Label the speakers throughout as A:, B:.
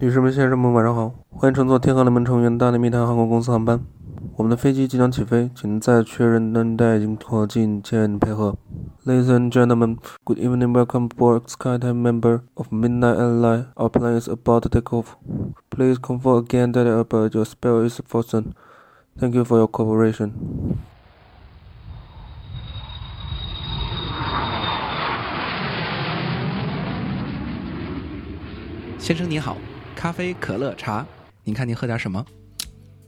A: 女士们、先生们，晚上好！欢迎乘坐天河联盟成员大内密探航空公司航班，我们的飞机即将起飞，请再确认安带及火箭舰的配合。Ladies and gentlemen, good evening. Welcome aboard SkyTeam member of Midnight Airline. Our plane is about to take off. Please confirm again that about your spell is frozen. Thank you for your cooperation.
B: 先生您好，咖啡、可乐、茶，您看您喝点什么？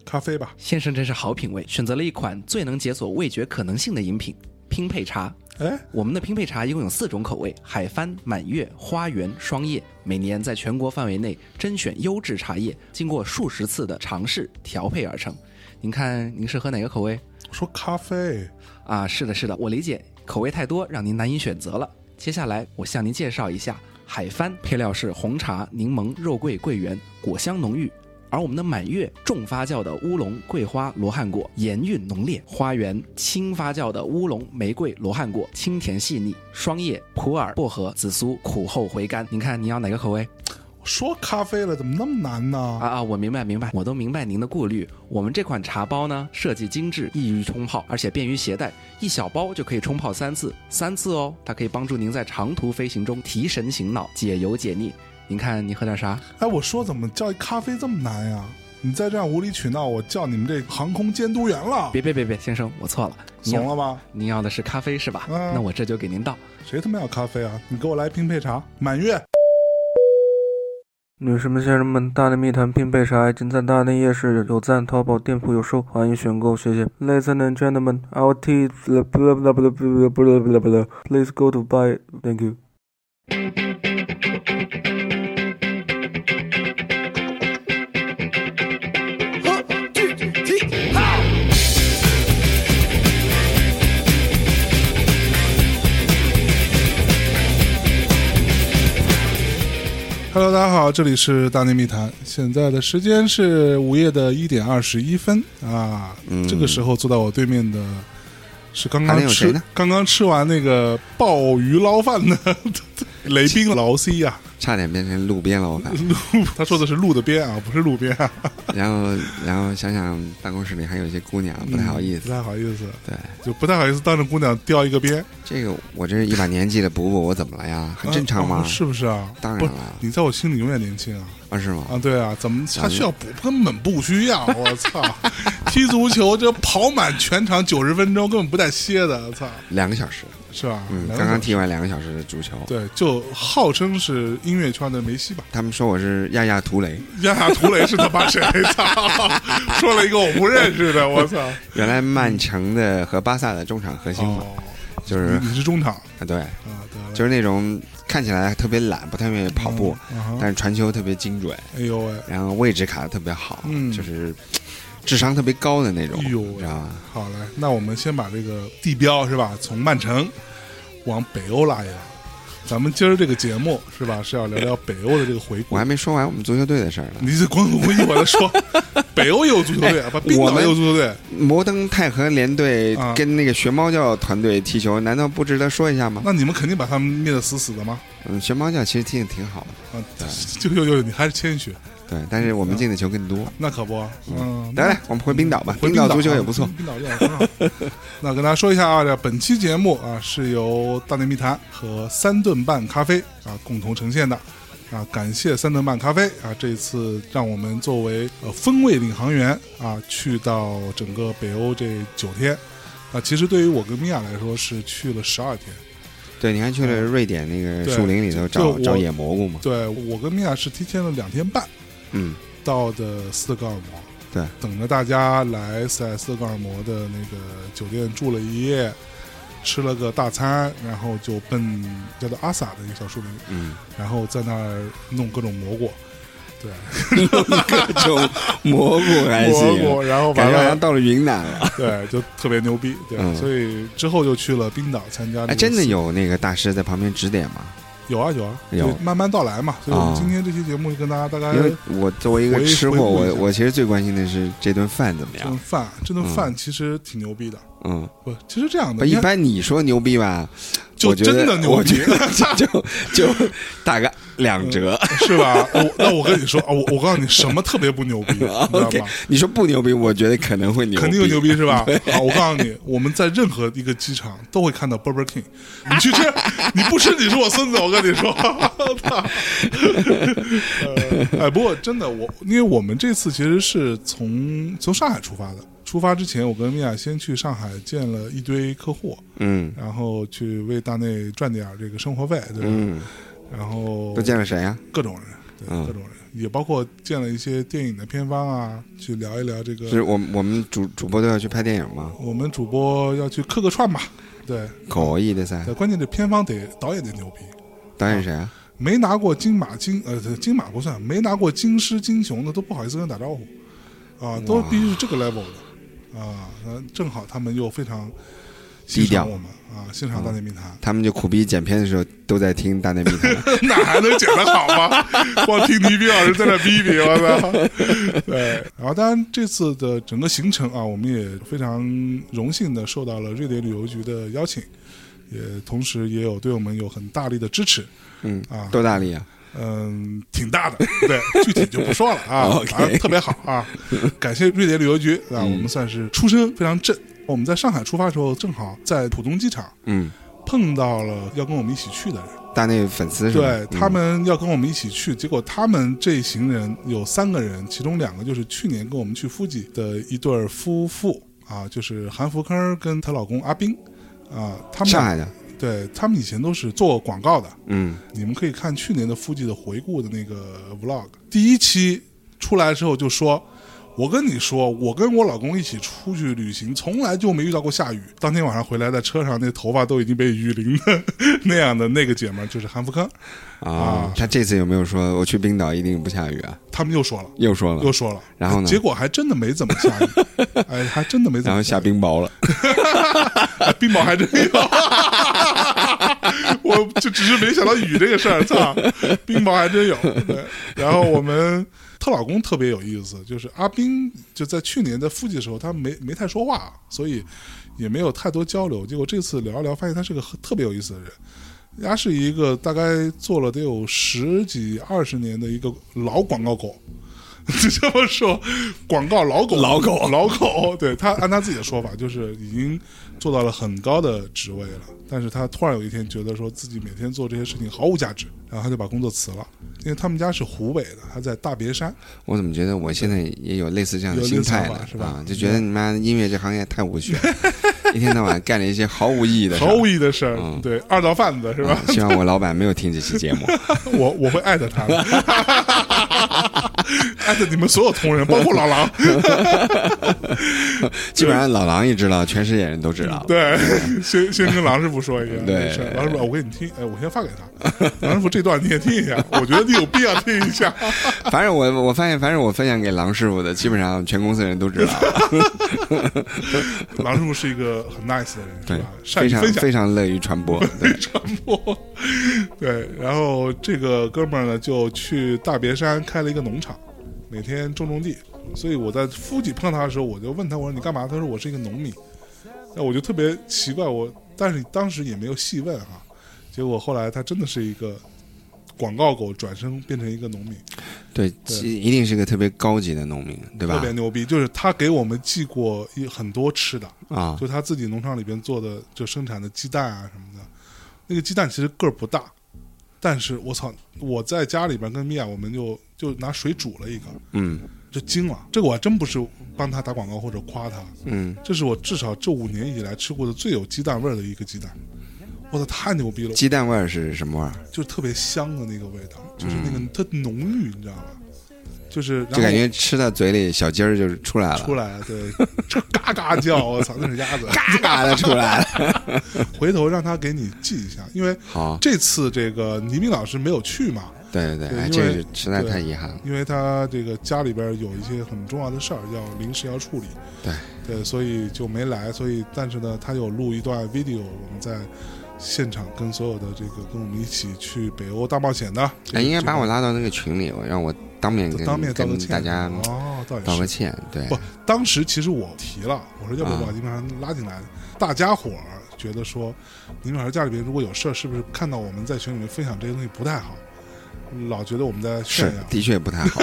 C: 咖啡吧。
B: 先生真是好品味，选择了一款最能解锁味觉可能性的饮品——拼配茶。
C: 哎，
B: 我们的拼配茶一共有四种口味：海帆、满月、花园、双叶。每年在全国范围内甄选优质茶叶，经过数十次的尝试调配而成。您看，您是喝哪个口味？
C: 我说咖啡，
B: 啊，是的，是的，我理解，口味太多让您难以选择了。接下来我向您介绍一下海帆，配料是红茶、柠檬、肉桂、桂圆，果香浓郁；而我们的满月重发酵的乌龙、桂花、罗汉果，盐韵浓烈；花园轻发酵的乌龙、玫瑰、罗汉果，清甜细腻；双叶、普洱、薄荷、紫苏，苦后回甘。您看您要哪个口味？
C: 我说咖啡了，怎么那么难呢？
B: 啊啊，我明白明白，我都明白您的顾虑。我们这款茶包呢，设计精致，易于冲泡，而且便于携带，一小包就可以冲泡三次，三次哦。它可以帮助您在长途飞行中提神醒脑，解油解腻。您看，您喝点啥？
C: 哎，我说怎么叫一咖啡这么难呀？你再这样无理取闹，我叫你们这航空监督员了，
B: 别别别别，先生，我错了，您
C: 怂
B: 要
C: 了吧？
B: 您要的是咖啡是吧？
C: 嗯
B: 那我这就给您倒。
C: 谁他妈要咖啡啊？你给我来拼配茶，满月。
A: 女士们、先生们，大内密谈拼配茶已经在大内夜市有赞，淘宝店铺有售，欢迎选购，谢谢。Ladies and gentlemen, our tea blah blah blah blah blah blah blah blah. Please go to buy. Thank you.
C: 哈喽，大家好，这里是大内密谈，现在的时间是午夜的一点二十一分啊。这个时候坐在我对面的是刚
D: 嗯还
C: 刚
D: 能有谁
C: 吃
D: 呢
C: 刚刚吃完那个鲍鱼捞饭的 雷兵劳 C 呀、
D: 差点变成路边老板。
C: 他说的是路的边啊，不是路边、啊，
D: 然后，然后想想办公室里还有一些姑娘，不太好意
C: 不
D: 思。
C: 太好意思，
D: 对，
C: 就不太好意思当着姑娘叼一个边，
D: 这个我这一把年纪了，补补我怎么了呀？ 很正常
C: 啊
D: 嘛
C: 哦。是不是啊？
D: 当
C: 不
D: 然
C: 是，
D: 了，
C: 你在我心里永远年轻啊！
D: 啊是吗？
C: 啊，对啊，怎么他需要补？根本不需 要，我操！踢足球这跑满全场九十分钟，根本不带歇的，操，
D: 两个小时，
C: 是吧？
D: 嗯，
C: 两个
D: 刚刚
C: 小时
D: 踢完两个小时的足球。
C: 对，就号称是音乐圈的梅西吧？
D: 他们说我是亚亚图雷，
C: 亚亚图雷是他妈 谁？操！说了一个我不认识的，我 操！
D: 原来曼城的和巴萨的中场核心嘛，
C: 哦，
D: 就是
C: 你你是中场
D: 啊对，
C: 啊，对了，
D: 就是那种看起来特别懒，不太愿意跑步，
C: 嗯啊哈
D: 但是传球特别精准，
C: 哎呦喂，
D: 然后位置卡的特别好，
C: 嗯
D: 就是智商特别高的那种，
C: 哎呦喂
D: 知道吧？
C: 好嘞，那我们先把这个地标是吧，从曼城往北欧拉一拉。咱们今儿这个节目是吧，是要聊聊北欧的这个回顾
D: 我。还没说完我们足球队的事儿呢。
C: 你这滚滚滚一会儿再 说，北欧也有足球队，啊，把冰
D: 我
C: 岛
D: 们
C: 也有足球队。
D: 摩登泰和联队
C: 啊
D: 跟那个学猫叫团队踢球，难道不值得说一下吗？
C: 那你们肯定把他们灭得死死的吗？
D: 嗯，学猫叫其实踢的挺好的，
C: 啊，就就就你还是谦虚，
D: 对，但是我们进的球更多。
C: 那可不，嗯，
D: 来来，我们回冰岛吧，
C: 回
D: 岛
C: 啊
D: 足球也不错。
C: 冰岛就很好。 那跟大家说一下啊，这本期节目啊是由大内密谈和三顿半咖啡啊共同呈现的。啊，感谢三顿半咖啡啊！这次让我们作为呃风味领航员啊，去到整个北欧这九天啊，其实对于我跟米娅来说是去了十二天。
D: 对，你还去了瑞典那个
C: 对
D: 树林里头
C: 就
D: 找
C: 我
D: 找野蘑菇嘛？
C: 对我跟米娅是提前了两天半
D: 嗯，
C: 到的斯德哥尔摩，
D: 对，
C: 等着大家来在斯德哥尔摩的那个酒店住了一夜，吃了个大餐，然后就奔叫做阿萨的一个小树林，
D: 嗯，
C: 然后在那儿弄各种蘑菇，对，
D: 各种蘑菇还
C: 蘑
D: 行
C: 菇，，然后
D: 感
C: 完
D: 觉好像
C: 了，啊
D: 到了云南了。
C: 对，就特别牛逼，对，
D: 嗯
C: 所以之后就去了冰岛参加、那个
D: 哎，真的有那个大师在旁边指点吗？
C: 有啊有啊，
D: 有
C: 就慢慢道来嘛，所以我们
D: 哦
C: 今天这期节目就跟大家大概
D: 因为我作为一个
C: 回
D: 吃货，
C: 回顾一下
D: 我我其实最关心的是这顿饭怎么
C: 这
D: 样
C: 顿。饭，这顿
D: 嗯
C: 饭其实挺牛逼的。
D: 嗯，
C: 不，其实这样
D: 不，
C: 的，
D: 一
C: 你看
D: 般你说牛逼吧，
C: 就
D: 我觉
C: 真
D: 得
C: 的牛
D: 我
C: 逼
D: 觉，得 就就就打个两折。
C: 是吧？我那我跟你说啊，我我告诉你什么特别不 牛逼，你知道
D: 啊 OK，
C: 吗？
D: 你说不牛逼，我觉得可能会牛，
C: 肯定有牛逼是吧？好，我告诉你，我们在任何一个机场都会看到 Burger King，你去吃，你不吃你是我孙子，我跟你说。 呃哎，不过真的，我因为我们这次其实是从从上海出发的，出发之前我跟米娅先去上海见了一堆客户，
D: 嗯
C: 然后去为大内赚点儿这个生活费，对吧？
D: 嗯，
C: 然后
D: 都见了谁啊？
C: 各种人，对，
D: 嗯
C: 各种人，也包括见了一些电影的片方啊，去聊一聊这个。
D: 是我们我们主主播都要去拍电影吗？
C: 我们主播要去客个串吧，对，
D: 可啊以的噻
C: 对，，关键这片方得导演得牛逼，
D: 导演谁啊？
C: 没拿过金马金呃金马不算，没拿过金狮金熊的都不好意思跟人打招呼，啊，都必须是这个 level 的，啊，那正好他们又非常欣
D: 低调
C: 赏我们啊，欣赏大内密谈，
D: 他们就苦逼剪片的时候都在听大内密 谈，
C: 那还能剪得好吗？光听倪斌老师在那逼逼，我操！对，然后当然这次的整个行程啊，我们也非常荣幸的受到了瑞典旅游局的邀请，也同时也有对我们有很大力的支持，
D: 嗯
C: 啊，
D: 多大力啊？
C: 嗯，挺大的，对，具体就不说了啊，
D: OK
C: 反正特别好啊，感谢瑞典旅游局啊，我们算是出身非常正。我们在上海出发的时候，正好在浦东机场
D: 嗯，
C: 碰到了要跟我们一起去的人。
D: 大内粉丝是吧？嗯
C: 对他们要跟我们一起去，结果他们这一行人有三个人，其中两个就是去年跟我们去夫吉的一对儿夫妇啊，就是韩福坑跟她老公阿斌啊，他
D: 嗯
C: 们
D: 上
C: 俩
D: 海的，
C: 对他们以前都是做广告的，
D: 嗯
C: 你们可以看去年的夫妻的回顾的那个 vlog，第一期出来之后就说。我跟你说，我跟我老公一起出去旅行，从来就没遇到过下雨。当天晚上回来，在车上那头发都已经被雨淋的 那样的那个姐们儿，就是韩福康，
D: 啊
C: 啊，
D: 他这次有没有说我去冰岛一定不下雨啊？
C: 他们又说了，
D: 又说了
C: 又，说了，
D: 嗯然后呢
C: 结果还真的没怎么下 雨，哎，还真的没怎
D: 然后
C: 么
D: 下冰雹了，
C: 哎冰雹还真 有，我就只是没想到雨这个事儿，操，冰雹还真有。对，然后我们她老公特别有意思，就是阿斌就在去年在复季的时候，他没没太说话，所以也没有太多交流。结果这次聊一聊，发现他是个特别有意思的人。他是一个大概做了得有十几二十年的一个老广告狗，就 这么说，广告老狗，老狗，老狗。对他按他自己的说法，就是已经做到了很高的职位了，但是他突然有一天觉得说自己每天做这些事情毫无价值，然后他就把工作辞了。因为他们家是湖北的，他在大别山，
D: 我怎么觉得我现在也有类似这样的心态
C: 有类似想
D: 了，
C: 法是吧嗯
D: 啊就觉得你妈音乐这行业太无趣，了， 一天到晚干了一些毫无意义的事儿。
C: 毫无意义的事儿，
D: 嗯
C: 对，二道贩子是吧？
D: 啊希望我老板没有听这期节 目。
C: 我我会艾特他的， 艾特你们所有同仁，包括老狼。
D: 基本上老狼一知道，全世界人都知道。
C: 对， 先先跟狼师傅说一下，
D: 对
C: 没事狼师傅，我给你听，哎，我先发给他。 狼师傅这段你也听一下，我觉得你有必要听一下。
D: 反正我我发现，反正我分享给狼师傅的，基本上全公司人都知道，
C: 狼师傅是一个很 nice 的人，是
D: 对
C: 吧？， 善
D: 非
C: 于
D: 常
C: 分享
D: 非常乐于传播。 对，
C: 传播。对，然后这个哥们儿呢，就去大别山开了一个农场，每天种种地。所以我在夫吉碰到他的时候，我就问他，我说你干嘛？他说我是一个农民。那我就特别奇怪，我但是当时也没有细问哈、结果后来他真的是一个广告狗，转身变成一个农民，
D: 对，其一定是个特别高级的农民，对
C: 特
D: 吧
C: 别？牛逼。就是他给我们寄过一很多吃的，
D: 啊，
C: 就他自己农场里边做的，就生产的鸡蛋啊什么的。那个鸡蛋其实个儿不大，但是我操，我在家里边跟米娅，我们就就拿水煮了一个，
D: 嗯
C: 就惊了。这个我还真不是帮他打广告或者夸他，
D: 嗯，
C: 这是我至少这五年以来吃过的最有鸡蛋味儿的一个鸡蛋。我操，太牛逼了！
D: 鸡蛋味儿是什么味儿？
C: 就特别香的那个味道，就是那个特浓郁，你知道吧？就是然后
D: 嗯就感觉吃到嘴里小鸡儿就出来了，
C: 出来，对， 这嘎嘎叫，我操，那是鸭子。
D: 嘎嘎的出 来了。
C: 回头让他给你记一下，因为
D: 好，
C: 这次这个倪斌老师没有去嘛，
D: 哦对
C: 对
D: 对对，哎，
C: 因
D: 这
C: 为
D: 个实在太遗憾了。
C: 因为他这个家里边有一些很重要的事儿要临时要处理，
D: 对
C: 对，所以就没来。所以但是呢，他有录一段 video，我们在现场跟所有的这个跟我们一起去北欧大冒险的，这个
D: 哎，应该把我
C: 这
D: 拉到那个群里，我让我当面跟
C: 当面道个
D: 跟
C: 歉，
D: 大家
C: 哦，倒
D: 道
C: 也
D: 个
C: 是。
D: 歉，对，
C: 不，当时其实我提了，我说要不把
D: 啊
C: 尼玛还拉进来，大家伙儿觉得说，尼玛还家里边如果有事儿，是不是看到我们在群里面分享这些东西不太好，老觉得我们在
D: 是
C: 炫耀，
D: 的确不太好，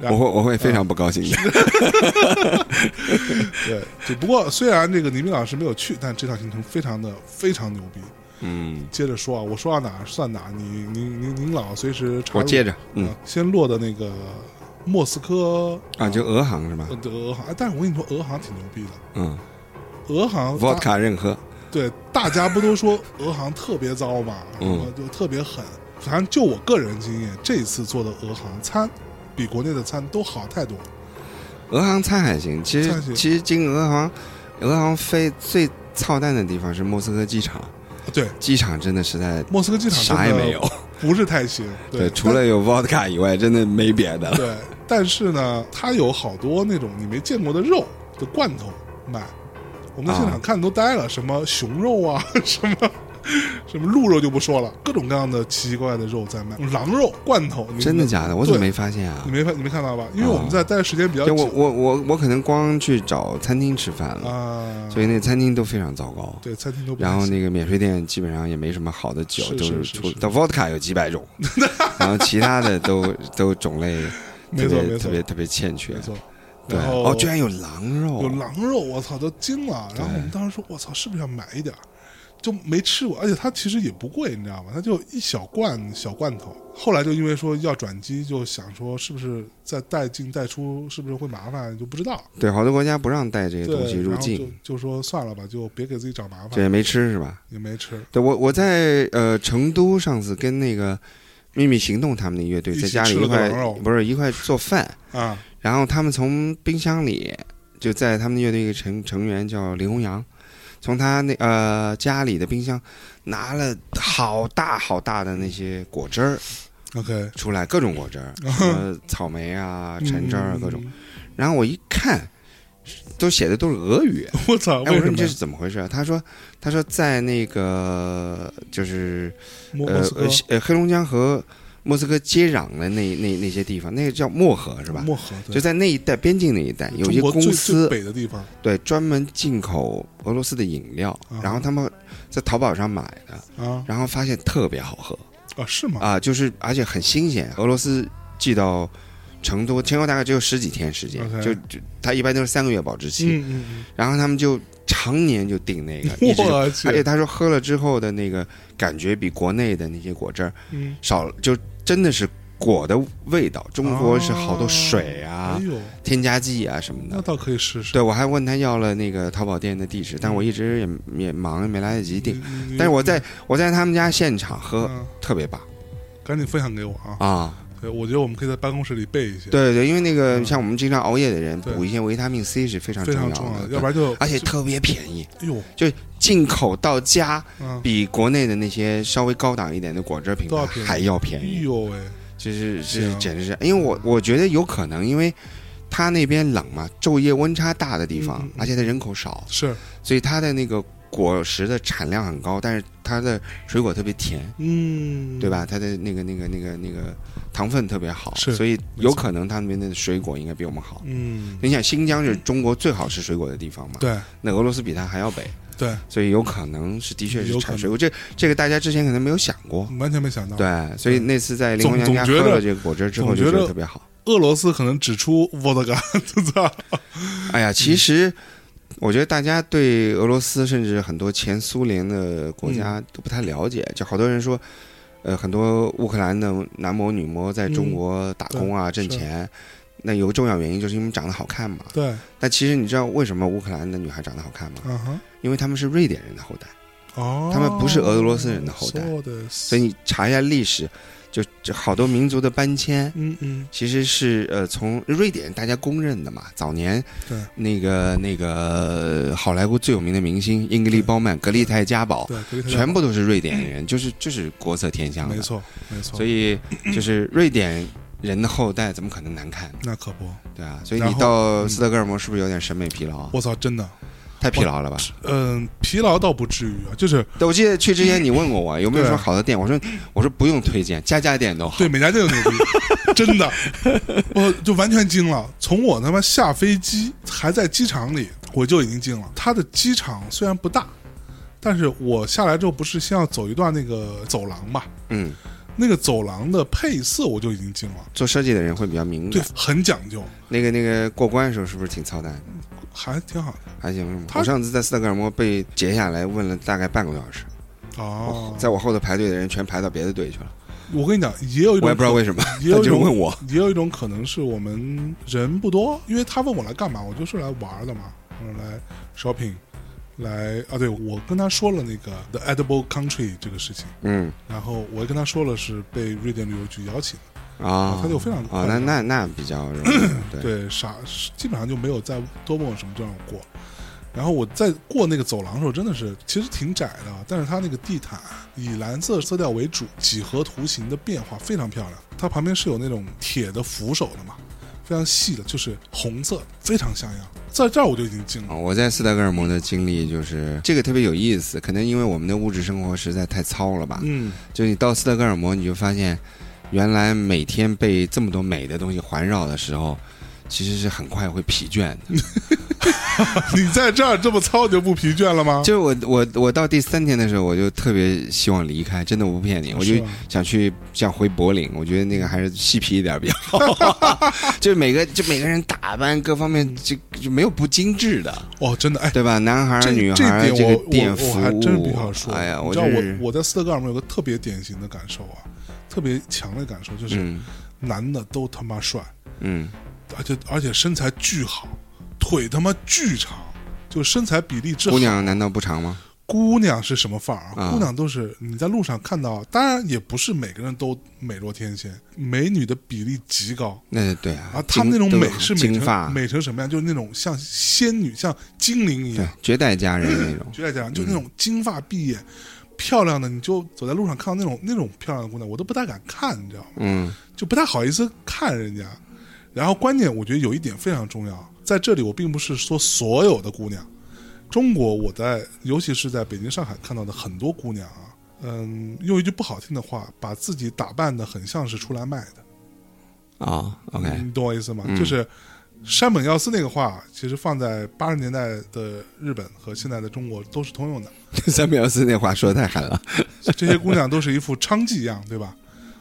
C: 然
D: 我会我会
C: 嗯
D: 非常不高兴的。
C: 对，只不过虽然这个倪斌老师没有去，但这趟行程非常的非常牛逼。
D: 嗯，
C: 接着说啊，我说到哪儿算哪儿，你您您您老随时插入。
D: 我接着，嗯
C: 啊，先落的那个莫斯科
D: 啊，就俄航是吧？
C: 呃的俄航，哎但是我跟你说，俄航挺牛逼的。
D: 嗯
C: 呃俄航大
D: ，vodka 任喝，
C: 对大家不都说俄航特别糟嘛，什
D: 嗯
C: 么就特别狠。反正就我个人经验，这次做的俄航餐比国内的餐都好太多。啊
D: 俄航餐还行。其
C: 餐
D: 实
C: 行
D: 其实经俄航，俄航飞最操蛋的地方是莫斯科机场，
C: 对，
D: 机场真的实在
C: 莫斯科机场
D: 啥也没有，，
C: 不是太行。
D: 对，除了有 vodka 以外，真的没别 的了。
C: 对，但是呢，它有好多那种你没见过的肉的罐头卖，我们在现场
D: 啊
C: 看都呆了，什么熊肉啊， 什么什么鹿肉就不说了，各种各样的奇奇怪怪的肉在卖，狼肉罐头，你
D: 真的假的？我怎么
C: 对
D: 没发现啊
C: 你？没看你没看到吧？因为我们在待的时间比较
D: 哦就
C: 久
D: 我我我我可能光去找餐厅吃饭了，
C: 啊，
D: 所以那餐厅都非常糟糕。
C: 对餐厅都不
D: 然后
C: 太行
D: 那个免税店基本上也没什么好的酒，
C: 是
D: 就是
C: 是
D: 除
C: 是
D: 到 vodka 有几百种，然后其他的都都种类
C: 没
D: 特
C: 错没错
D: 别特别特别欠缺
C: 没。错，
D: 对，
C: 然后
D: 哦，居然有狼肉，
C: 有狼肉，我操，都惊了。然后我们当时说，我操，是不是要买一点儿？就没吃过，而且它其实也不贵，你知道吗？它就一小罐小罐头。后来就因为说要转机，就想说是不是再带进带出，是不是会麻烦，就不知道。
D: 对，好多国家不让带这些
C: 对，
D: 东西入
C: 然后就
D: 境，
C: 就说算了吧，就别给自己找麻
D: 对，
C: 烦，
D: 没吃是吧？
C: 也没吃。
D: 对，我我在呃成都上次跟那个秘密行动他们的乐队
C: 一起
D: 在家里
C: 吃了
D: 一
C: 个
D: 块
C: 狼肉
D: 不是一块做饭，
C: 啊
D: 然后他们从冰箱里，就在他们乐队一个成成员叫林弘洋，从他那呃家里的冰箱拿了好大好大的那些果汁儿
C: ，OK，
D: 出来，各种果 汁儿，什么草莓啊、橙汁儿啊
C: 嗯
D: 各种。。然后我一看，都写的都是 俄语，
C: 我操，
D: 哎，我
C: 为
D: 说
C: 什
D: 你
C: 么
D: 这
C: 呀？
D: 是怎么回事啊？他说他说在那个就是
C: 莫
D: 呃
C: 莫斯科
D: 呃西呃黑龙江和莫斯科接壤的那那那些地方，那个叫漠河是吧？
C: 漠河对
D: 就在那一带边境那一带，有
C: 中
D: 一个
C: 国最
D: 公
C: 最
D: 司
C: 北的地方
D: 对专门进口俄罗斯的饮料
C: 啊，
D: 然后他们在淘宝上买的，
C: 啊
D: 然后发现特别好喝
C: 啊是吗？
D: 啊，就是而且很新鲜，俄罗斯寄到成都前后大概只有十几天时间，
C: OK
D: 就就它一般都是三个月保质期，
C: 嗯嗯
D: 然后他们就常年就订那个，
C: 嗯，
D: 一直就
C: 我
D: 而且
C: 去，
D: 他说喝了之后的那个感觉比国内的那些果汁儿
C: 嗯，
D: 少了，就真的是果的味道。中国是好多水啊、
C: 哎呦，
D: 添加剂啊什么的
C: 那。倒可以试试。
D: 对，我还问他要了那个淘宝店的地址，
C: 嗯
D: 但我一直也也忙，没来得及订。
C: 你，你
D: 但是我在我在他们家现场喝，
C: 嗯
D: 特别棒
C: 赶紧分享给我啊！
D: 啊！
C: 对，我觉得我们可以在办公室里备一些，，
D: 对对对，因为那个
C: 嗯
D: 像我们经常熬夜的人，
C: 对
D: 补一些维他命 C 是非常
C: 非
D: 重要
C: 常重要
D: 的，
C: 的，
D: 对
C: 要不然就
D: 而且特别便宜，
C: 哎呦，
D: 进口到家
C: 嗯，
D: 比国内的那些稍微高档一点的果汁品
C: 都要
D: 牌
C: 便宜
D: 还要 便
C: 哎
D: 宜。
C: 呦喂，
D: 就是
C: 是啊
D: 是简直是，因为我我觉得有可能，因为它那边冷嘛，昼夜温差大的地
C: 嗯
D: 方
C: 嗯嗯，
D: 而且它人口少，
C: 是，
D: 所以它的那个果实的产量很高，但是它的水果特别甜，
C: 嗯，
D: 对？吧？它的那个那个那个那个糖分特别好，
C: 是
D: 所以
C: 没错
D: 有可能它那边的水果应该比我们好。
C: 嗯，
D: 你想，新疆是中国最好吃水果的地方嘛？
C: 对
D: 那俄罗斯比它还要北，
C: 对，
D: 所以有可能是的确
C: 有
D: 是
C: 可能
D: 产水果。这这个大家之前可能没有想过，
C: 完全没想到，，
D: 对，所以那次在
C: 嗯
D: 林
C: 总
D: 红娘家
C: 总觉
D: 喝
C: 得
D: 了这个果汁之后，
C: 总
D: 就
C: 觉
D: 觉得
C: 得
D: 特别好。
C: 俄罗斯可能只出沃德嘎，知道吧？
D: 哎呀，其实我觉得大家对俄罗斯甚至很多前苏联的国家都不太了解，就好多人说，呃，很多乌克兰的男模女模在中国打工啊、
C: 对
D: 挣钱。那有个重要原因，就是因为长得好看嘛。
C: 对，
D: 但其实你知道为什么乌克兰的女孩长得好看吗？
C: 嗯哼，
D: 因为她们是瑞典人的后代，
C: 哦，
D: 他们不是俄罗斯人的后代
C: そうです，
D: 所以你查一下历史，就就好多民族的搬迁，
C: 嗯嗯，
D: 其实是呃，从瑞典大家公认的嘛，早年
C: 对
D: 那个那个呃好莱坞最有名的明星英格丽褒曼、格丽泰嘉宝，
C: 对，格里特
D: 全部都是瑞典人，就是就是国色天香的，
C: 没。错没错，
D: 所
C: 以
D: 以就是瑞典人的后代怎么可能难看？
C: 那可不，
D: 对啊，所以
C: 然
D: 你
C: 后
D: 到
C: 嗯
D: 斯德哥尔摩是不是有点审美疲劳啊？
C: 我操，真的，
D: 太疲劳了吧？
C: 嗯，疲劳倒不至于啊，就是
D: 对，我记得去之前你问过我有没有
C: 对
D: 说好的店，我说我说不用推荐，家家店都好。
C: 对每家店都牛逼，真的，我就完全惊了。从我他妈下飞机还在机场里，我就已经惊了。它的机场虽然不大，但是我下来之后不是先要走一段那个走廊嘛？
D: 嗯，
C: 那个走廊的配色我就已经惊了，
D: 做设计的人会比较敏
C: 对
D: 感。，
C: 很讲究，
D: 那个那个过关的时候是不是挺操蛋的？
C: 还挺好
D: 还行是吗？
C: 他
D: 我上次在斯德哥尔摩被截下来，问了大概半个多小时，
C: 的。哦，
D: 在我后头排队的人全排到别的队去了，
C: 我跟你讲，也有一种
D: 我也不知道为什么，
C: 也
D: 他
C: 有一
D: 就
C: 种
D: 问我。
C: 也有一种可能是我们人不多，因为他问我来干嘛，我就是来玩儿的嘛，我说来 shopping，来啊，对我跟他说了那个 The Edible Country 这个事情，
D: 嗯
C: 然后我也跟他说了是被瑞典旅游局邀请的，
D: 啊，
C: 他就非常
D: 啊，那那那比较 容易，对，
C: 对，啥基本上就没有再多问我什么地方过。然后我在过那个走廊的时候，真的是其实挺窄的，但是它那个地毯以蓝色色调为主，几何图形的变化非常漂亮。它旁边是有那种铁的扶手的嘛，非常细的，就是红色，非常像 样。在这儿我就已经惊
D: 啊，
C: 了，
D: 我在斯德哥尔摩的经历就是这个特别有意思，可能因为我们的物质生活实在太糙了吧。
C: 嗯，
D: 就你到斯德哥尔摩，你就发现，原来每天被这么多美的东西环绕的时候，其实是很快会疲倦的。
C: 你在这儿这么操就不疲倦了吗？
D: 就是我我我到第三天的时候，我就特别希望离开，真的我不骗你，我就是
C: 吧
D: 想去想回柏林，我觉得那个还是嬉皮一点比较好。 就是每个就每个人打扮各方面就就没有不精致的，
C: 哦，真的，哎，
D: 对吧？男孩儿
C: 这
D: 女孩
C: 这
D: 儿
C: 点
D: 个
C: 我
D: 店
C: 我
D: 服
C: 我还真必须要
D: 务，
C: 说，
D: 哎呀，
C: 你
D: 我
C: 知道
D: 就是
C: 我我在斯德哥尔摩有个特别典型的感受啊，特别强的感受就是
D: 嗯
C: 男的都他妈帅，
D: 嗯
C: 而且而且身材巨好，腿他妈巨长，就身材比例之好。
D: 姑娘难道不长吗？
C: 姑娘是什么范儿啊？
D: 啊
C: 姑娘都是你在路上看到，当然也不是每个人都美若天仙，美女的比例极高。
D: 那对啊，
C: 啊，她们那种
D: 金
C: 美
D: 都
C: 是美
D: 金发
C: 成美成什么样？就是那种像仙女、像精灵一
D: 对
C: 样，，
D: 绝代佳人那种。
C: 就在讲，
D: 嗯
C: 就那种金发碧眼、漂亮的，你就走在路上看到那种那种漂亮的姑娘，我都不太敢看，你知道吗？
D: 嗯，
C: 就不太好意思看人家。然后关键，我觉得有一点非常重要，在这里我并不是说所有的姑娘，中国我在尤其是在北京、上海看到的很多姑娘啊，嗯，用一句不好听的话，把自己打扮的很像是出来卖的，
D: 啊，OK，
C: 你懂我意思吗？
D: 嗯
C: 就是山本耀司那个话，其实放在八十年代的日本和现在的中国都是通用的。
D: 三秒四那话说的太狠了。
C: 这些姑娘都是一副娼妓样，对吧？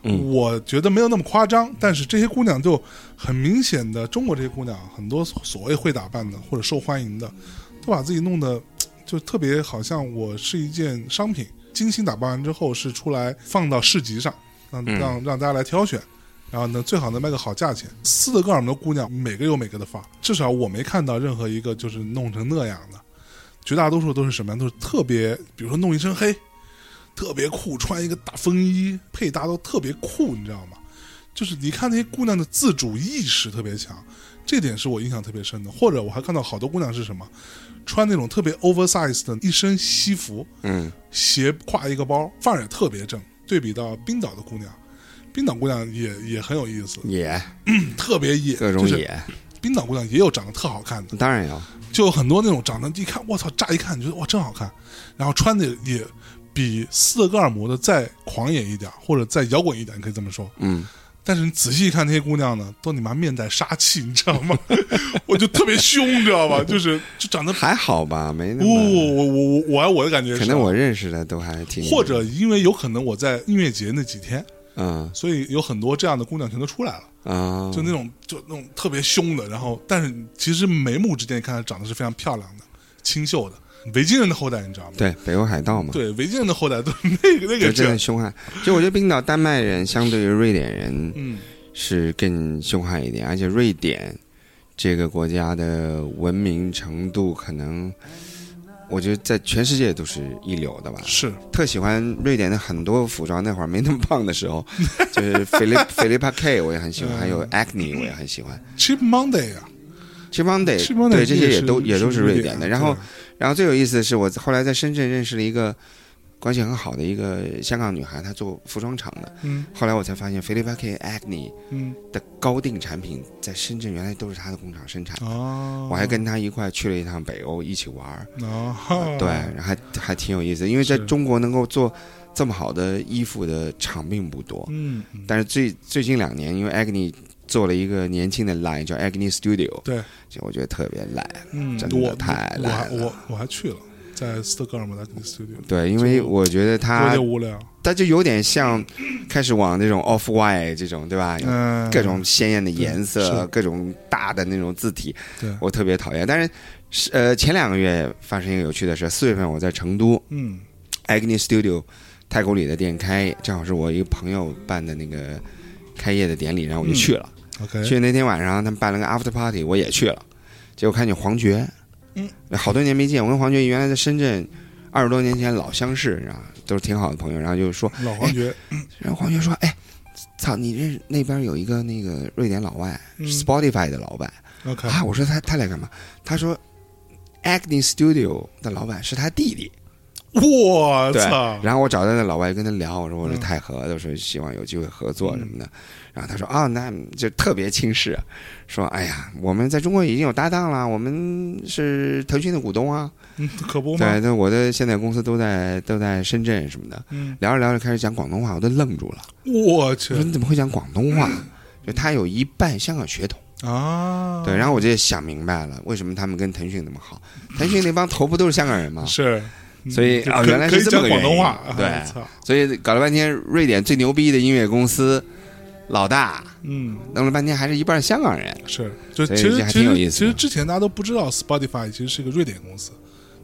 D: 嗯
C: 我觉得没有那么夸张，但是这些姑娘就很明显的，中国这些姑娘很多所谓会打扮的或者受欢迎的，都把自己弄得嘖就特别好像我是一件商品，精心打扮完之后是出来放到市集上，让
D: 嗯
C: 让让大家来挑选。然后呢，最好能卖个好价钱。斯德哥尔摩的姑娘每个有每个的范儿，至少我没看到任何一个就是弄成那样的，绝大多数都是什么样？都是特别，比如说弄一身黑，特别酷，穿一个大风衣，配搭都特别酷，你知道吗？就是你看那些姑娘的自主意识特别强，这点是我印象特别深的。或者我还看到好多姑娘是什么，穿那种特别 oversize 的一身西服，
D: 嗯，
C: 斜挎一个包，范儿也特别正。对比到冰岛的姑娘，冰岛姑娘也 也很有意思，
D: 野
C: 特别野，
D: 各种
C: 就是
D: 野，
C: 冰岛姑娘也有长得特好看的，
D: 当然有。
C: 就有很多那种长得一看，我操，乍一看你觉得哇真好看，然后穿的也比斯德哥尔摩的再狂野一点，或者再摇滚一点，你可以这么说。
D: 嗯，
C: 但是你仔细一看那些姑娘呢，都你妈面带杀气，你知道吗？我就特别凶，你知道 吧？就是就长得，
D: 还好吧，没那
C: 不、
D: 么。
C: 我我我我我的感觉是，
D: 可能我认识的都还挺，
C: 哦或者因为有可能我在音乐节那几天，
D: 嗯
C: 所以有很多这样的姑娘全都出来了。
D: 啊，
C: 就那种就那种特别凶的，然后但是其实眉目之间看着长得是非常漂亮的、清秀的维京人的后代，你知道吗？
D: 对北欧海盗嘛，
C: 对，维京人的后代都是那 个那
D: 就
C: 个
D: 真
C: 劲
D: 的
C: 儿，
D: 凶悍。就我觉得冰岛、丹麦人相对于瑞典人
C: 嗯，
D: 是更凶悍一点，而且瑞典这个国家的文明程度可能。我觉得在全世界都是一流的吧，
C: 是
D: 特喜欢瑞典的很多服装。那会儿没那么胖的时 候，就是 Philip Philippa K 我也很喜欢，还有
C: 嗯
D: Acne 我也很喜欢。
C: Cheap Monday 啊
D: c h i p o n d a
C: ，Cheap Monday
D: 对这
C: 也
D: 些也
C: 是
D: 都也都是
C: 瑞
D: 瑞
C: 典
D: 典
C: 的。
D: 的。然后
C: 对
D: 然后最有意思的是，我后来在深圳认识了一个关系很好的一个香港女孩，她做服装厂的。
C: 嗯
D: 后来我才发现 f i l i p a K Agni
C: 嗯
D: 的高定产品在深圳原来都是她的工厂生产。
C: 哦，
D: 我还跟她一块去了一趟北欧，一起玩儿。
C: 哦，
D: 对，然后还还挺有意思，因为在
C: 是
D: 中国能够做这么好的衣服的厂并不多。
C: 嗯，嗯
D: 但是最最近两年，因为 Agni 做了一个年轻的 line 叫 Agni Studio，
C: 对，
D: 就我觉得特别烂。
C: 嗯
D: 真，的
C: 我
D: 太
C: 我
D: 烂
C: 还
D: 了
C: 我我还去了，在斯德哥尔摩的 studio，
D: 对，因为
C: 就
D: 我觉得
C: 有
D: 他
C: 点无聊，
D: 他就有点像开始往那种 off white 这种，对吧？有
C: 嗯，
D: 哎各种鲜艳的颜
C: 对
D: 色
C: 是，
D: 各种大的那种字体，
C: 对，
D: 我特别讨厌。但是，是呃，前两个月发生一个有趣的事，四月份我在成都
C: 嗯
D: Agni Studio 太古里的店开业，正好是我一个朋友办的那个开业的典礼，然后我就去了。
C: ，OK，
D: 去那天晚上他们办了个 after party，我也去了，结果看见黄觉，
C: 嗯，
D: 好多年没见，我跟黄觉原来在深圳二十多年前老相识，然后都是挺好的朋友，然后就说，
C: 老黄觉，
D: 然后黄觉说，哎，操，你认识那边有一个那个瑞典老外、
C: 嗯
D: s p o t i f y 的老板
C: ，OK，
D: 啊，我说他他来干嘛？他说 Acne Studio 的老板是他弟弟，
C: 我
D: 对
C: 操，
D: 然后我找到那老外跟他聊，我说我是
C: 嗯
D: 太和的，我说希望有机会合作什么的。然后他说啊、那就特别轻视，说哎呀，我们在中国已经有搭档了，我们是腾讯的股东啊。
C: 嗯， 可不嘛，
D: 对，那我的现在公司都在都在深圳什么的。
C: 嗯，
D: 聊着聊着开始讲广东话，我都愣住了，
C: 我
D: 我
C: 去
D: 说你怎么会讲广东话？就他有一半香港血统。
C: 啊，
D: 嗯对，然后我就想明白了，为什么他们跟腾讯那么好？腾讯那帮头不都是香港人吗？
C: 是，
D: 所以
C: 嗯
D: 啊
C: 可
D: 原来是
C: 可以
D: 这
C: 讲
D: 么个
C: 广东
D: 原因
C: 话，啊
D: 对
C: 操，
D: 所以搞了半天，瑞典最牛逼的音乐公司老大，
C: 嗯。
D: 弄了半天还是一半香港人。
C: 是，就
D: 所
C: 其
D: 以
C: 实
D: 这还
C: 其
D: 挺有
C: 实
D: 意
C: 其
D: 思的
C: 实之前大家都不知道 Spotify 其实是一个瑞典公司，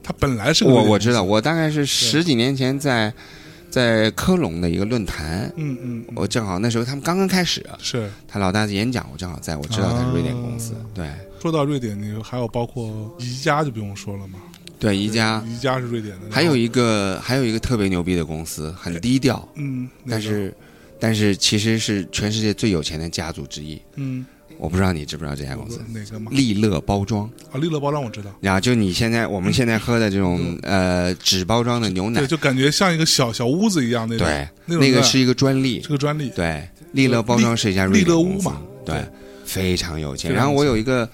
C: 它本来是个
D: 我
C: 瑞典
D: 我知道，
C: 公司，
D: 我大概是十几年前在在科隆的一个论坛，
C: 嗯嗯，嗯
D: 我正好那时候他们刚刚开始，
C: 是
D: 他老大的演讲我正好在，我知道他是瑞典公司
C: 啊，
D: 对
C: 说到瑞典，你还有包括宜家就不用说了嘛，
D: 对，宜家，
C: 宜家是瑞典的，
D: 还有
C: 然后
D: 一个还有一个特别牛逼的公司，很低调，
C: 嗯，那个
D: 但是但是其实是全世界最有钱的家族之一，
C: 嗯，
D: 我不知道你知不知道这家公司，
C: 哪个嘛？
D: 利乐包装。
C: 啊，利乐包装我知道，
D: 然后就你现在我们现在喝的这种呃纸包装的牛奶
C: 嗯对，，就感觉像一个小小屋子一样那种，
D: 对，
C: 那种
D: 那个
C: 的
D: 是一个专利
C: 是，个专利，
D: 对，利乐包装是一家瑞典
C: 利乐屋
D: 公司
C: 嘛
D: 对
C: 对，
D: 非常有钱。
C: 非常有钱嗯
D: 然后我有一个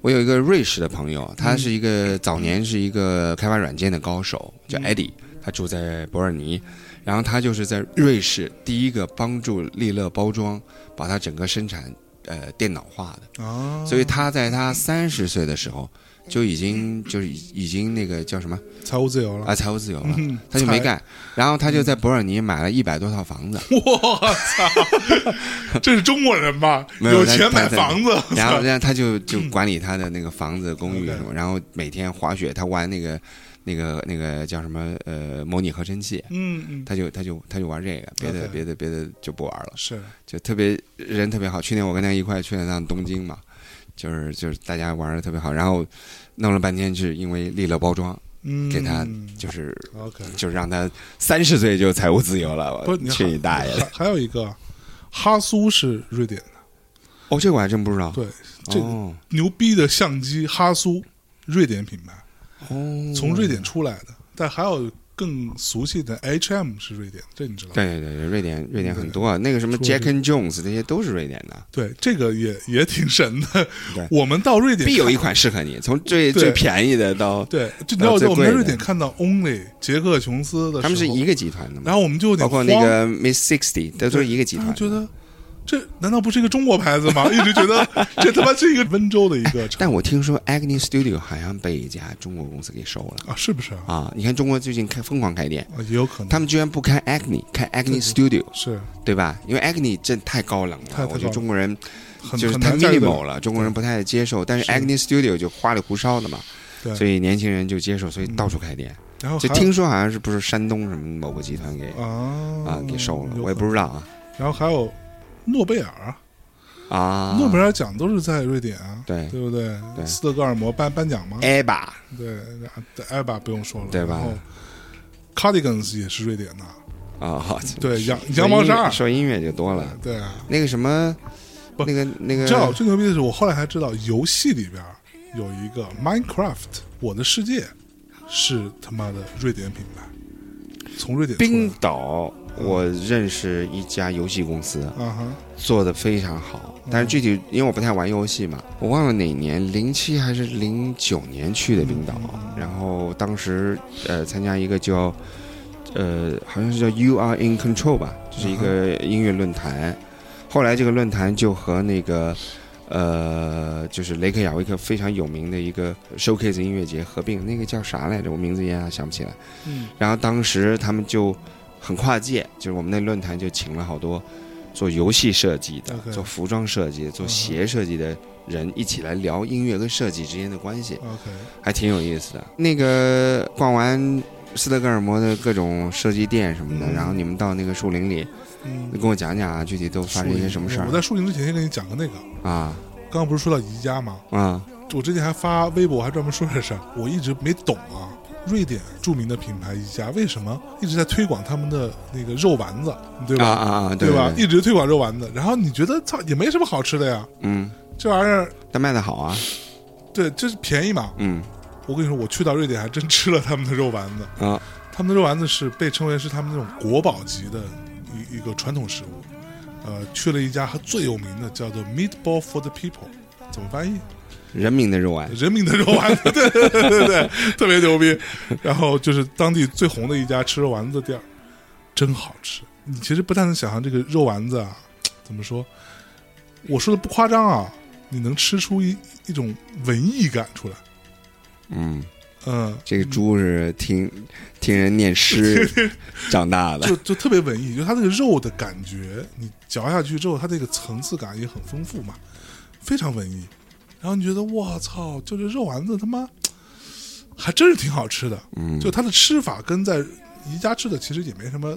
D: 我有一个瑞士的朋友，他是一个早年是一个开发软件的高手，叫
C: 嗯
D: Eddie，他住在伯尔尼，然后他就是在瑞士第一个帮助利乐包装把它整个生产呃电脑化的。
C: 啊，
D: 所以他在他三十岁的时候就已经就是已已经那个叫什么
C: 财务自由了，
D: 啊财务自由了，
C: 嗯
D: 他就没，
C: 财
D: 干，然后他就在伯尔尼买了一百多套房子，
C: 我操，这是中国人吧？
D: 没有
C: 有
D: 他
C: 钱买
D: 他
C: 房子，
D: 然后然后他就就管理他的那个房子、公寓什
C: 嗯
D: 么，然后每天滑雪，他玩那个那个那个叫什么呃模拟合成器，
C: 嗯嗯，
D: 他就他就他就玩这个，别的
C: OK
D: 别的别的就不玩了，
C: 是，
D: 就特别人特别好。去年我跟他一块去了趟东京嘛，就是就是大家玩的特别好，然后弄了半天是因为利乐包装，
C: 嗯，
D: 给他就是。
C: OK。
D: 就是让他三十岁就财务自由了，
C: 不
D: 我
C: 是，你
D: 去你大爷
C: 还
D: 的！
C: 还有一个，哈苏是瑞典的，
D: 哦，这个我还真不知道。
C: 对这
D: 哦
C: 牛逼的相机哈苏，瑞典品牌，
D: 哦
C: 从瑞典出来的。但还有更俗气的 H&M 是瑞典，这你知道吗？
D: 对对对，瑞典瑞典很多啊，那个什么 Jack and Jones 这些都是瑞典的，
C: 对，这个也也挺神的
D: 对。
C: 我们到瑞典
D: 必有一
C: 看
D: 款适合你，从最
C: 对
D: 最便宜的到，
C: 对，就你知道
D: 啊最
C: 我们
D: 贵
C: 在
D: 的
C: 瑞典看到 Only 杰克琼斯的时候，
D: 他们是一个集团的
C: 然
D: 嘛，
C: 后我们就有点
D: 包
C: 慌
D: 括，那个 Miss Sixty 都是一个集
C: 然
D: 团
C: 后
D: 的。
C: 觉得这难道不是一个中国牌子 吗？一直觉得这他妈是一个温州的一个 厂
D: 但我听说 Agni Studio 好像被一家中国公司给收了
C: 啊，是不是啊？
D: 啊！你看中国最近开疯狂开店，
C: 啊，也有可能，
D: 他们居然不开 Agni，开 Agni Studio，
C: 是
D: 对吧？因为 Agni 真太高冷
C: 太太
D: 了，
C: 高
D: 我觉得
C: 冷
D: 中国人
C: 很
D: 就是
C: 很
D: 太
C: 难驾驭得了
D: minimal 了，中国人不太接受。但是
C: 是
D: Agni Studio 就花里胡哨的嘛，
C: 对
D: 所以年轻人就接受，所以到处开店。
C: 然后
D: 就
C: 还有
D: 听说好像是不是山东什么某个集团给
C: 啊
D: 啊给收了，
C: 有
D: 我也
C: 可
D: 不知道啊
C: 能然后还有诺贝尔，
D: 啊。
C: 诺贝尔奖都是在瑞典啊，
D: 对
C: 对不对？
D: 对
C: 斯德哥尔摩颁颁奖嘛，
D: 艾吧，
C: 对，对，艾巴不用说了，
D: 对吧
C: 然后？Cardigans 也是瑞典的，
D: 啊，
C: 对，羊
D: 说
C: 羊毛
D: 音
C: 衫
D: 乐
C: 儿，
D: 说音乐就多了。
C: 对啊。
D: 那个什么，
C: 不
D: 那个那
C: 你知道
D: 个，
C: 最牛逼的是，我后来才知道，游戏里边有一个 Minecraft，我的世界是他妈的瑞典品牌，从瑞典出来
D: 冰
C: 的
D: 岛，
C: 嗯
D: 我认识一家游戏公司，
C: 啊哈，
D: 做的非常好，但是
C: 嗯
D: 具体因为我不太玩游戏嘛，我忘了哪年，零七还是零九年去的冰岛，然后当时呃参加一个叫呃好像是叫 You Are in Control 吧，就是一个音乐论坛，后来这个论坛就和那个。呃，就是雷克雅未克非常有名的一个 showcase 音乐节合并，那个叫啥来着？我名字一下想不起来。
C: 嗯
D: 然后当时他们就很跨界，就是我们那论坛就请了好多做游戏设计的、
C: OK
D: 做服装设计、做
C: 嗯哼
D: 鞋设计的人一起来聊音乐跟设计之间的关系，
C: ，OK，
D: 还挺有意思的。那个逛完斯德哥尔摩的各种设计店什么的，
C: 嗯
D: 然后你们到那个树林里，
C: 嗯
D: 你，跟我讲讲啊，具体都发生一些什么事
C: 我
D: 儿
C: 在树林之前先跟你讲个那个，
D: 啊
C: 刚刚不是说到宜家吗？
D: 啊
C: 我之前还发微博，还专门说这事儿，我一直没懂啊。瑞典著名的品牌宜家为什么一直在推广他们的那个肉丸子，对
D: 啊
C: 吧？
D: 啊啊！对
C: 吧？
D: 对
C: 一直推广肉丸子，然后你觉得操也没什么好吃的呀，
D: 嗯，
C: 这玩意儿
D: 但卖的好啊，
C: 对，就是便宜嘛。
D: 嗯
C: 我跟你说，我去到瑞典还真吃了他们的肉丸子，
D: 啊
C: 他们的肉丸子是被称为是他们那种国宝级的一一个传统食物。呃，去了一家最有名的叫做 Meatball for the People，怎么翻译？
D: 人民的肉啊丸
C: 人民的肉丸子， 对对对对对，特别牛逼。然后就是当地最红的一家吃肉丸子的店儿，真好吃。你其实不太能想象这个肉丸子啊，怎么说？我说的不夸张啊，你能吃出一一种文艺感出来。
D: 嗯。
C: 嗯，
D: 这个猪是听听人念诗长大 的
C: 就就特别文艺，就它这个肉的感觉，你嚼下去之后，它这个层次感也很丰富嘛，非常文艺。然后你觉得我操，就这肉丸子他妈还真是挺好吃的，
D: 嗯
C: 就它的吃法跟在宜家吃的其实也没什么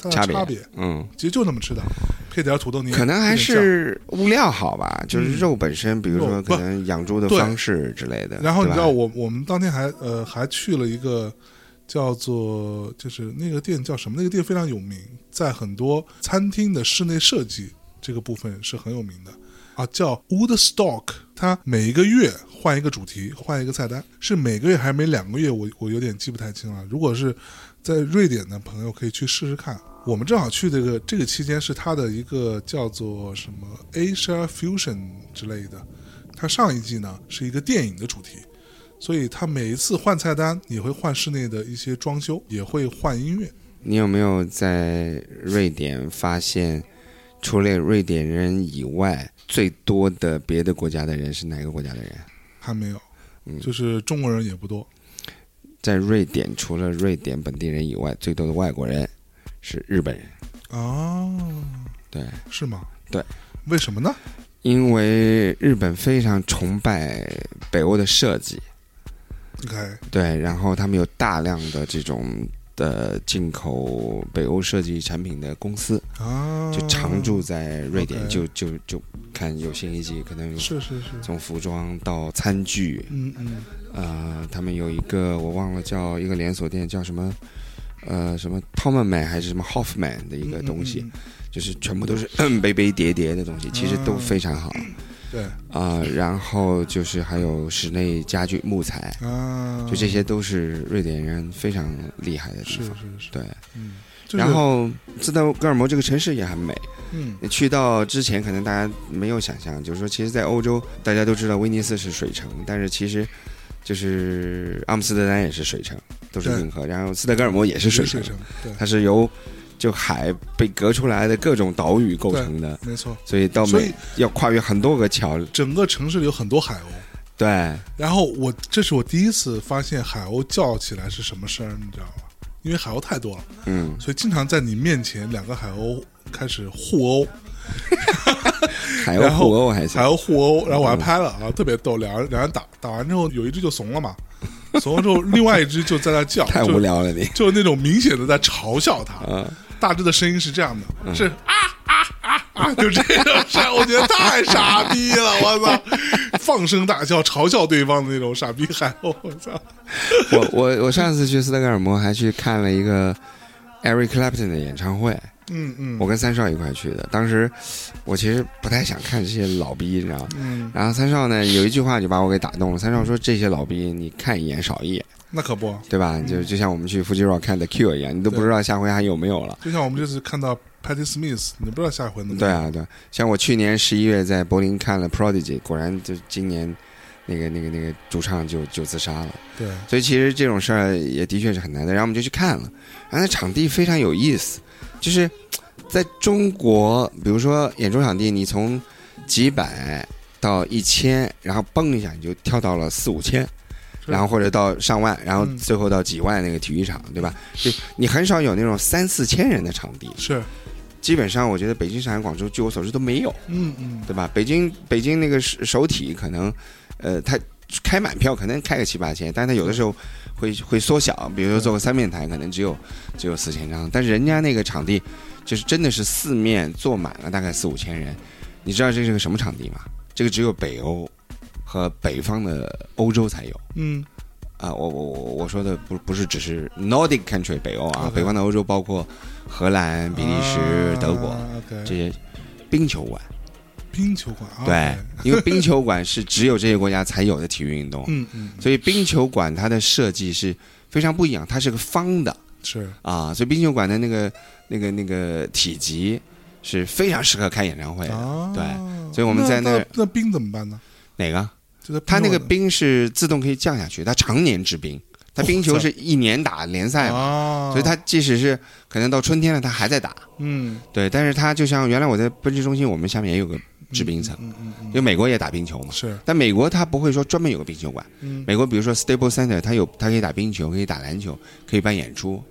C: 太大
D: 差
C: 的
D: 别，
C: 差
D: 嗯，
C: 其实就那么吃的，配点土豆泥，
D: 可能还
C: 有点
D: 是物料好吧，就是
C: 嗯
D: 肉本身，比如
C: 肉
D: 说
C: 不
D: 可能养猪的
C: 对
D: 方式之类的。
C: 酱。然后你
D: 对
C: 知
D: 吧
C: 道我我们当天还呃还去了一个叫做就是那个店叫什么？那个店非常有名，在很多餐厅的室内设计这个部分是很有名的啊，叫 Woodstock。它每一个月换一个主题，换一个菜单，是每个月还是每两个月？我我有点记不太清了。如果是在瑞典的朋友可以去试试看。我们正好去这个这个期间是它的一个叫做什么 Asia Fusion 之类的，它上一季呢是一个电影的主题，所以它每一次换菜单也会换室内的一些装修，也会换音乐。
D: 你有没有在瑞典发现，除了瑞典人以外，最多的别的国家的人是哪个国家的人？
C: 还没有，
D: 嗯
C: 就是中国人也不多。
D: 在瑞典，除了瑞典本地人以外，最多的外国人是日本人。
C: 哦，
D: 对，
C: 是吗？
D: 对，
C: 为什么呢？
D: 因为日本非常崇拜北欧的设计，
C: 你看，
D: 对，然后他们有大量的这种的进口北欧设计产品的公司，
C: 啊，
D: 就常驻在瑞典，
C: OK
D: 就就就看有新一季，可能有
C: 是是是，
D: 从服装到餐具，
C: 嗯嗯，
D: 呃，他们有一个我忘了叫一个连锁店叫什么，呃，什么 Tomman 还是什么 Hoffman 的一个
C: 嗯
D: 东西，
C: 嗯嗯
D: 就是全部都是嗯杯杯叠叠的东西，其实
C: 啊
D: 都非常好
C: 嗯对
D: 啊、然后就是还有室内家具、木材，
C: 啊，
D: 就这些都是瑞典人非常厉害的地
C: 是
D: 方。
C: 是是，
D: 对，
C: 嗯，就是
D: 然后斯德哥尔摩这个城市也很美。
C: 嗯
D: 你去到之前，可能大家没有想象，就是说，其实，在欧洲，大家都知道威尼斯是水城，但是其实就是阿姆斯特丹也是水城，都是
C: 对
D: 运河。然后斯德哥尔摩也是
C: 也是
D: 水
C: 水
D: 城，
C: 城，对，
D: 它是由就海被隔出来的各种岛屿构成的，
C: 没错，
D: 所以到
C: 所
D: 美
C: 以
D: 要跨越很多个桥。
C: 整个城市里有很多海鸥。
D: 对，
C: 然后我这是我第一次发现海鸥叫起来是什么声儿，你知道吗？因为海鸥太多了，
D: 嗯，
C: 所以经常在你面前两个海鸥开始互殴，
D: 海
C: 然
D: 鸥
C: 后
D: 互殴还行
C: 海。鸥互殴，然后我还拍了啊，特别逗，两人两人打打完之后，有一只就怂了嘛， 怂了之后，另外一只就在那叫，
D: 太无聊了你，
C: 就，就那种明显的在嘲笑他。
D: 啊嗯
C: 大致的声音是这样的，是啊啊啊啊，就这种声， 我觉得太傻逼了，我操！放声大笑，嘲笑对方的那种傻逼海鸥，我操！
D: 我我我上次去斯德哥尔摩还去看了一个 Eric Clapton 的演唱会，
C: 嗯嗯，
D: 我跟三少一块去的。当时我其实不太想看这些老逼，你知道吗？
C: 嗯
D: 然后三少呢有一句话就把我给打动了。三少说：“这些老逼，你看一眼少一眼。
C: 那可不，啊
D: 对吧？就就像我们去 Fuji Rock 看 The Cure 一样，你都不知道下回还有没有了。
C: 就像我们这次看到 Patty Smith，你不知道下一回能不
D: 对
C: 能
D: 啊，对啊，像我去年十一月在柏林看了 Prodigy，果然就今年那个那个那个主唱就就自杀了。
C: 对
D: 所以其实这种事儿也的确是很难的。然后我们就去看了，然后那场地非常有意思，就是在中国，比如说演出场地，你从几百到一千，然后嘣一下你就跳到了四五千。
C: 是
D: 然后或者到上万，然后
C: 嗯
D: 最后到几万那个体育场，对吧？就你很少有那种三四千人的场地，
C: 是，
D: 基本上我觉得北京、上海、广州，据我所知都没有。
C: 嗯嗯，
D: 对吧？北京北京那个首首体可能，呃，它开满票可能开个七八千，但它有的时候会会缩小，比如说做个三面台，可能只有只有四千张，但是人家那个场地就是真的是四面坐满了大概四五千人，你知道这是个什么场地吗？这个只有北欧和北方的欧洲才有。
C: 嗯
D: 啊，我我我我说的不不是只是 Nordic country 北欧啊
C: OK
D: 北方的欧洲包括荷兰、比利时、
C: 啊
D: 德国这
C: ，OK，
D: 些冰球馆。
C: 冰球馆啊，
D: 对，因为冰球馆是只有这些国家才有的体育运动，
C: 嗯嗯，
D: 所以冰球馆它的设计是非常不一样，它是个方的
C: 是
D: 啊，所以冰球馆的那个那个那个体积是非常适合开演唱会的。
C: 啊，
D: 对所以我们在那
C: 那
D: 儿
C: 那冰怎么办呢？
D: 哪个？
C: 就在
D: 它那个
C: 冰
D: 冰是自动可以降下去，它常年制冰，它冰球是一年打联赛
C: 块
D: 嘛，
C: 啊，
D: 所以它即使是可能到春天了，它还在打。
C: 嗯
D: 对，但是它就像原来我在奔驰中心，我们下面也有个制冰层，
C: 嗯嗯嗯
D: 因为美国也打冰球嘛
C: 嗯，，是
D: 但美国它不会说专门有个冰球馆。
C: 嗯
D: 美国比如说 Stable Center，它有它可以打冰球，可以打篮球，可以办演出，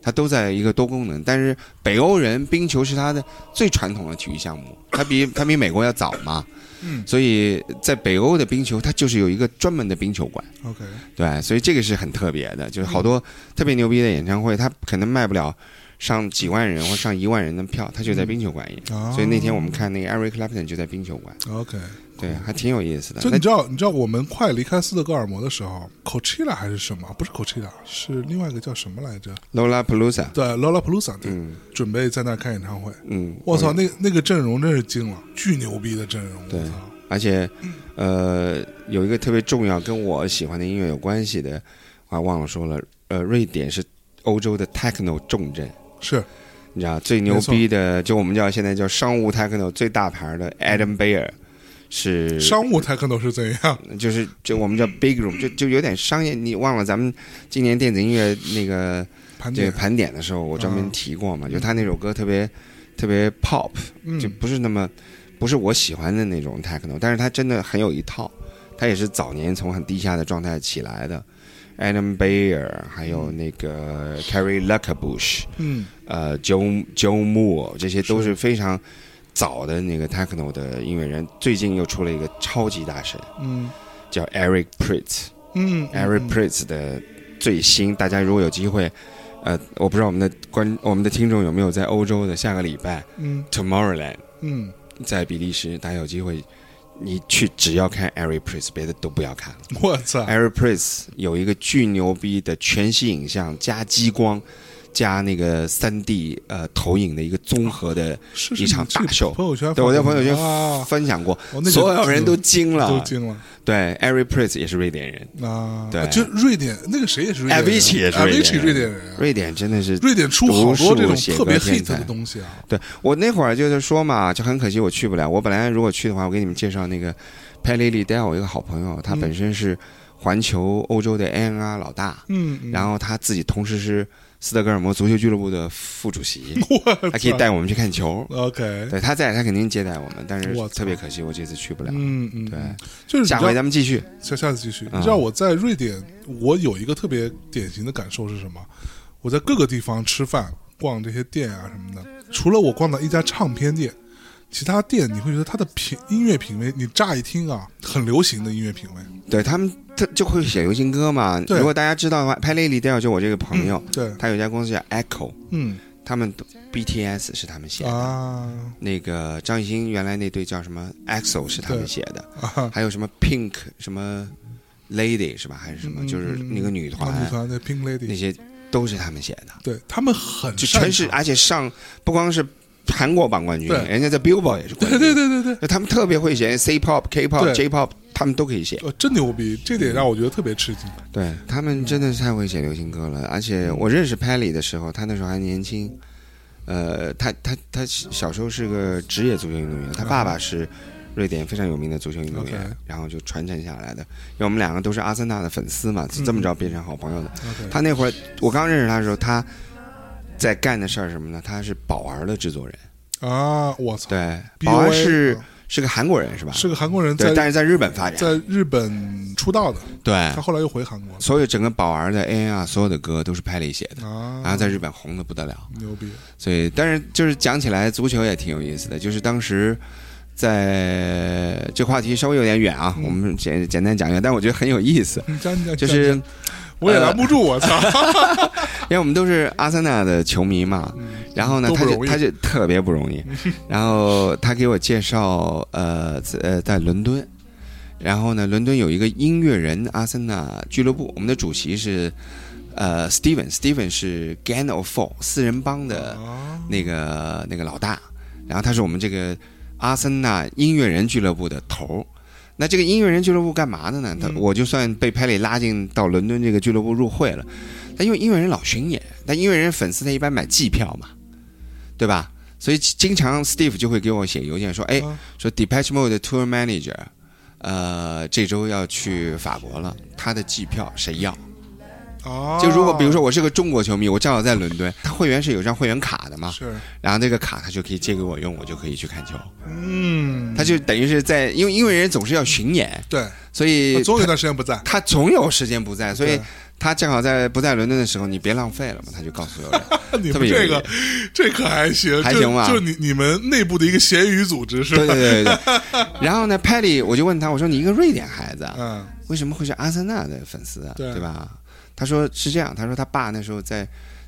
D: 它都在一个多功能。但是北欧人冰球是他的最传统的体育项目，它比 它比美国要早嘛，
C: 嗯
D: 所以在北欧的冰球，它就是有一个专门的冰球馆，
C: ，OK，
D: 对，所以这个是很特别的，就是
C: 嗯
D: 好多特别牛逼的演唱会，它可能卖不了上几万人或上一万人的票，它就在冰球馆演。
C: 啊，
D: 所以那天我们看那个 Eric Clapton 就在冰球馆，
C: OK，
D: 对，还挺有意思的。
C: 哦就
D: 那
C: 你知道，你知道我们快离开斯德哥尔摩的时候，Coachella 还是什么？不是 Coachella，是另外一个叫什么来着？
D: Lola Palooza，
C: 对，Lollapalooza，对，
D: 嗯
C: 准备在那儿开演唱会。
D: 嗯，
C: 我操，那那个阵容真是惊了，巨牛逼的阵容！
D: 对
C: 我操，
D: 而且，呃，有一个特别重要跟我喜欢的音乐有关系的，我还忘了说了，呃，瑞典是欧洲的 techno 重镇，
C: 是
D: 你知道最牛逼的，就我们叫现在叫商务 techno 最大牌的 Adam Bayer 是，
C: 商务 techno 是怎样？
D: 就是就我们叫 Big Room，就就有点商业，你忘了咱们今年电子音乐那个
C: 盘
D: 这个
C: 点，
D: 盘点的时候，我专门提过嘛，就他那首歌特别特别 pop，
C: 嗯
D: 就不是那么不是我喜欢的那种 techno，但是它真的很有一套，它也是早年从很低下的状态起来的。Adam Bayer，还有那个 Carrie Luckabush，
C: 嗯，
D: 呃，Joe Joe Moore，这些都是非常早的那个 techno 的音乐人。最近又出了一个超级大神，
C: 嗯
D: 叫 Eric Pritz。
C: 嗯
D: Eric Pritz 的最新，大家如果有机会，呃，我不知道我们的观我们的听众有没有在欧洲的下个礼拜
C: 嗯
D: Tomorrowland。
C: 嗯，
D: 在比利时，大家有机会，你去只要看 Eric Prince，别的都不要看了。
C: 嗯我操，
D: Eric Prince 有一个巨牛逼的全息影像加激光。加那个三 D 呃投影的一个综合的，
C: 是是
D: 一场
C: 你这个
D: 大秀
C: 朋友圈发的吗，
D: 对我在朋友圈
C: 啊，
D: 分享过，
C: 我那个嗯
D: 所有人都惊
C: 都
D: 了。
C: 惊了
D: 对，Eric Prince 也是瑞典人，
C: 啊！
D: 对
C: 啊就瑞典那个谁也是瑞典人
D: Avicii 也是
C: 啊
D: 瑞典人
C: ，Avicii 瑞典人啊，
D: 瑞典真的是
C: 瑞典出好多这种
D: 独树
C: 特别
D: 写歌
C: hit
D: 天才
C: 的东西啊，
D: 对我那会儿就是说嘛，就很可惜我去不了。我本来如果去的话，我给你们介绍那个 p 利 l y 戴尔，我一个好朋友，他
C: 嗯
D: 本身是环球欧洲的 ANR 老大，
C: 嗯，嗯
D: 然后啊他自己同时是斯德哥尔摩足球俱乐部的副主席，
C: 我
D: 还可以
C: 操
D: 带我们去看球。
C: OK，
D: 对，啊他在，他肯定接待我们，但是
C: 我操
D: 特别可惜，我这次去不了。
C: 嗯嗯，
D: 对
C: 嗯，就是你知
D: 下
C: 道
D: 回咱们继续。
C: 下下次继续。
D: 嗯
C: 你知道我在瑞典，我有一个特别典型的感受是什么？我在各个地方吃饭、逛这些店啊什么的，除了我逛到一家唱片店，其他店你会觉得它的品音乐品味，你乍一听啊，很流行的音乐品味。
D: 对他们，他就会写流行歌嘛。
C: 对嗯
D: 如果大家知道的话，拍雷利戴尔就我这个朋友，
C: 对，
D: 他有一家公司叫 Echo，
C: 嗯
D: 他们都 BTS 是他们写的。
C: 啊
D: 那个张艺兴原来那队叫什么 EXO 是他们写的，
C: 啊哈，
D: 还有什么 Pink 什么 Lady 是吧？还是什么？
C: 嗯
D: 就是那个女团，
C: 女团的 Pink
D: 那
C: Lady，
D: 些都是他们写的。
C: 对他们很
D: 就全是，
C: 擅长
D: 而且上不光是韩国榜冠军，
C: 对
D: 人家在 Billboard 也是冠
C: 对对
D: 军。
C: 对对对，
D: 对，他们特别会写 C pop、K pop、
C: 对
D: J pop 他们都可以写。
C: 呃，真牛逼，这点让我觉得特别吃惊。
D: 对他们真的是太会写流行歌了，而且
C: 嗯
D: 我认识 Pelly 的时候，他那时候还年轻。呃，他他他小时候是个职业足球运动员，他爸爸是瑞典非常有名的足球运动员
C: 嗯 OK
D: 然后就传承下来的。因为我们两个都是阿森纳的粉丝嘛，
C: 嗯
D: 这么着变成好朋友的。
C: OK，
D: 他那会儿我刚认识他的时候，他在干的事儿是什么呢？他是宝儿的制作人，
C: 啊，我操，
D: 对，
C: BOA
D: 宝儿是是个韩国人是吧？
C: 嗯是个韩国人
D: 对，
C: 在
D: 但是在日本发展，
C: 在日本出道的，
D: 对
C: 他，后来又回韩国了
D: 啊所有整个宝儿的 A N R 所有的歌都是 Pelly 写的，
C: 啊，
D: 然后在日本红的不得了。
C: 牛逼，
D: 所以，但是就是讲起来足球也挺有意思的，就是当时在这话题稍微有点远啊，
C: 嗯
D: 我们简简单讲一下，但我觉得很有意思，
C: 你讲你讲，
D: 就是呃
C: 讲我也拦不住，我 操，
D: 因为我们都是阿森纳的球迷嘛，
C: 嗯
D: 然后呢，
C: 多
D: 他
C: 不
D: 就
C: 容易嗯
D: 他就特别不容易。然后他给我介绍，呃在呃，在伦敦，然后呢，伦敦有一个音乐人阿森纳俱乐部，我们的主席是呃 Steven，Steven 是 Gang of Four 四人帮的
C: 啊
D: 那个那个老大，然后他是我们这个阿森纳音乐人俱乐部的头儿。那这个音乐人俱乐部干嘛的呢？他
C: 嗯
D: 我就算被拍里拉进到伦敦这个俱乐部入会了，但因为音乐人老巡演，但音乐人粉丝他一般买季票嘛，对吧？所以经常 Steve 就会给我写邮件说，哎
C: 啊，
D: 说 Depeche Mode 的 Tour Manager，呃，这周要去法国了，他的季票谁要？
C: 哦啊，
D: 就如果比如说我是个中国球迷，我正好在伦敦，他会员是有张会员卡的嘛，
C: 是，
D: 然后那个卡他就可以借给我用，我就可以去看球。
C: 嗯，
D: 他就等于是在，因为因为人总是要巡演，
C: 对，
D: 所以
C: 他总有一
D: 他
C: 段时间不在，
D: 他总有时间不在，所以
C: 哦对
D: 他正好在不在伦敦的时候，你别浪费了嘛，他就告诉所有人。
C: 你
D: 特
C: 们
D: 别有
C: 这
D: 意
C: 个这可还行，
D: 还
C: 就
D: 行吧
C: 就你你们内部的一个咸鱼组织是
D: 对
C: 吧？
D: 对对对。然后呢，Patty，我就问他，我说你一个瑞典孩子啊，
C: 嗯，
D: 为什么会是阿森纳的粉丝啊？
C: 对
D: 对吧？他说是这样，他说他爸那时候在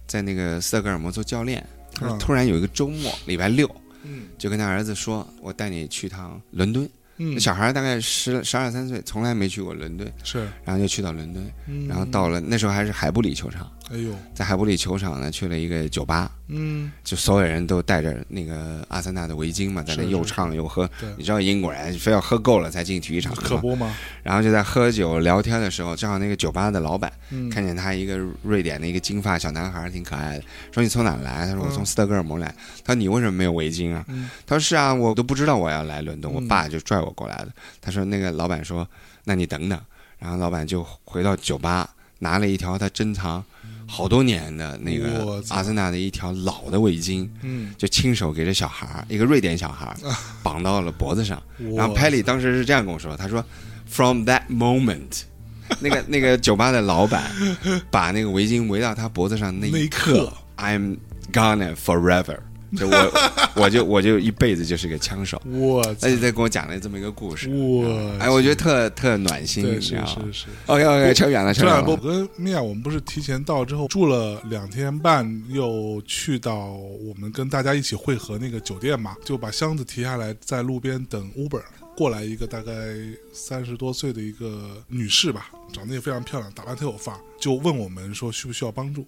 D: 在那个斯德哥尔摩做教练，他说
C: 嗯
D: 突然有一个周末，礼拜六，
C: 嗯
D: 就跟他儿子说，我带你去趟伦敦。
C: 嗯，
D: 小孩大概十十二三岁，从来没去过伦敦，
C: 是，
D: 然后就去到伦敦，
C: 嗯
D: 然后到了那时候还是海布里球场，
C: 哎呦，
D: 在海布里球场呢去了一个酒吧，
C: 嗯，
D: 就所有人都戴着那个阿森纳的围巾嘛，在那
C: 是
D: 又
C: 是
D: 唱又喝
C: 对。
D: 你知道英国人非要喝够了才进体育场
C: 可
D: 嘛，
C: 不嘛，
D: 然后就在喝酒聊天的时候，正好那个酒吧的老板
C: 嗯，
D: 看见他一个瑞典的一个金发小男孩，挺可爱的，说你从哪儿来？他说我
C: 嗯
D: 从斯德哥尔摩来。他说你为什么没有围巾啊？
C: 嗯
D: 他说是啊，我都不知道我要来伦敦，我
C: 嗯
D: 爸就拽我过来的。他说那个老板说，那你等等。然后老板就回到酒吧，拿了一条他珍藏好多年的那
C: 我
D: 个
C: 操
D: 阿森纳的一条老的围巾，
C: 嗯，
D: 就亲手给这小孩儿，一个瑞典小孩 儿，绑到了脖子上。然后
C: 我
D: p a l y 当时是这样跟我说，他说，From that moment，那 个那个酒吧的老板把那个围巾围到他脖子上那
C: 那一
D: 一
C: 刻
D: 刻，I'm gonna forever，就 我我就我就一辈子就是个枪手，
C: 我
D: 而且再跟我讲了这么一个故事，
C: 我，
D: 哎哎，我觉得特特暖心，
C: 对
D: 你知
C: 是
D: 道吗
C: 是是。
D: ？OK
C: 不
D: OK，扯远了，扯
C: 这
D: 远
C: 两我
D: 了。
C: 跟米娅，我们不是提前到之后住了两天半，又去到我们跟大家一起汇合那个酒店嘛，就把箱子提下来，在路边等 Uber 过来一个大概三十多岁的一个女士吧，长得也非常漂亮，打扮特有范儿，就问我们说需不需要帮助。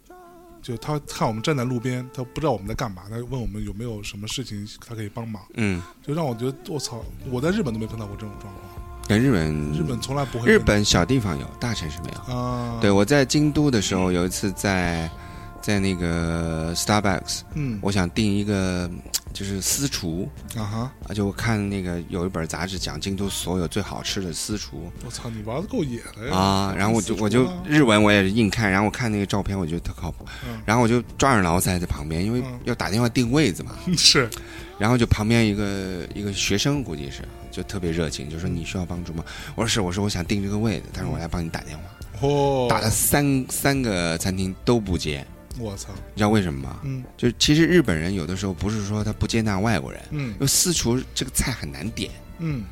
C: 就她看我们站在路边，她不知道我们在干嘛，她就问我们有没有什么事情她可以帮忙，
D: 嗯，
C: 就让我觉得我操，我在日本都没碰到过这种状况，
D: 跟日本
C: 日本从来不会
D: 日
C: 碰到
D: 本小地方有，大城市没有。
C: 啊，
D: 对，我在京都的时候，有一次在在那个 Starbucks，
C: 嗯
D: 我想订一个嗯就是私厨，
C: 啊哈，
D: 而且我看那个有一本杂志讲京都所有最好吃的私厨
C: 我操，你玩的够野的呀！
D: 啊，然后我就我
C: 哎
D: 就
C: 私厨啊
D: 日文我也是硬看，然后我看那个照片我觉得特靠谱
C: 嗯，
D: 然后我就抓耳挠腮在旁边，因为
C: 嗯
D: 要打电话订位子嘛，
C: 是
D: 然后就旁边一个一个学生估计是就特别热情，就说你需要帮助吗？我说是，我说我想订这个位子，他说我来帮你打电话，
C: 哦，
D: 打了三三个餐厅都不接，
C: 我操，
D: 你知道为什么吗？
C: 嗯
D: 就是其实日本人有的时候不是说他不接纳外国人。
C: 嗯
D: 因为私厨这个菜很难点，
C: 嗯，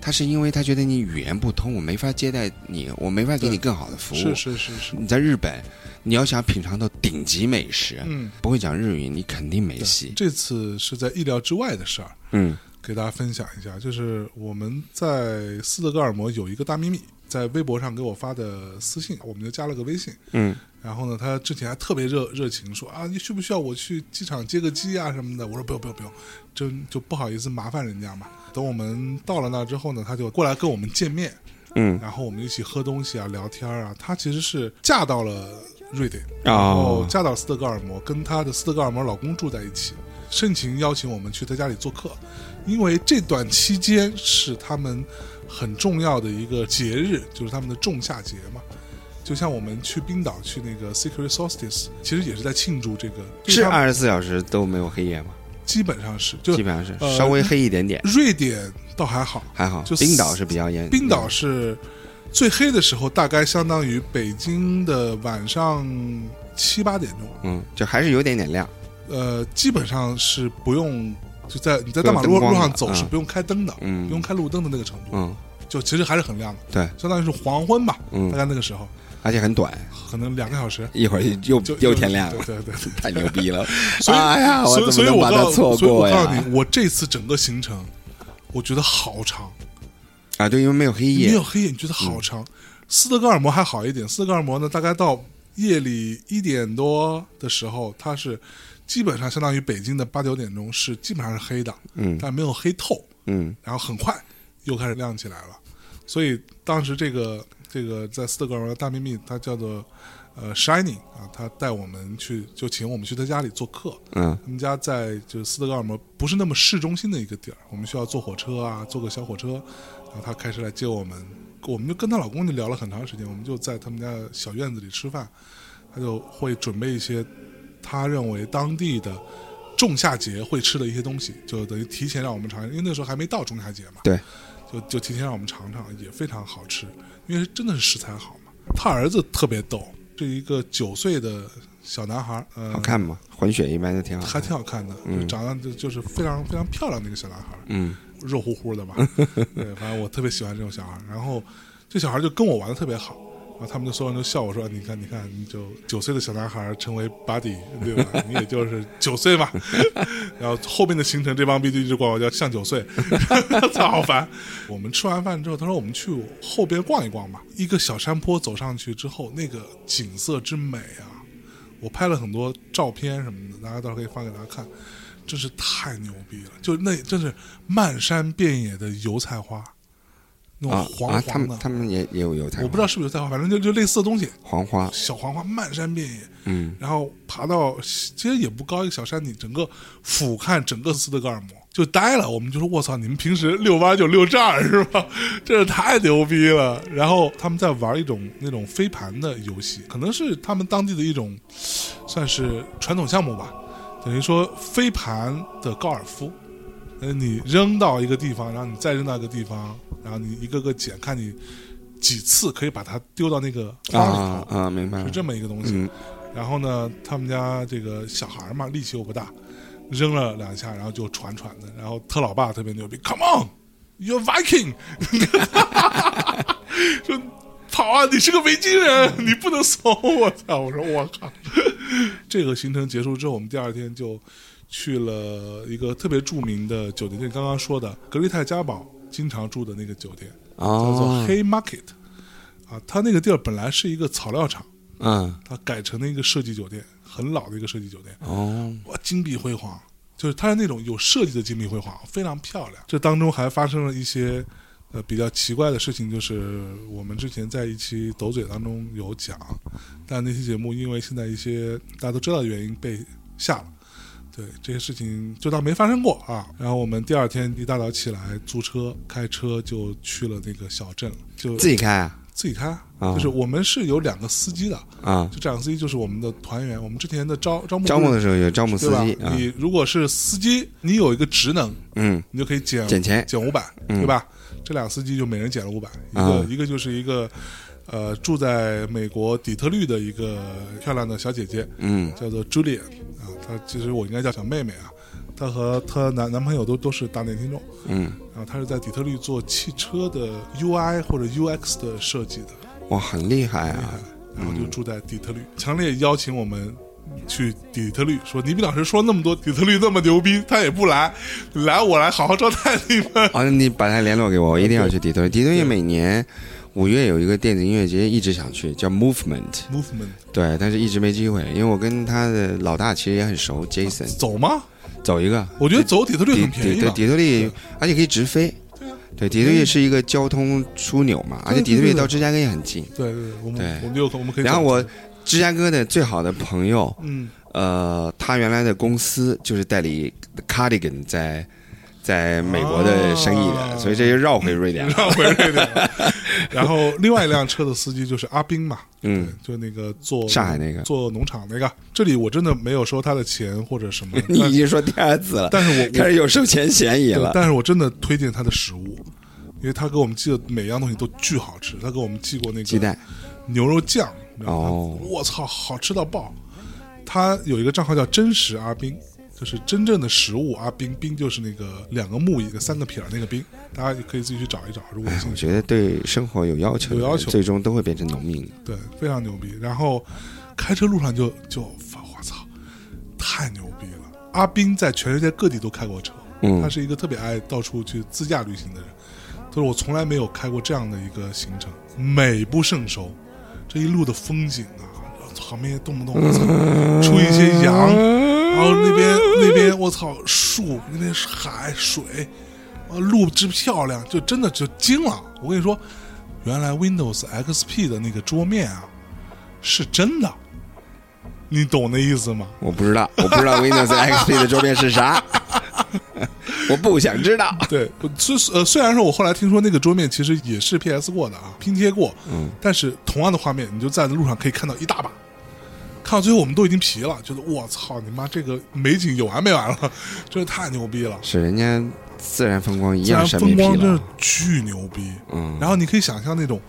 D: 他是因为他觉得你语言不通，我没法接待你，我没法给你更好的服务。
C: 是是是是，
D: 你在日本，你要想品尝到顶级美食，
C: 嗯，
D: 不会讲日语，你肯定没
C: 对
D: 戏。
C: 这次是在意料之外的事儿，
D: 嗯
C: 给大家分享一下，就是我们在斯德哥尔摩有一个大秘密，在微博上给我发的私信，我们就加了个微信，
D: 嗯，
C: 然然后呢，他之前还特别热热情说啊，你需不需要我去机场接个机啊什么的？我说不用不用不用，就就不好意思麻烦人家嘛。等我们到了那之后呢，他就过来跟我们见面，
D: 嗯
C: 然后我们一起喝东西啊、聊天啊。她其实是嫁到了瑞典，
D: 哦
C: 然后嫁到斯德哥尔摩，跟她的斯德哥尔摩老公住在一起，盛情邀请我们去她家里做客，因为这段期间是他们很重要的一个节日，就是他们的仲夏节嘛。就像我们去冰岛去那个 Secret Solstice，其实也是在庆祝这个，
D: 是
C: 他们
D: 二十四小时都没有黑夜吗？
C: 基本上是就
D: 基本上是
C: 呃
D: 稍微黑一点点，
C: 瑞典倒还好，
D: 还好。
C: 就
D: 冰岛是比较严，
C: 冰岛是最黑的时候，大概相当于北京的晚上七八点钟。
D: 嗯，就还是有点点亮。
C: 呃，基本上是不用就在你在大马路
D: 不
C: 路
D: 用灯光的
C: 上走
D: 嗯
C: 是不用开灯的，
D: 嗯
C: 不用开路灯的那个程度，
D: 嗯，
C: 就其实还是很亮的，
D: 对，
C: 相当于是黄昏吧，
D: 嗯
C: 大概那个时候，
D: 而且很短，
C: 可能两个小时。
D: 一会儿又
C: 嗯就
D: 又天亮了，
C: 对对 对，
D: 太牛逼了！
C: 所以
D: 哎呀，
C: 所以
D: 怎
C: 所
D: 么
C: 以
D: 能
C: 我
D: 把它
C: 告
D: 错
C: 所以
D: 过
C: 我告
D: 呀
C: 诉？你，我这次整个行程，我觉得好长，
D: 啊，对，因为没有黑
C: 没
D: 夜，
C: 有黑夜，你觉得好长。斯德哥尔摩还好一点，斯德哥尔摩呢，大概到夜里一点多的时候，它是基本上相当于北京的八九点钟，是基本上是黑的，
D: 嗯
C: 但没有黑透，
D: 嗯，
C: 然后很快又开始亮起来了。所以当时这个这个在斯德哥尔摩的大秘密，他叫做呃 Shining 啊，他带我们去，就请我们去他家里做客。
D: 嗯
C: 他们家在就是斯德哥尔摩不是那么市中心的一个地儿，我们需要坐火车啊，坐个小火车，然后她开车来接我们，我们就跟她老公就聊了很长时间，我们就在他们家的小院子里吃饭，她就会准备一些她认为当地的仲夏节会吃的一些东西，就等于提前让我们尝，因为那时候还没到仲夏节嘛，
D: 对，
C: 就就提前让我们尝尝，也非常好吃，因为真的是食材好嘛。她儿子特别逗，是一个九岁的小男孩，呃，
D: 好看吗？混血一般 就挺好
C: 还
D: 看。
C: 挺好看的，就长得就就是非常非常漂亮的一个小男孩儿，
D: 嗯
C: 肉乎乎的嘛。对，反正我特别喜欢这种小孩儿。然后这小孩儿就跟我玩的特别好，然后他们就所有人都笑我说：“你看，你看，你就九岁的小男孩儿成为 buddy，对吧？你也就是九岁嘛。”然后后面的行程，这帮逼就一直管我叫像九岁， 操，好烦。我们吃完饭之后，他说我们去后边逛一逛吧。一个小山坡走上去之后，那个景色之美啊！我拍了很多照片什么的，大家到时候可以发给大家看，真是太牛逼了！就那真是漫山遍野的油菜花，那种
D: 啊
C: 黄
D: 啊，他
C: 黄的，
D: 们他们也也有有才华，
C: 我不知道是不是油菜花，反正就就类似的东西，
D: 黄花，
C: 小黄花漫山遍野。
D: 嗯
C: 然后爬到其实也不高一个小山顶，整个俯瞰整个斯德哥尔摩就呆了。我们就说：“我操，你们平时遛弯就遛这儿是吧？ 真是太牛逼了！”然后他们在玩一种那种飞盘的游戏，可能是他们当地的一种算是传统项目吧，等于说飞盘的高尔夫。呃，你扔到一个地方，然后你再扔到一个地方，然后你一个个捡，看你几次可以把它丢到那个
D: 啊
C: 花里头，
D: 啊，明白
C: 是
D: 了，
C: 这么一个东西。
D: 嗯
C: 然后呢，他们家这个小孩嘛，力气又不大，扔了两下，然后就喘喘的。然后他老爸特别牛逼，Come on，you Viking，说跑啊，你是个维京人，你不能怂。我操！我说我靠，这个行程结束之后，我们第二天就去了一个特别著名的酒店，就刚刚说的格丽泰嘉堡经常住的那个酒店，叫做
D: 哦，
C: Hay Market。啊，它那个地儿本来是一个草料场。
D: 嗯
C: 它改成了一个设计酒店，很老的一个设计酒店，
D: 哦，
C: 哇，金碧辉煌，就是它是那种有设计的金碧辉煌，非常漂亮。这当中还发生了一些呃比较奇怪的事情，就是我们之前在一期斗嘴当中有讲，但那期节目因为现在一些大家都知道的原因被下了。对这些事情就当没发生过啊。然后我们第二天一大早起来租车，开车就去了那个小镇了，就
D: 自己开啊
C: 自己开，
D: 啊
C: 就是我们是有两个司机的，
D: 啊，
C: 就这两个司机就是我们的团员，我们之前的招招募
D: 招募的时候有招募
C: 对
D: 司
C: 吧
D: 机？啊，
C: 你如果是司机，你有一个职能，
D: 嗯，
C: 你就可以减
D: 捡钱，
C: 减五百，
D: 嗯
C: 对吧？这俩司机就每人减了五百，一个
D: 啊
C: 一个就是一个呃住在美国底特律的一个漂亮的小姐姐，
D: 嗯
C: 叫做 Julia 啊，她其实我应该叫小妹妹啊，她和她男男朋友都都是大内听众，
D: 嗯，
C: 然后她是在底特律做汽车的 UI 或者 UX 的设计的，
D: 哇，很厉害
C: 厉
D: 啊
C: 害，然后就住在底特律，强烈邀请我们去底特律，说倪斌老师说那么多底特律那么牛逼，他也不来，来我来好好招待你们。
D: 啊，那你把他联络给我，我一定要去底特律。底特律每年五月有一个电子音乐节，一直想去，叫 Movement，
C: movement
D: 对，但是一直没机会，因为我跟他的老大其实也很熟，Jason，
C: 走吗？
D: 走一个，
C: 我觉得走底特律
D: 底
C: 很便
D: 底
C: 宜
D: 对
C: 吧。
D: 底特律
C: 对，啊
D: 而且可以直飞。对，底特律是一个交通枢纽嘛，而且底特律到芝加哥也很近。
C: 对对，我们
D: 对
C: 我们有空我们可以走。
D: 然后我芝加哥的最好的朋友，
C: 嗯，
D: 呃，他原来的公司就是代理 Cardigan 在在美国的生意的，
C: 啊
D: 所以这就绕回瑞典了。
C: 绕回瑞典 了。然后另外一辆车的司机就是阿斌嘛，
D: 嗯，
C: 就那个做
D: 上海那个，
C: 做农场那个。这里我真的没有收他的钱或者什么
D: ，你已经说第二次了，
C: 但但是我
D: 开始有收钱嫌疑
C: 对
D: 了。
C: 但是我真的推荐他的食物，因为他给我们寄的每样东西都巨好吃。他给我们寄过那
D: 鸡
C: 个
D: 蛋，
C: 牛肉酱，然后
D: 哦
C: 他我操，好吃到爆！他有一个账号叫“真实阿冰”，就是真正的食物阿冰，冰就是那个两个木一个三个撇儿那个冰，大家也可以自己去找一找，如果有兴
D: 我
C: 趣。
D: 觉得对生活有要求的人，
C: 有要求
D: 最终都会变成农民。
C: 对，非常牛逼。然后开车路上就就我操，太牛逼了！阿斌在全世界各地都开过车，
D: 嗯
C: 他是一个特别爱到处去自驾旅行的人。他说我从来没有开过这样的一个行程，美不胜收。这一路的风景啊，旁边动不动我操出一些羊，然后那边那边我操树，那边是海水，啊路之漂亮，就真的就惊了。我跟你说，原来 Windows XP 的那个桌面啊，是真的，你懂那意思吗？
D: 我不知道，我不知道 Windows XP 的周边是啥， 我不想 知道。
C: 对，虽呃虽然说我后来听说那个桌面其实也是 PS 过的啊，拼贴过，
D: 嗯，
C: 但是同样的画面，你就在路上可以看到一大把。看到最后，我们都已经皮了，觉得我操你妈，这个美景有完没完了， 真是太牛逼了！
D: 是人家自然风光一
C: 自
D: 样
C: 然
D: 审
C: 风
D: 美疲
C: 光真
D: 劳
C: 是。巨牛逼。
D: 嗯，
C: 然后你可以想象那种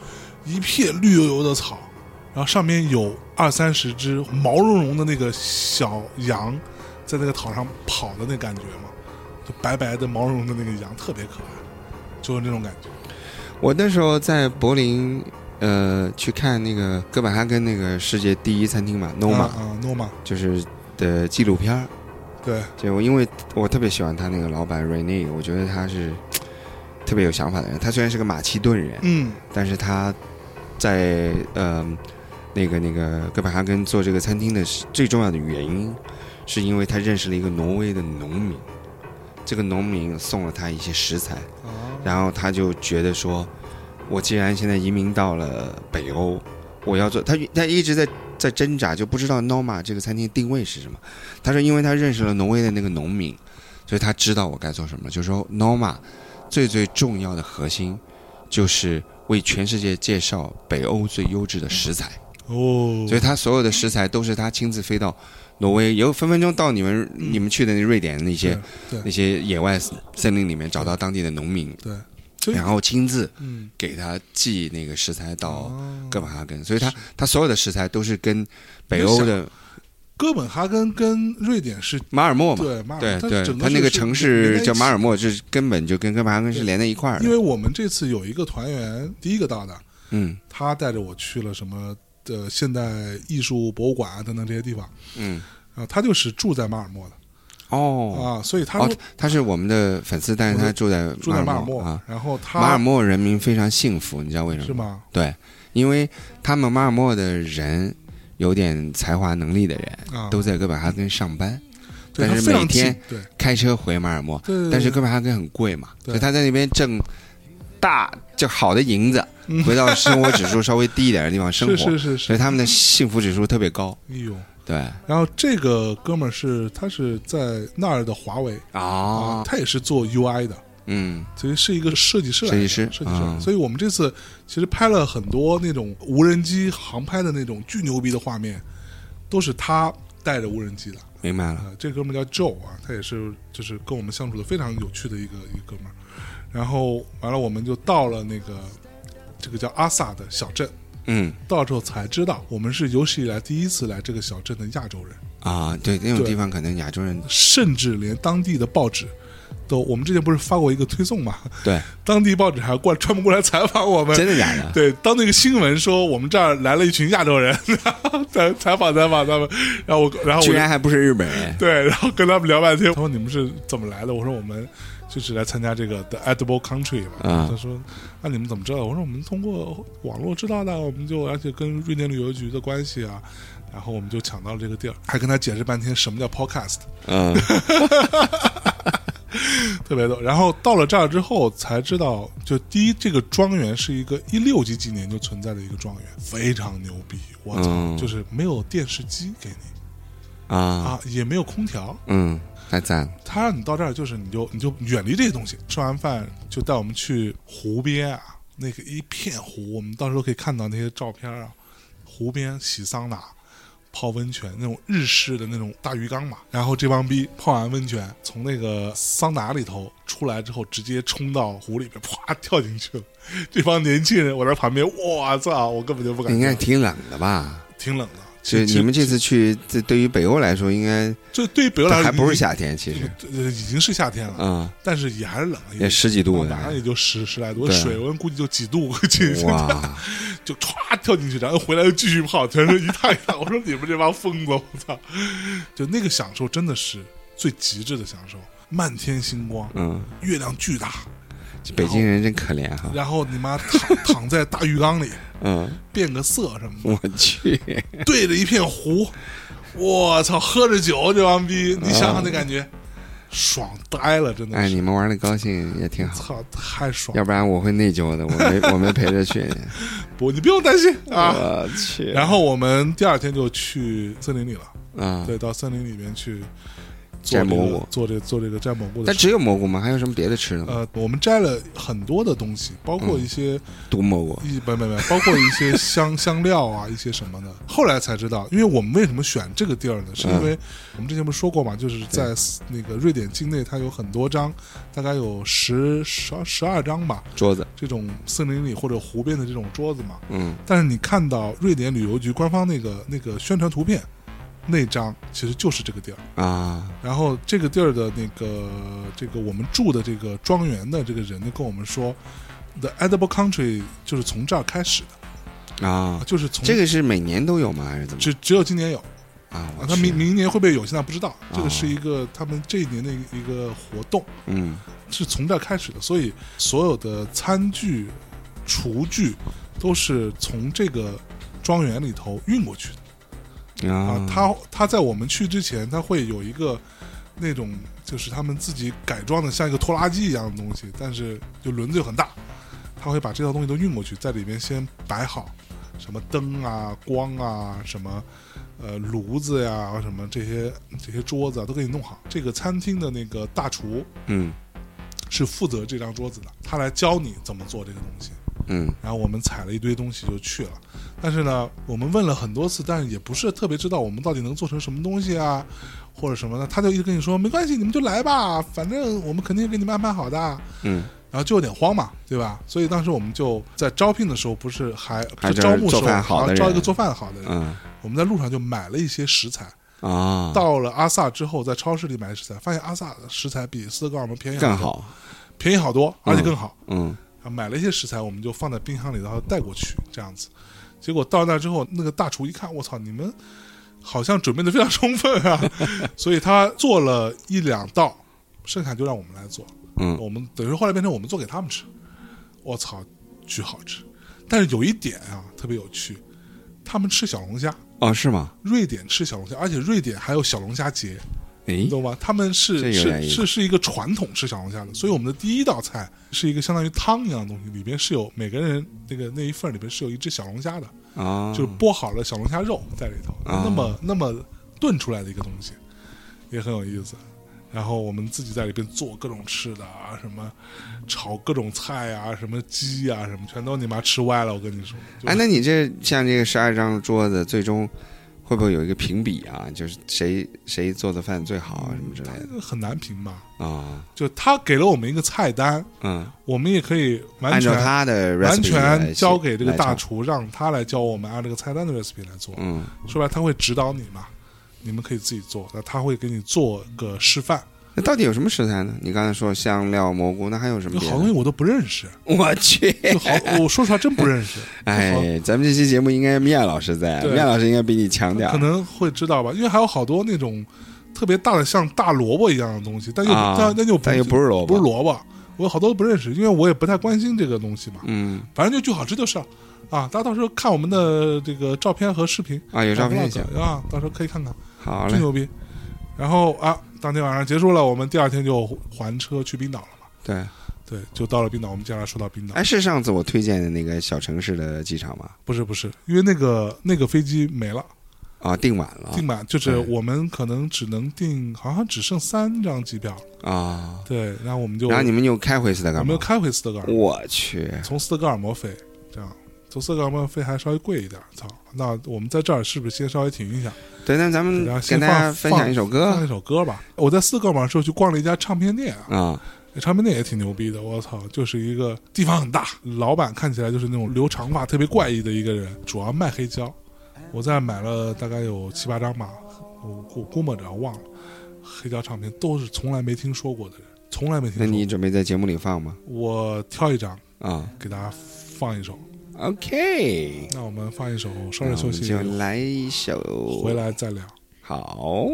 C: 一片绿油油的草，然后上面有二三十只毛茸茸的那个小羊，在那个草上跑的那感觉嘛，就白白的毛茸茸的那个羊特别可爱，就是那种感觉。
D: 我那时候在柏林，呃，去看那个哥本哈根那个世界第一餐厅嘛，Noma，、
C: 啊啊，Noma，
D: 就是的纪录片儿。
C: 对，
D: 就我因为我特别喜欢他那个老板 Rene，我觉得他是特别有想法的人。他虽然是个马其顿人，
C: 嗯
D: 但是他在呃那个那个哥本哈根做这个餐厅的是最重要的原因，是因为他认识了一个挪威的农民，这个农民送了他一些食材，
C: 啊，
D: 然后他就觉得说，我既然现在移民到了北欧，我要做他他一直在在挣扎，就不知道 Noma 这个餐厅定位是什么。他说，因为他认识了挪威的那个农民，所以他知道我该做什么。就说 Noma 最最重要的核心就是为全世界介绍北欧最优质的食材，
C: 哦，
D: 所以他所有的食材都是他亲自飞到挪威，有分分钟到你们
C: 嗯
D: 你们去的那瑞典那些
C: 是对
D: 那些野外森林里面找到当地的农民，
C: 对，所以
D: 然后亲自。
C: 嗯，
D: 给他寄那个食材到
C: 啊
D: 哥本哈根，所以他他所有的食材都是跟北欧的
C: 哥本哈根跟瑞典是
D: 马尔默嘛，
C: 对，马
D: 对
C: 尔它
D: 对，
C: 整
D: 他那个城市叫马
C: 尔。
D: 尔默，就是根本就跟哥本哈根是连在一块儿
C: 因
D: 的。
C: 为我们这次有一个团员，第一个到的，
D: 嗯
C: 他带着我去了什么呃现代艺术博物馆啊等等这些地方，
D: 嗯，
C: 然后他就是住在马尔默的、
D: 哦
C: 啊，所以他
D: 哦
C: 说，
D: 他是我们的粉丝，但是他住在
C: 住在马尔默，
D: 默啊。
C: 然后他
D: 马尔默人民非常幸福，你知道为什
C: 是
D: 么吗？
C: 吗？
D: 对，因为他们马尔默的人有点才华能力的人
C: 啊，
D: 都在哥本哈根上班，
C: 对，
D: 但
C: 他
D: 是
C: 非常
D: 每天
C: 近对
D: 开车回马尔默，
C: 对对，
D: 但是
C: 对
D: 哥本哈根很贵嘛，
C: 对
D: 所以他在那边挣大就好的银子，回到生活指数稍微低一点的地方生活，
C: 嗯是是是
D: 所
C: 是，
D: 以他们的幸福指数特别高。
C: 哎呦，
D: 对，
C: 然后这个哥们儿是他是在那儿的华为啊
D: 哦，
C: 他也是做 UI 的。
D: 嗯，
C: 所以是一个设计师来
D: 设
C: 的，
D: 计师
C: 设计师来的。
D: 嗯
C: 所以我们这次其实拍了很多那种无人机航拍的那种巨牛逼的画面，都是他带着无人机的。
D: 明白了。
C: 啊，这哥们儿叫 Joe 啊，他也是就是跟我们相处的非常有趣的一个一个哥们儿。然后完了，我们就到了那个这个叫阿萨的小镇，
D: 嗯
C: 到之后才知道我们是有史以来第一次来这个小镇的亚洲人，
D: 啊，对，那种
C: 对
D: 地方可能亚洲人
C: 甚至连当地的报纸都，我们之前不是发过一个推送嘛，
D: 对，
C: 当地报纸还过来专门过来采访我们，
D: 真的假 的？
C: 对，当那个新闻说我们这儿来了一群亚洲人， 然后采采访采访他们，然后我然后我就
D: 居 然还不是日本人。
C: 对，然后跟他们聊半天，他说你们是怎么来的？我说我们就是来参加这个 The Edible Country 嘛。
D: 啊
C: 他说：“那、你们怎么知道？”我说：“我们通过网络知道的，我们就而且跟瑞典旅游局的关系啊，然后我们就抢到了这个地儿，还跟他解释半天什么叫 Podcast，
D: 嗯，
C: 特别逗。然后到了这儿之后才知道，就第一，这个庄园是一个一六几几年就存在的一个庄园，非常牛逼，我操，
D: 嗯
C: 就是没有电视机给你
D: 啊，
C: 啊，也没有空调，
D: 嗯，太赞了，
C: 他让你到这儿，就是你就你就远离这些东西。吃完饭就带我们去湖边啊，那个一片湖，我们到时候可以看到那些照片啊。湖边洗桑拿、泡温泉，那种日式的那种大浴缸嘛。然后这帮逼泡完温泉，从那个桑拿里头出来之后，直接冲到湖里边，啪跳进去了。这帮年轻人，我在旁边，我操，我根本就不敢
D: 应
C: 跳。
D: 该挺冷的吧？
C: 挺冷的。
D: 就
C: 其实
D: 你们这次去，这对于北欧来说，应该
C: 这对于北欧来说
D: 还不是
C: 已经
D: 夏天，其实，
C: 对对对已经是夏天了，
D: 啊，
C: 但是也还是冷，
D: 也十几度
C: 晚上
D: 的，
C: 也就十十来度，
D: 对
C: 水温估计就几度， 估计
D: 哇，
C: 就歘跳进去，然后回来又继续泡，全是一趟一 趟。我说你们这帮疯子，我操！就那个享受真的是最极致的享受，漫天星光，
D: 嗯，
C: 月亮巨大，
D: 北京人真可怜哈，
C: 然后你妈躺躺在大浴缸里
D: 嗯，
C: 变个色什么
D: 我去，
C: 的，对着一片湖，我操，喝着酒这帮逼，你想想那感觉，爽呆了，真的
D: 哎，
C: 是
D: 你，们玩的高兴也挺好。
C: 操，太爽！
D: 要不然我会内疚的，我 没我没陪着去。
C: 不，你不用担心啊。
D: 我去，
C: 然后我们第二天就去森林里了。
D: 啊，
C: 对，到森林里面去
D: 摘蘑菇
C: 做这个做这个摘蘑菇的
D: 但
C: 事。
D: 只有蘑菇吗？还有什么别的吃的吗？
C: 呃，我们摘了很多的东西，包括一些、
D: 毒蘑菇
C: 一不不不，包括一 些香香料啊，一些什么的。后来才知道，因为我们为什么选这个地儿呢？是因
D: 嗯
C: 为我们之前不是说过嘛，就是在那个瑞典境内，它有很多张，大概有十十十二张吧，
D: 桌子，
C: 这种森林里或者湖边的这种桌子嘛。
D: 嗯，
C: 但是你看到瑞典旅游局官方那个那个宣传图片，那张其实就是这个地儿。
D: 啊，
C: 然后这个地儿的那个这个我们住的这个庄园的这个人呢，跟我们说，The Edible Country 就是从这儿开始的，
D: 啊，
C: 就是从
D: 这个是每年都有吗？还是怎么？
C: 只只有今年有啊，
D: 啊，我
C: 他
D: 去
C: 明明年会不会有，现在不知道。
D: 啊
C: 这个是一个他们这一年的一个活动，
D: 嗯
C: 是从这儿开始的，所以所有的餐具、厨具都是从这个庄园里头运过去的。啊
D: 啊，，
C: 他他在我们去之前，他会有一个那种就是他们自己改装的像一个拖拉机一样的东西，但是就轮子又很大，他会把这套东西都运过去，在里面先摆好什么灯啊、光啊、什么呃炉子呀、什么这些这些桌子啊都给你弄好。这个餐厅的那个大厨
D: 嗯
C: 是负责这张桌子的，他来教你怎么做这个东西。
D: 嗯
C: 然后我们采了一堆东西就去了。但是呢，我们问了很多次，但是也不是特别知道我们到底能做成什么东西啊，或者什么的。他就一直跟你说没关系，你们就来吧，反正我们肯定给你们安排好的。啊
D: 嗯，
C: 然后就有点慌嘛，对吧？所以当时我们就在招聘的时候，不是还
D: 还
C: 就招募
D: 就是
C: 时候
D: 做饭好的
C: 啊
D: 人
C: 招一个做饭好的人。
D: 嗯
C: 我们在路上就买了一些食材，
D: 啊，
C: 到了阿萨之后，在超市里买食材，发现阿萨的食材比斯德哥尔摩便宜
D: 更
C: 好多，
D: 好，
C: 便宜好多，而且更好。
D: 嗯
C: 啊，买了一些食材，我们就放在冰箱里，然后带过去这样子。结果到那之后，那个大厨一看，我操，你们好像准备的非常充分啊， 所以他做了一两道，剩下就让我们来做。
D: 嗯
C: 我们等于说后来变成我们做给他们吃，我操，巨好吃。但是有一点啊，特别有趣，他们吃小龙虾，
D: 哦，是吗？
C: 瑞典吃小龙虾，而且瑞典还有小龙虾节，
D: 诶
C: 你，懂吗？他们
D: 这
C: 是
D: 有点
C: 是
D: 意思
C: 是是一个传统吃小龙虾的，所以我们的第一道菜是一个相当于汤一样的东西，里边是有每个人那个那一份里边是有一只小龙虾的，
D: 啊，
C: 就是剥好了小龙虾肉在里头，
D: 啊
C: 那么那么炖出来的一个东西，也很有意思。然后我们自己在里边做各种吃的啊，什么炒各种菜啊，什么鸡啊，什么全都你妈吃歪了，我跟你说。就是
D: 哎，那你这像这个十二张桌子，最终会不会有一个评比啊？就是谁谁做的饭最好啊，什么之类的
C: 很难评吧？
D: 啊？
C: 就他给了我们一个菜单，
D: 嗯，
C: 我们也可以完
D: 按
C: 全
D: 照他的 recipe
C: 完全
D: 来
C: 交给这个
D: 来
C: 大
D: 炒，
C: 厨，让他来教我们按这个菜单的 recipe 来做。
D: 嗯
C: 说白了，他会指导你嘛，你们可以自己做，那他会给你做个示范。
D: 那到底有什么食材呢？你刚才说香料、蘑菇，那还有什么
C: 有
D: 别
C: 好东西
D: 的？
C: 我都不认识，
D: 我去，
C: 就好，我说实话真不认 识。就好
D: 哎，咱们这期节目应该面老师在，
C: 对
D: 面老师应该比你强点儿
C: 可能会知道吧，因为还有好多那种特别大的像大萝卜一样的东西，但又、
D: 啊
C: 但但又
D: 但又不
C: 是
D: 是萝
C: 不
D: 卜，
C: 是萝卜，我有好多都不认识，因为我也不太关心这个东西嘛。
D: 嗯
C: 反正就就好吃就是了啊，大家到时候看我们的这个照片和视频，
D: 啊，有照片
C: 找
D: 行，
C: vlog 啊，到时候可以看看，
D: 好
C: 真
D: 嘞，
C: 牛逼。然后啊，当天晚上结束了，我们第二天就还车去冰岛了嘛。
D: 对，
C: 对，就到了冰岛。我们接下来说到冰岛，
D: 哎，是上次我推荐的那个小城市的机场吗？
C: 不是不是，因为那个那个飞机没了，
D: 啊，订晚了
C: 订满，就是
D: 对
C: 我们可能只能订，好像只剩三张机票。
D: 啊，
C: 对，然后我们就
D: 然后你们又开回斯德哥
C: 我
D: 尔
C: 们
D: 摩
C: 又，开回斯德哥尔摩。
D: 我去，
C: 从斯德哥尔摩飞，这样从斯德哥尔摩飞还稍微贵一点。操，那我们在这儿是不是先稍微停一下，
D: 对，那咱们
C: 然后
D: 跟
C: 先
D: 嗯大
C: 放
D: 家分享一首
C: 放
D: 歌
C: 一首歌吧？我在斯德哥尔摩的时候去逛了一家唱片店啊，
D: 啊，
C: 那唱片店也挺牛逼的。我操，就是一个地方很大，老板看起来就是那种留长发特别怪异的一个人，主要卖黑胶。我在买了大概有七八张吧，我估估摸着忘了，黑胶唱片都是从来没听说过的人，从来没听
D: 那
C: 说
D: 你
C: 过。
D: 准备在节目里放吗？
C: 我挑一张
D: 啊
C: 给大家放一首，
D: ，OK，
C: 那我们放一首，稍
D: 那
C: 事休
D: 我们
C: 息
D: 就，来一首，
C: 回来再聊。
D: 好，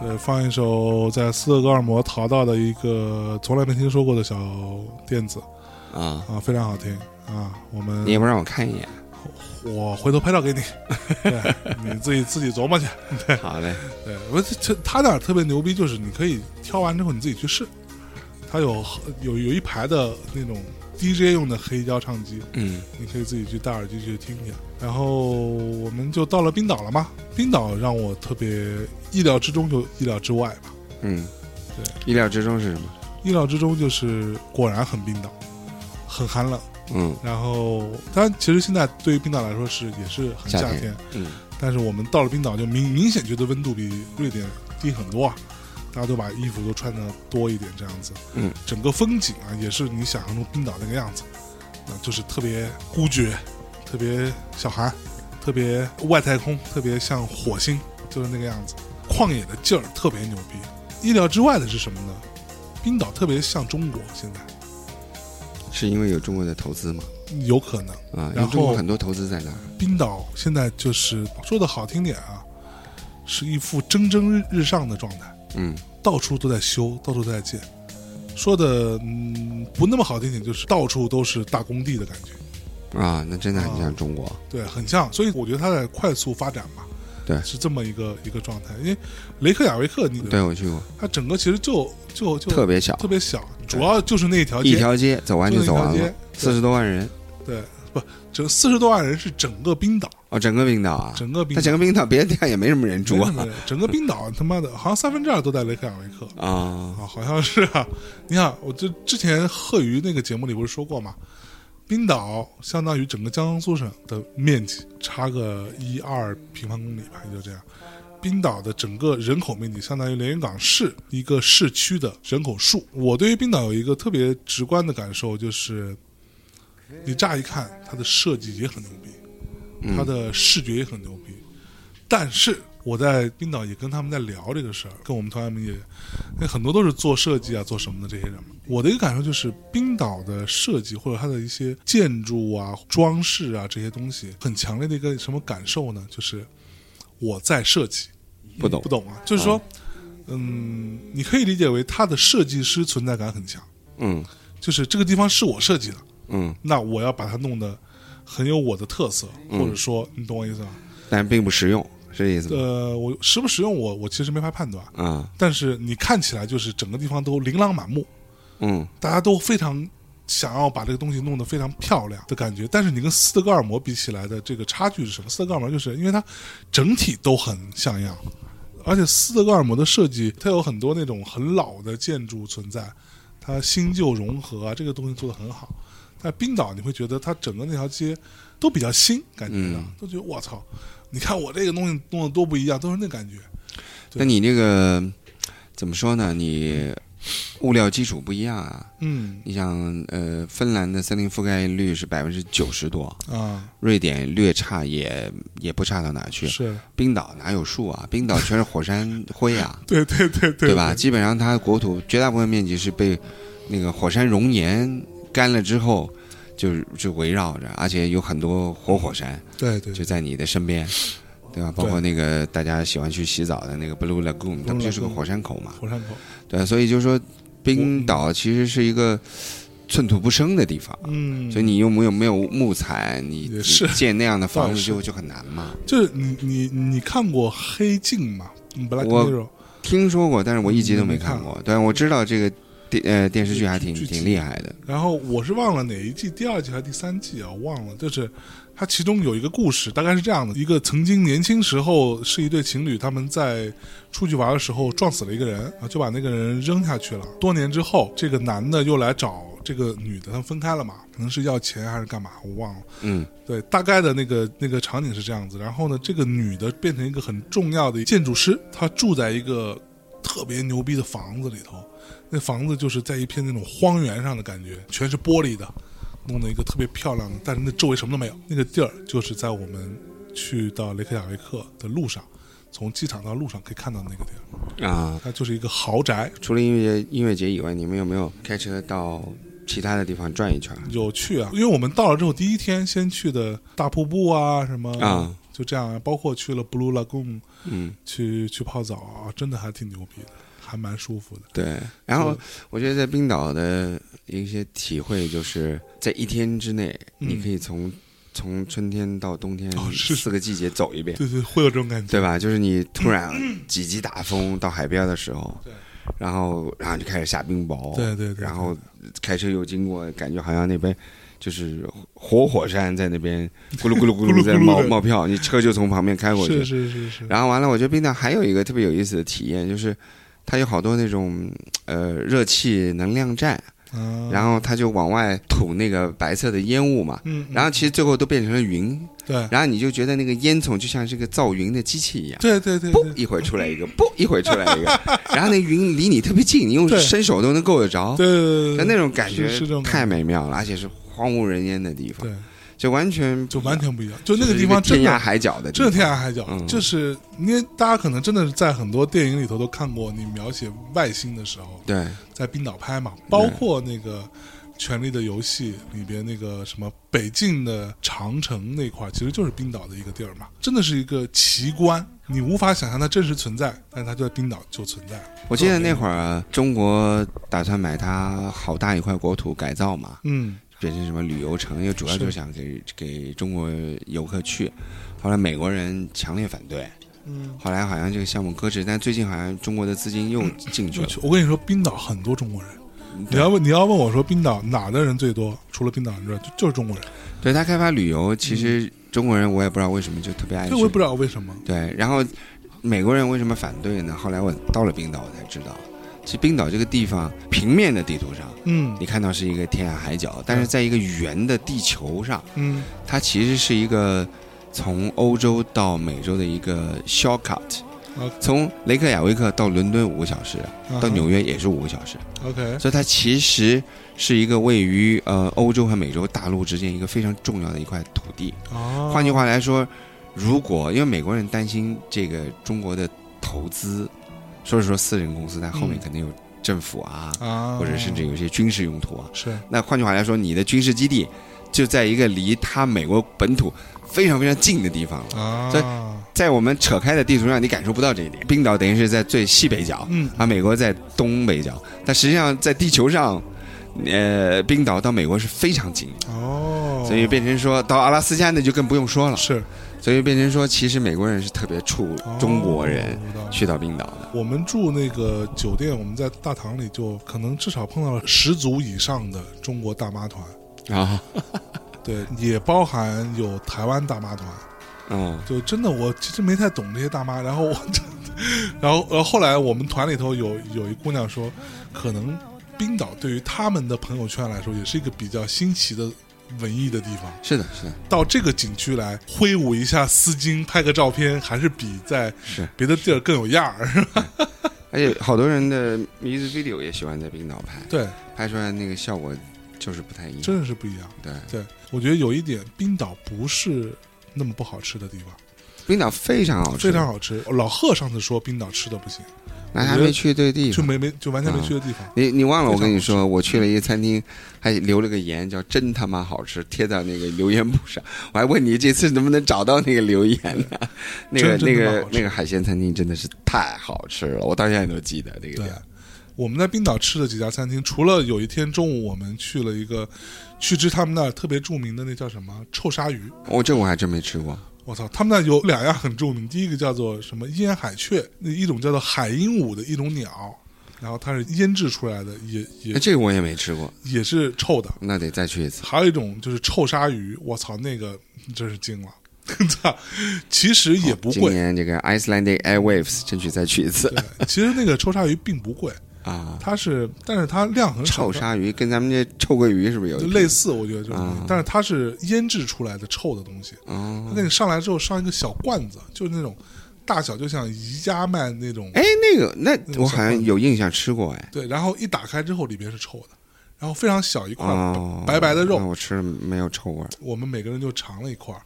C: 对，放一首在斯德哥尔摩淘到的一个从来没听说过的小电子
D: 啊，
C: 啊，非常好听啊。我们
D: 你也不让我 看一眼，
C: 我回头拍照给你，对，你自己自己琢磨去。
D: 好嘞，
C: 对我这这他那儿特别牛逼，就是你可以挑完之后你自己去试。他有有有一排的那种 DJ 用的黑胶唱机，
D: 嗯，
C: 你可以自己去戴耳机去听听。然后我们就到了冰岛了嘛，冰岛让我特别意料之中就意料之外吧。
D: 嗯，
C: 对
D: 意料之中是什么？
C: 意料之中就是果然很冰岛，很寒冷。
D: 嗯
C: 然后，当然，其实现在对于冰岛来说是也是很夏
D: 夏天嗯，
C: 但是我们到了冰岛就明明显觉得温度比瑞典低很多啊，大家都把衣服都穿的多一点这样子。
D: 嗯，
C: 整个风景啊也是你想象中冰岛那个样子，那就是特别孤绝，特别小寒，特别外太空，特别像火星，就是那个样子。旷野的劲儿特别牛逼。意料之外的是什么呢？冰岛特别像中国，现在
D: 是因为有中国的投资嘛？
C: 有可能。
D: 啊，因
C: 然
D: 为
C: 后
D: 中国很多投资在那儿，
C: 冰岛现在就是说的好听点啊，是一副蒸蒸日日上的状态，
D: 嗯，
C: 到处都在修，到处都在建，说的嗯不那么好听点，就是到处都是大工地的感觉，
D: 啊，那真的很
C: 哦
D: 像中国。
C: 对，很像。所以我觉得它在快速发展吧，
D: 对
C: 是这么一个一个状态。因为雷克雅未克，你
D: 对，我去过，
C: 它整个其实就就就
D: 特别小，
C: 特别小，主要就是那一条
D: 一
C: 街，
D: 条街走完
C: 就那
D: 就
C: 一
D: 走
C: 条
D: 完
C: 街
D: 了，四十多万人
C: 对，不整四十多万人是整个冰岛，
D: 哦，整个冰岛啊，
C: 整个冰
D: 那整
C: 岛。
D: 个冰岛别的地方也没什么人住
C: 没
D: 啊
C: 什么人整个冰岛他妈的，好像三分之二都在雷克雅未克
D: 啊，
C: 啊，好像是啊。你看，我就之前贺鱼那个节目里不是说过嘛，冰岛相当于整个江苏省的面积，差个一二平方公里吧，也就这样。冰岛的整个人口面积相当于连云港市一个市区的人口数。我对于冰岛有一个特别直观的感受，就是你乍一看它的设计也很牛逼，它
D: 嗯
C: 的视觉也很牛逼，但是我在冰岛也跟他们在聊这个事儿，跟我们团员们也，那很多都是做设计啊、做什么的这些人嘛。我的一个感受就是，冰岛的设计或者它的一些建筑啊、装饰啊这些东西，很强烈的一个什么感受呢？就是我在设计，
D: 不懂
C: 不懂啊，就是说，嗯，你可以理解为它的设计师存在感很强，
D: 嗯
C: 就是这个地方是我设计的，
D: 嗯，
C: 那我要把它弄得很有我的特色，或者说，你懂我意思吗？
D: 但是并不实用，是这意思吗？
C: 呃，我实不实用我，我其实没法判断，
D: 啊，
C: 但是你看起来就是整个地方都琳琅满目，
D: 嗯，
C: 大家都非常想要把这个东西弄得非常漂亮的感觉。但是你跟斯德哥尔摩比起来的这个差距是什么？斯德哥尔摩就是因为它整体都很像样，而且斯德哥尔摩的设计，它有很多那种很老的建筑存在，它新旧融合啊，这个东西做得很好。在冰岛，你会觉得它整个那条街都比较新，感觉到、
D: 嗯
C: 都觉得我操，你看我这个东西弄得多不一样，都是那感觉。对
D: 那你这个怎么说呢？你物料基础不一样啊。
C: 嗯
D: 你想，呃，芬兰的森林覆盖率是百分之九十多，
C: 啊，
D: 瑞典略差也也不差到哪儿去。
C: 是，
D: 冰岛哪有树啊？冰岛全是火山灰啊
C: 对对对对
D: 对吧？？基本上它国土绝大部分面积是被那个火山熔岩干了之后，就是就围绕着，而且有很多活火山
C: 对对，
D: 就在你的身边，对吧？包括那个大家喜欢去洗澡的那个 Blue Lagoon，它不就是个
C: Lagoon
D: 火山口嘛？
C: 火山口，
D: 对，啊所以就是说，冰岛其实是一个寸土不生的地方。
C: 嗯，
D: 所以你又没有没有木材，你
C: 也
D: 你
C: 是
D: 建那样的房
C: 倒
D: 子
C: 是
D: 就就很难嘛。
C: 就是你你你看过《黑镜》吗？嗯，Black
D: 我
C: Mirror，
D: 听说过，但是我一集都
C: 嗯
D: 没
C: 没看
D: 看过。对，我知道这个电呃电视剧还挺
C: 剧集
D: 挺厉害的。
C: 然后我是忘了哪一季，第二季还是第三季啊？我忘了。就是它其中有一个故事，大概是这样的：一个曾经年轻时候是一对情侣，他们在出去玩的时候撞死了一个人，啊，就把那个人扔下去了。多年之后，这个男的又来找这个女的，他们分开了嘛？可能是要钱还是干嘛？我忘了。
D: 嗯
C: 对，大概的那个那个场景是这样子。然后呢，这个女的变成一个很重要的建筑师，她住在一个特别牛逼的房子里头。那房子就是在一片那种荒原上的感觉，全是玻璃的，弄得一个特别漂亮的，但是那周围什么都没有。那个地儿就是在我们去到雷克雅未克的路上，从机场到路上可以看到那个地儿，
D: 啊，
C: 它就是一个豪宅。
D: 除了音乐节音乐节以外，你们有没有开车到其他的地方转一圈？
C: 有趣啊，因为我们到了之后，第一天先去的大瀑布啊，什么
D: 啊，
C: 就这样啊，包括去了 Blue Lagoon，
D: 嗯，
C: 去去泡澡啊，真的还挺牛逼的，还蛮舒服的。
D: 对。然后我觉得在冰岛的一些体会就是在一天之内，
C: 嗯
D: 你可以从从春天到冬天
C: 哦是
D: 四个季节走一遍。
C: 对对，会有这种感觉。
D: 对吧？就是你突 然几级大风到海边的时候，
C: 对
D: 然后然后就开始下冰雹，
C: 对对对
D: 然后开车又经过，感觉好像那边就是活火山在那边咕噜咕噜咕
C: 咕噜咕噜
D: 噜在冒
C: 的
D: 冒泡，你车就从旁边开过去
C: 是，是是是，
D: 然后完了，我觉得冰岛还有一个特别有意思的体验，就是它有好多那种呃热气能量站，
C: 嗯
D: 然后它就往外吐那个白色的烟雾嘛。
C: 嗯，
D: 然后其实最后都变成了云，
C: 对
D: 然后你就觉得那个烟囱就像是个造云的机器一样。
C: 对对对
D: 不
C: 对
D: 一会儿出来一个，不一会儿出来一个， 然后那云离你特别近，你用
C: 对
D: 伸手都能够得着，
C: 对对
D: 那那种感觉
C: 是是这种感觉
D: 太美妙了，而且是荒无人烟的地方，
C: 对，
D: 就完全
C: 就完全不一样。就
D: 就
C: 那个
D: 是
C: 地
D: 一个
C: 方
D: 天
C: 真
D: 涯
C: 的，
D: 海角的地
C: 真的
D: 方，
C: 天涯海角，
D: 嗯
C: 就是因为大家可能真的是在很多电影里头都看过你描写外星的时候，
D: 对
C: 在冰岛拍嘛，包括那个《权力的游戏》里边那个什么北境的长城那块儿，其实就是冰岛的一个地儿嘛，真的是一个奇观，你无法想象它真实存在，但它就在冰岛就存在。
D: 我记得那会儿啊中国打算买它好大一块国土改造嘛，
C: 嗯，
D: 变成什么旅游城，又主要
C: 是
D: 就是想给给中国游客去。后来美国人强烈反对，
C: 嗯，
D: 后来好像这个项目搁置，但最近好像中国的资金又进去
C: 我
D: 了。
C: 去我跟你说，冰岛很多中国人。你
D: 对
C: 要问你要问我说冰岛哪的人最多？除了冰岛人之外，就就是中国人。
D: 对他开发旅游，其实中国人我也不知道为什么就特别爱
C: 嗯
D: 去
C: 这。我也不知道为什么。
D: 对，然后美国人为什么反对呢？后来我到了冰岛，我才知道，其实冰岛这个地方平面的地图上，
C: 嗯
D: 你看到是一个天涯海角，但是在一个圆的地球上，
C: 嗯
D: 它其实是一个从欧洲到美洲的一个 shortcut，
C: OK
D: 从雷克雅未克到伦敦五个小时，
C: 啊
D: 到纽约也是五个小时，
C: 啊哈 OK，
D: 所以它其实是一个位于呃欧洲和美洲大陆之间一个非常重要的一块土地。
C: 哦，
D: 换句话来说，如果因为美国人担心这个中国的投资，说是说私人公司，但后面
C: 嗯
D: 肯定有政府啊，
C: 啊，
D: 或者甚至有一些军事用途啊。
C: 是
D: 那换句话来说，你的军事基地就在一个离他美国本土非常非常近的地方了，
C: 啊，
D: 所在我们扯开的地图上，你感受不到这一点。冰岛等于是在最西北角，
C: 嗯
D: 啊，美国在东北角，但实际上在地球上，呃，冰岛到美国是非常近的，
C: 哦，
D: 所以变成说到阿拉斯加那就更不用说了。
C: 是
D: 所以变成说，其实美国人是特别怵中国人
C: 哦有道理
D: 去到冰岛的。
C: 我们住那个酒店，我们在大堂里就可能至少碰到了十组以上的中国大妈团，
D: 啊，
C: 对，也包含有台湾大妈团。
D: 嗯，
C: 就真的我其实没太懂这些大妈，然后我，然后呃然后后来我们团里头有有一姑娘说，可能冰岛对于他们的朋友圈来说也是一个比较新奇的文艺的地方。
D: 是的，是的，
C: 到这个景区来挥舞一下丝巾，拍个照片，还是比在
D: 是。
C: 别的地儿更有样儿。
D: 而且好多人的 music video 也喜欢在冰岛拍，
C: 对，
D: 拍出来那个效果就是不太一样。
C: 真的是不一样。
D: 对，
C: 对，我觉得有一点，冰岛不是那么不好吃的地方，
D: 冰岛非常好吃，
C: 非常。好吃。老贺上次说冰岛吃的不行，
D: 那还没去对地
C: 就
D: 方。啊
C: 没没就完全没去的地方。
D: 你你忘了我跟你
C: 非
D: 说，我去了一个餐厅，还留了个言，叫“真他妈好吃”，贴在那个留言簿上。我还问你这次能不能找到那个留言呢、 那
C: 真
D: 个那
C: 真他妈
D: 个
C: 好吃
D: 那个海鲜餐厅真的是太好吃了，我到现在都记得那个
C: 对
D: 店。，
C: 我们在冰岛吃的几家餐厅，除了有一天中午我们去了一个，去吃他们那儿特别著名的那叫什么臭鲨鱼。
D: 我、这我还真没吃过。
C: 我操，他们那有两样很著名，第一个叫做什么烟海雀，那一种叫做海鹦鹉的一种鸟，然后它是腌制出来的，也
D: 那
C: 也
D: 哎这个我也没吃过，
C: 也是臭的。
D: 那得再去一次。
C: 还有一种就是臭鲨鱼，我操，那个真是惊了， 操，其实也不
D: 今
C: 贵，
D: 年这个 Icelandic Airwaves 争取再去一次
C: 对，其实那个臭鲨鱼并不贵，
D: 啊！
C: 它是，但是它量很少
D: 臭，鲨鱼跟咱们这臭鳜鱼是不是有
C: 就
D: 一拼
C: 类似，我觉得就是，
D: 啊
C: 但是它是腌制出来的臭的东西，它
D: 哦？
C: 给你上来之后上一个小罐子，就是那种大小就像宜家卖那种，
D: 哎，那个那
C: 那种
D: 我
C: 小
D: 好像
C: 罐
D: 有印象吃过哎。
C: 对，然后一打开之后里边是臭的，然后非常小一块
D: 哦，
C: 白白的肉
D: 那，我吃了没有臭味儿。
C: 我们每个人就尝了一块儿。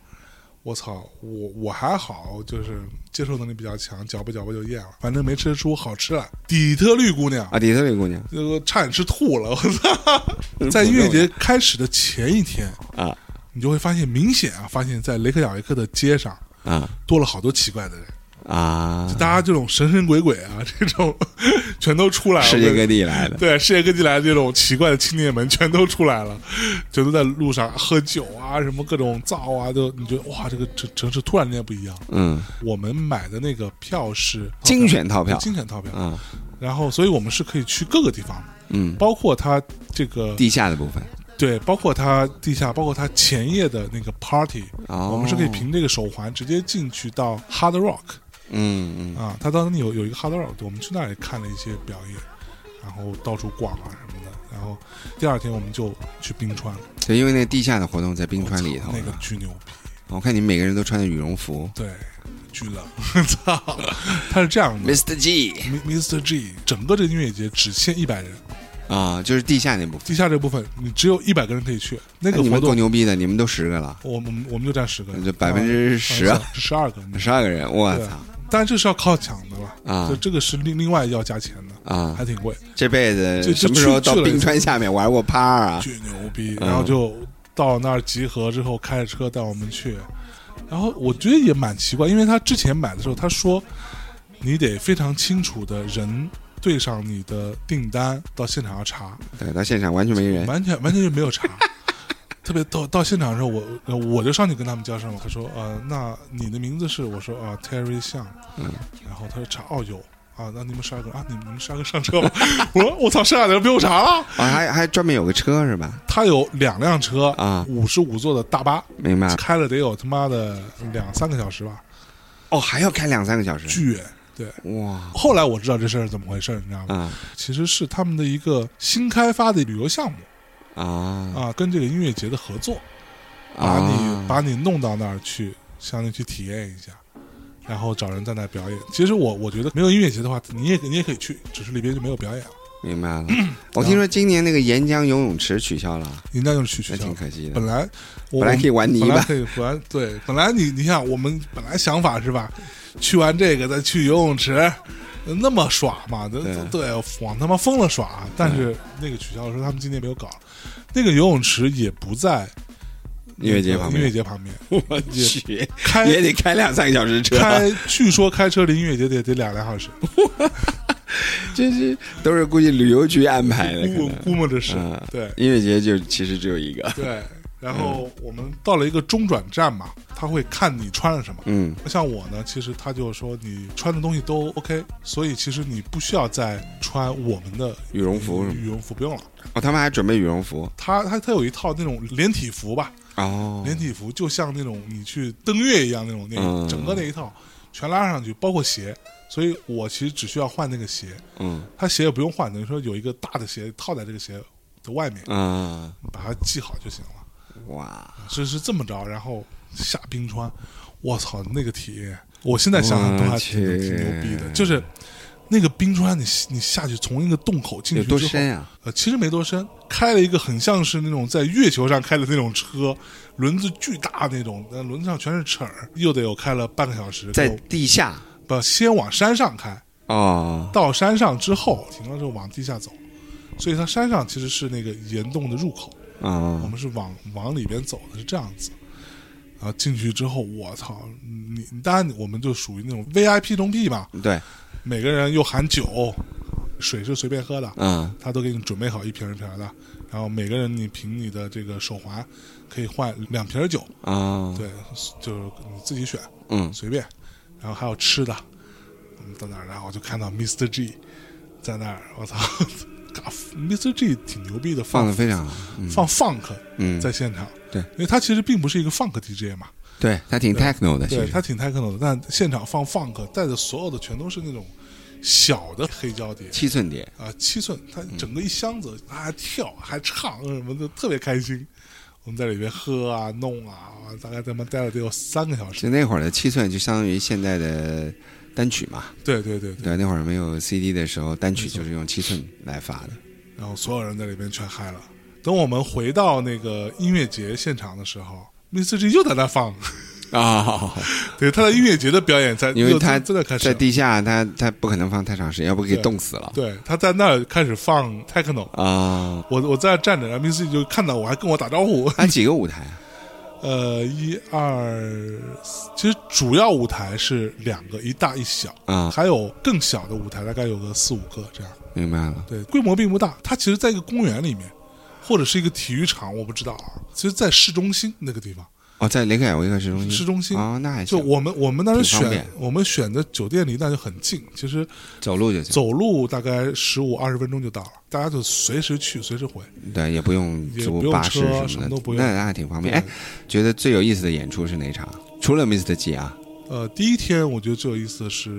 C: 我操，我我还好，就是接受能力比较强，嚼吧嚼吧就咽了，反正没吃出好吃来。底特律姑娘，
D: 啊，底特律姑娘
C: 这个差点吃吐了，我 操！在音乐节开始的前一天
D: 啊，
C: 你就会发现明显啊，发现在雷克雅未克的街上
D: 啊
C: 多了好多奇怪的人，
D: 啊，
C: 大家这种神神鬼鬼啊，这种全都出来了。
D: 世
C: 我
D: 界
C: 跟
D: 各地来的。
C: 对，世界各地来的这种奇怪的青年们全都出来了，全都在路上喝酒啊，什么各种造啊，都你觉得哇，这个城城市突然间不一样。
D: 嗯，
C: 我们买的那个票是
D: 精选套票
C: 精选套票，
D: 啊，
C: 然后所以我们是可以去各个地方的，
D: 嗯，
C: 包括它这个
D: 地下的部分。
C: 对，包括它地下，包括它前夜的那个 party，、
D: 哦，
C: 我们是可以凭这个手环直接进去到 Hard Rock。
D: 嗯嗯
C: 啊，他当时有有一个 hard rock，我们去那里看了一些表演，然后到处逛啊什么的。然后第二天我们就去冰川了，
D: 对，因为那地下的活动在冰川里头
C: 我操那个
D: 啊。
C: 巨牛逼，
D: 我看你们每个人都穿的羽绒服。
C: 对，巨冷，操！ 他是这样的
D: Mr. G
C: ，Mi-，Mr. G，整个这个音乐节只限一百人，
D: 啊，就是地下那部分。
C: 地下这部分你只有一百个人可以去。那
D: 哎
C: 个
D: 你
C: 活
D: 们够
C: 动，
D: 牛逼的，你们都十个了，
C: 我们我们就占十个人，啊
D: 就百分之十啊
C: 十二个，
D: 十二个人，我
C: 对啊
D: 操！
C: 但这是要靠抢的了，
D: 啊
C: 就这个是另另外要加钱的，
D: 啊
C: 还！挺贵，
D: 这辈
C: 就
D: 子
C: 就
D: 什么时候
C: 去
D: 到
C: 去了
D: 冰川下面玩过趴啊？
C: 巨牛逼。
D: 嗯
C: 然后就到那儿集合之后，开着车带我们去，然后我觉得也蛮奇怪，因为他之前买的时候他说，你得非常清楚的人对上你的订单，到现场要查，
D: 对，到现场完全没人。
C: 完全完全就没有查。特别到到现场的时候，我呃我就上去跟他们交涉嘛。他说：“呃，那你的名字是？”我说：“啊、t e r r y 向。”然后他说：“查哦，有啊，那你们十二个啊，你们你们十二个上车吧。” 我说：“我操，剩下的人不用查了。
D: 啊，还还专门有个车是吧？”
C: 他有两辆车，
D: 啊，
C: 五十五座的大巴，
D: 明白。
C: 开了得有他妈的两三个小时吧，
D: 哦，还要开两三个小时，
C: 巨远。
D: 哇
C: 后来我知道这事儿是怎么回事，你知道吗？
D: 啊
C: 其实是他们的一个新开发的旅游项目
D: 啊
C: 啊，跟这个音乐节的合作。把你、
D: 啊！
C: 把你弄到那儿去，相当于去体验一下，然后找人在那儿表演。其实我我觉得没有音乐节的话，你也你也可以去，只是里边就没有表演了。
D: 明白了。 我听说今年那个沿江游泳池取消了，
C: 人家就是去学
D: 那
C: 校
D: 挺，可惜的
C: 本。来我
D: 本来可以玩泥
C: 本来
D: 巴，
C: 可以本来对，本来你你想我们本来想法是吧？去完这个再去游泳池，那么耍嘛？对
D: 对
C: 对，往他妈疯了耍。但是那个取消的时候，他们今年没有搞了，那个游泳池也不在
D: 音乐节旁
C: 音乐
D: 边，
C: 节旁边
D: 我去，
C: 开
D: 也得开两三个小时车，
C: 开，据说开车离音乐节得得两个来小时，
D: 这是都是估计旅游局安排的。
C: 估
D: 可能
C: 估摸着是
D: 嗯，
C: 对
D: 音乐节就其实只有一 个，
C: 对。然后我们到了一个中转站嘛，他会看你穿了什么。
D: 嗯
C: 像我呢，其实他就说你穿的东西都 OK，所以其实你不需要再穿我们的
D: 羽绒服是吗
C: 羽绒服不用了。
D: 哦，他们还准备羽绒服
C: 他他他有一套那种连体服吧，
D: 哦，
C: 连体服就像那种你去登月一样那种，那
D: 嗯
C: 整个那一套全拉上去，包括鞋。所以我其实只需要换那个鞋，
D: 嗯
C: 他鞋也不用换，等于说有一个大的鞋套在这个鞋的外面，
D: 啊，
C: 把它系好就行了。
D: 哇，
C: 是是这么着，然后下冰川，我操，那个体验，我现在想想都还挺
D: 我
C: 挺
D: 去
C: 牛逼的，就是。那个冰川你，你下去从一个洞口进
D: 有
C: 去
D: 多
C: 之后，
D: 深啊？
C: 呃，其实没多深，开了一个很像是那种在月球上开的那种车，轮子巨大那种，但轮子上全是齿儿，又得有开了半个小时，
D: 在
C: 给我
D: 地下
C: 不先往山上开，
D: 哦，
C: 到山上之后停了之后往地下走，所以它山上其实是那个岩洞的入口，我
D: 啊
C: 们是往往里边走的，是这样子。然后进去之后，我操！你你当然我们就属于那种 VIP 中 P 嘛，
D: 对，
C: 每个人又含酒，水是随便喝的，
D: 嗯
C: 他都给你准备好一瓶一瓶的。然后每个人你凭你的这个手环可以换两瓶酒，
D: 啊，
C: 对，就是你自己选
D: 嗯
C: 随便。然后还有吃的，我们到那儿，然后我就看到 Mr. G 在那儿，我操 嘎，Mr. G 挺牛逼的，
D: 放
C: 放
D: 的非常好，嗯
C: 放 funk，
D: 嗯，
C: 在现场。
D: 对
C: 因为他其实并不是一个 funk DJ 嘛，
D: 对，他挺 techno 的，其
C: 对
D: 实
C: 他挺 techno 的，但现场放 funk，带的所有的全都是那种小的黑胶碟
D: 七寸碟，
C: 啊，七寸，
D: 嗯
C: 他整个一箱子，他还跳还唱什么的，特别开心。我们在里边喝啊弄啊，大概他妈待了得有三个小时。
D: 就那会儿的七寸就相当于现在的单曲嘛，
C: 对对对对，
D: 对，那会儿没有 CD 的时候，单曲就是用七寸来发的，
C: 然后所有人在里边全嗨了。等我们回到那个音乐节现场的时候，Mr. G 又在那放，
D: 啊，
C: 对，他在音乐节的表演在，
D: 因为
C: 又
D: 他
C: 真的开始
D: 在
C: 了
D: 地下，他他不可能放太长时间，要不给
C: 对
D: 冻死了
C: 对，他在那儿开始放 techno，
D: 啊！
C: 我我在那儿站着，然后 Miss G 就看到我，还跟我打招呼。
D: 他啊几个舞台
C: 呃，一二，其实主要舞台是两个，一大一小，
D: 啊？
C: 还有更小的舞台，大概有个四五个这样。
D: 明白了，
C: 对，规模并不大。它其实在一个公园里面，或者是一个体育场，我不知道啊。其实，在市中心那个地方，
D: 哦，在雷克雅未克市中心，
C: 市中心
D: 哦，那还
C: 就
D: 行，
C: 我们我们当时
D: 挺
C: 选
D: 方便
C: 我们选的酒店离那就很近，其实
D: 走路就行，
C: 走路大概十五二十分钟就到了，大家就随时去随时回。
D: 对，也不用
C: 也不
D: 租
C: 用
D: 巴士
C: 车啊
D: 么的，
C: 什么都不用
D: 那那还挺方便。
C: 对
D: 哎，觉得最有意思的演出是哪场？除了 Mr. G 啊
C: 呃，第一天我觉得最有意思的是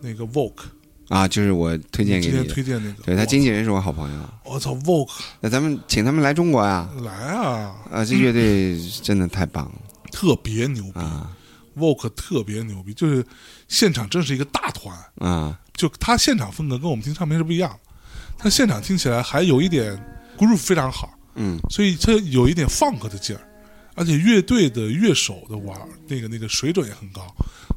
C: 那个 Vogue，
D: 啊，就是我推荐给
C: 之前
D: 你的，
C: 推荐那个，
D: 对他经纪人是我好朋友，啊
C: 我操 Vogue
D: 那咱们请他们来中国啊！
C: 来啊，
D: 啊，这乐队
C: 嗯
D: 真的太棒了
C: 特别牛逼、
D: 啊
C: v o g u e 特别牛逼，就是现场真是一个大团，
D: 啊！
C: 就他现场风格跟我们听唱片是不一样的，他现场听起来还有一点 groove 非常好，
D: 嗯，
C: 所以它有一点 funk 的劲儿。啊而且乐队的乐手的玩儿那个那个水准也很高，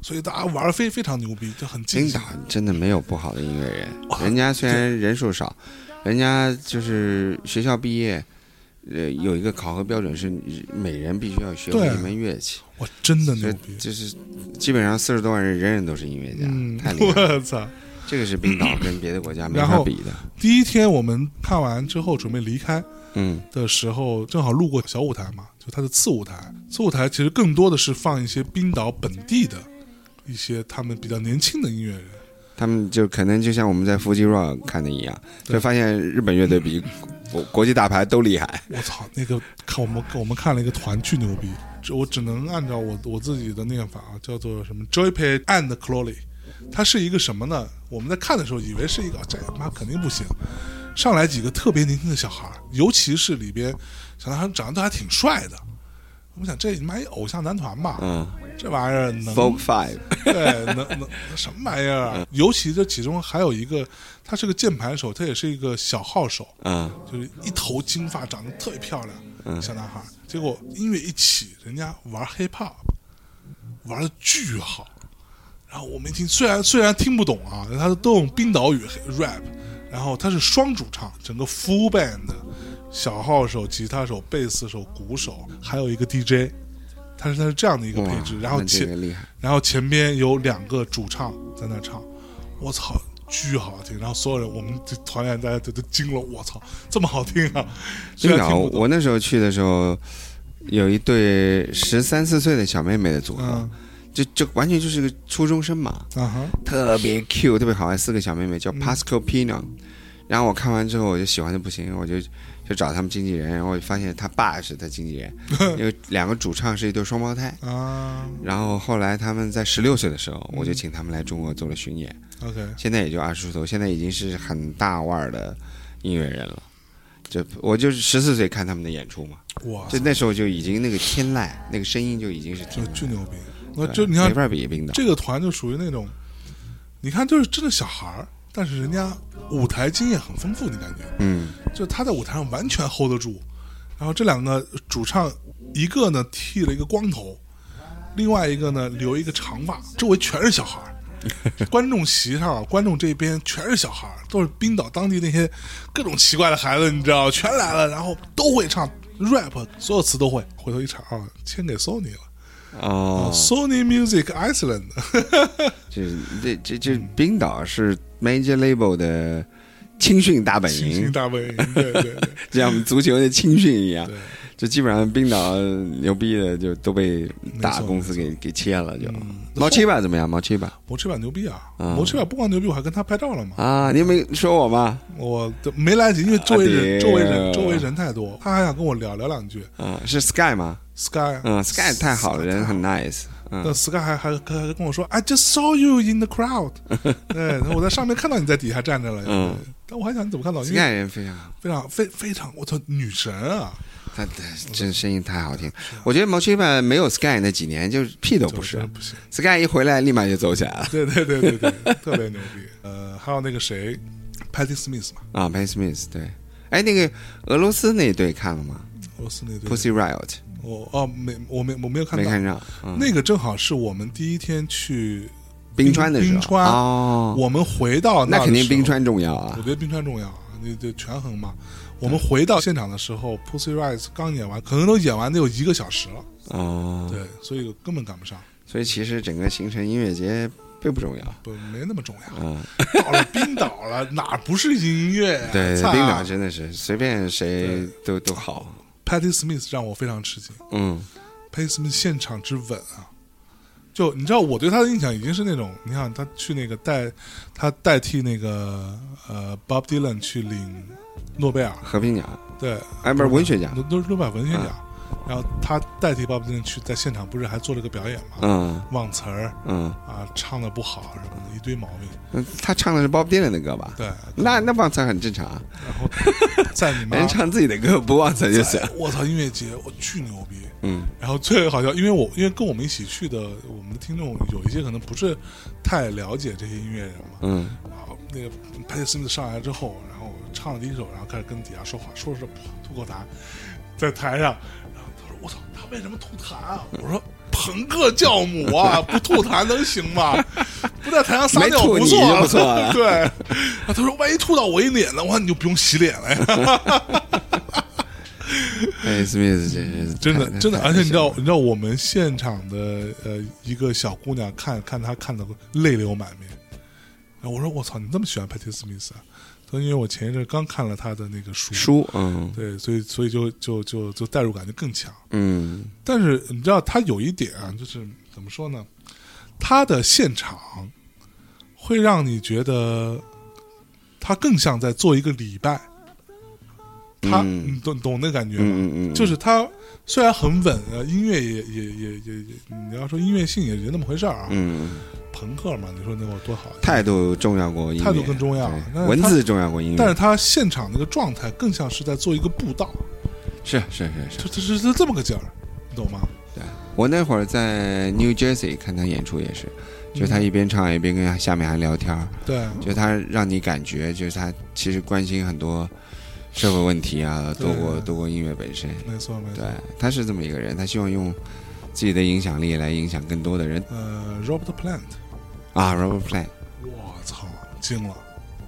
C: 所以大家玩的非非常牛逼，就很尽
D: 冰
C: 兴
D: 岛。真的没有不好的音乐人，人家虽然人数少，人家就是学校毕业，呃，有一个考核标准是每人必须要学会
C: 对
D: 一门乐器，
C: 哇，真的
D: 所
C: 牛
D: 以
C: 逼！
D: 就是基本上四十多万人，人人都是音乐家，
C: 嗯
D: 太，厉害 了。
C: 我操！
D: 这个是冰岛跟别的国家没
C: 然
D: 法
C: 后
D: 比的。
C: 第一天我们看完之后准备离开
D: 嗯，
C: 的时候，正好路过小舞台嘛，就它的次舞台。次舞台其实更多的是放一些冰岛本地的一些他们比较年轻的音乐人。
D: 他们就可能就像我们在 Fuji Rock 看的一样，
C: 对
D: 就发现日本乐队比国国际大牌都厉害。
C: 我操，那个看我们我们看了一个团巨牛逼，这我只能按照我我自己的念法啊，叫做什么 Joypad and Chloe，它是一个什么呢？我们在看的时候以为是一个，这妈肯定不行。上来几个特别年轻的小孩儿，尤其是里边小男孩长得都还挺帅的。我想这你妈一偶像男团吧，
D: 嗯
C: 这玩意儿能
D: ，Folk Five，
C: 对，能能什么玩意儿
D: 嗯
C: 啊？尤其这其中还有一个，他是个键盘手，他也是一个小号手，
D: 嗯，
C: 就是一头金发，长得特别漂亮，小男孩儿。结果音乐一起，人家玩 hip hop，玩的巨好。然后我们一听，虽然虽然听不懂啊，但他都用冰岛语 rap，然后他是双主唱，整个 full band，小号手、吉他手、贝斯手、鼓手，还有一个 DJ，他是他是这样的一个
D: 哇
C: 配置。然后
D: 那
C: 前
D: 这个厉害，
C: 然后前边有两个主唱在那唱，我操，巨好听！然后所有人，我们这团员大家都都惊了，我操，这么好听啊！虽
D: 冰
C: 然
D: 岛，
C: 听不懂，
D: 我那时候去的时候，有一对十三四岁的小妹妹的组合，
C: 嗯
D: 就就完全就是个初中生嘛，
C: 啊哈，
D: 特别 Q，特别好玩。四个小妹妹
C: 嗯
D: 叫 Pascal Pino，、然后我看完之后我就喜欢的不行，我就就找他们经纪人，然后我发现他爸是他经纪 人，因为两个主唱是一对双胞胎。
C: 啊
D: 然后后来他们在十六岁的时候，
C: 嗯
D: 我就请他们来中国做了巡演。
C: ，OK，
D: 现在也就二十出头，现在已经是很大腕儿的音乐人了。就我就是十四岁看他们的演出嘛，
C: 哇，
D: 就那时候就已经那个天籁，那个声音就已经是
C: 就
D: 天籁
C: 巨牛逼！那
D: 对
C: 就你看
D: 没法比冰岛。
C: 这个团就属于那种，你看就是真的小孩儿，但是人家舞台经验很丰富，你感觉？
D: 嗯，
C: 就他在舞台上完全 hold 得住。然后这两个主唱，一个呢剃了一个光头，另外一个呢留一个长发，周围全是小 孩儿。观众席上，啊观众这边全是小孩儿，都是冰岛当地那些各种奇怪的孩子，你知道，全来了，然后都会唱 rap，所有词都会。回头一查啊，签给 Sony 了、
D: 哦，
C: s o n y Music Iceland，
D: 就是这这这冰岛是 major label 的青训大本
C: 星星
D: 营，
C: 大本营，对对对，
D: 就像我们足球的青训一样
C: 对，
D: 就基本上冰岛牛逼的就都被大公司给给切了，就。
C: 嗯
D: 毛七吧怎么样？毛七吧
C: 摩翅板牛逼啊！
D: 嗯
C: 摩翅板不光牛逼，我还跟他拍照了嘛。
D: 啊，你没说我吗？
C: 我都没来得及，因为周围人、
D: 啊对
C: 周围人、周围人太多，他还想跟我聊聊两句。
D: 啊，是 Sky 吗？
C: Sky，
D: 嗯，Sky 太好了，人很 nice。嗯
C: 那 Sky 还还还跟我说，I just saw you in the crowd，对， 我在上面看到你在底下站着了，
D: 嗯
C: 对但我还想你怎么看到，因
D: Sky
C: 为
D: 人非常好，
C: 非常非非常，我操，女神啊，
D: 他的真声音太好听。我觉得毛七吧没有 Sky 那几年就是屁都不
C: 真的
D: 是。
C: 不行，
D: Sky 一回来立马就走起来了
C: 对对对对对，特别牛逼。 呃，还有那个谁，Patty Smith 嘛，
D: 啊 p a Smith 对。哎，那个俄罗斯那队看了吗
C: 俄罗斯那队，
D: ？Pussy Riot
C: 我哦没我没我没有看
D: 没
C: 到
D: 看，上，嗯
C: 那个正好是我们第一天去
D: 冰川的时候
C: 冰川
D: 哦，
C: 我们回到
D: 那
C: 儿的
D: 肯定
C: 时候
D: 冰川重要
C: 我
D: 啊
C: 觉。得冰川重要啊，那就权衡嘛。我们回到现场的时候，Pussy Riot 刚演完，可能都演完得有一个小时了，
D: 哦，
C: 对，所以根本赶不上，
D: 所以其实整个行程音乐节并不重要。
C: 不没那么重要。
D: 嗯，
C: 到了冰岛了，哪不是音乐啊呀、
D: 对，
C: 操
D: 冰岛真的是随便谁都都好。
C: Patty Smith 让我非常吃惊
D: 嗯，
C: ，Patty Smith 现场之稳啊！就你知道，我对他的印象已经是那种，你看他去那个代，他代替那个呃 Bob Dylan 去领诺贝尔，
D: 和平奖，
C: 对，
D: 哎，不是文学奖。
C: 诺诺诺贝尔文学奖。然后他代替鲍勃迪伦去在现场，不是还做了个表演吗？
D: 嗯
C: 忘词儿
D: 嗯，
C: 啊，唱的不好什么的，一堆毛病。
D: 嗯他唱的是 Bob Dylan 的歌吧？
C: 对，
D: 那那忘词很正常啊，
C: 然后在你妈
D: 人，唱自己的歌不忘词就 行。
C: 我操，音乐节我巨牛逼。
D: 嗯，
C: 然后最好笑，因为我因为跟我们一起去的我们的听众有一些可能不是太了解这些音乐人嘛。
D: 嗯，
C: 然后那个派特斯密上来之后，然后唱了第一首，然后开始跟底下说话，说着说着吐口痰，在台上，然后他说我操，他为什么吐痰啊？我说朋克教母啊，不吐痰能行吗？不在台上撒尿
D: 没吐你
C: 错
D: 就不错了
C: 对，啊他说万一吐到我一脸呢，我说你就不用洗脸了呀。
D: 哎，Smith，真是
C: 真的
D: 太
C: 真的，
D: 太
C: 而且你知道
D: 太，
C: 你知道我们现场的呃一个小姑娘看看她看的泪流满面，然后我说我操，你这么喜欢 Patti Smith 啊？她说因为我前一阵刚看了她的那个书，
D: 书，嗯
C: 对，所以所以就就就就代入感就更强。
D: 嗯
C: 但是你知道，她有一点啊，就是怎么说呢？她的现场会让你觉得她更像在做一个礼拜，她、
D: 嗯
C: 你懂懂那感觉
D: 嗯
C: 吗？
D: 嗯嗯，
C: 就是它虽然很稳，呃，音乐也也也也也，你要说音乐性也就那么回事儿啊，
D: 嗯，
C: 朋克嘛，你说能有多好？
D: 态，度重要过音乐，
C: 态度更重要啊
D: 对
C: 那他
D: 文字重要过音乐，
C: 但是他现场那个状态更像是在做一个布道，
D: 是是是是
C: 这这这这这么个劲儿，你懂吗？
D: 我那会儿在 New Jersey 看他演出也是，就是他一边唱一边跟下面还聊天儿，
C: 对，
D: 就是他让你感觉就是他其实关心很多社会问题啊，
C: 对
D: 多过多过音乐本身。
C: 没错没错
D: 对。，他是这么一个人，他希望用自己的影响力来影响更多的人
C: 呃，Robert Plant，
D: 啊。Robert Plant，
C: 我操，惊了！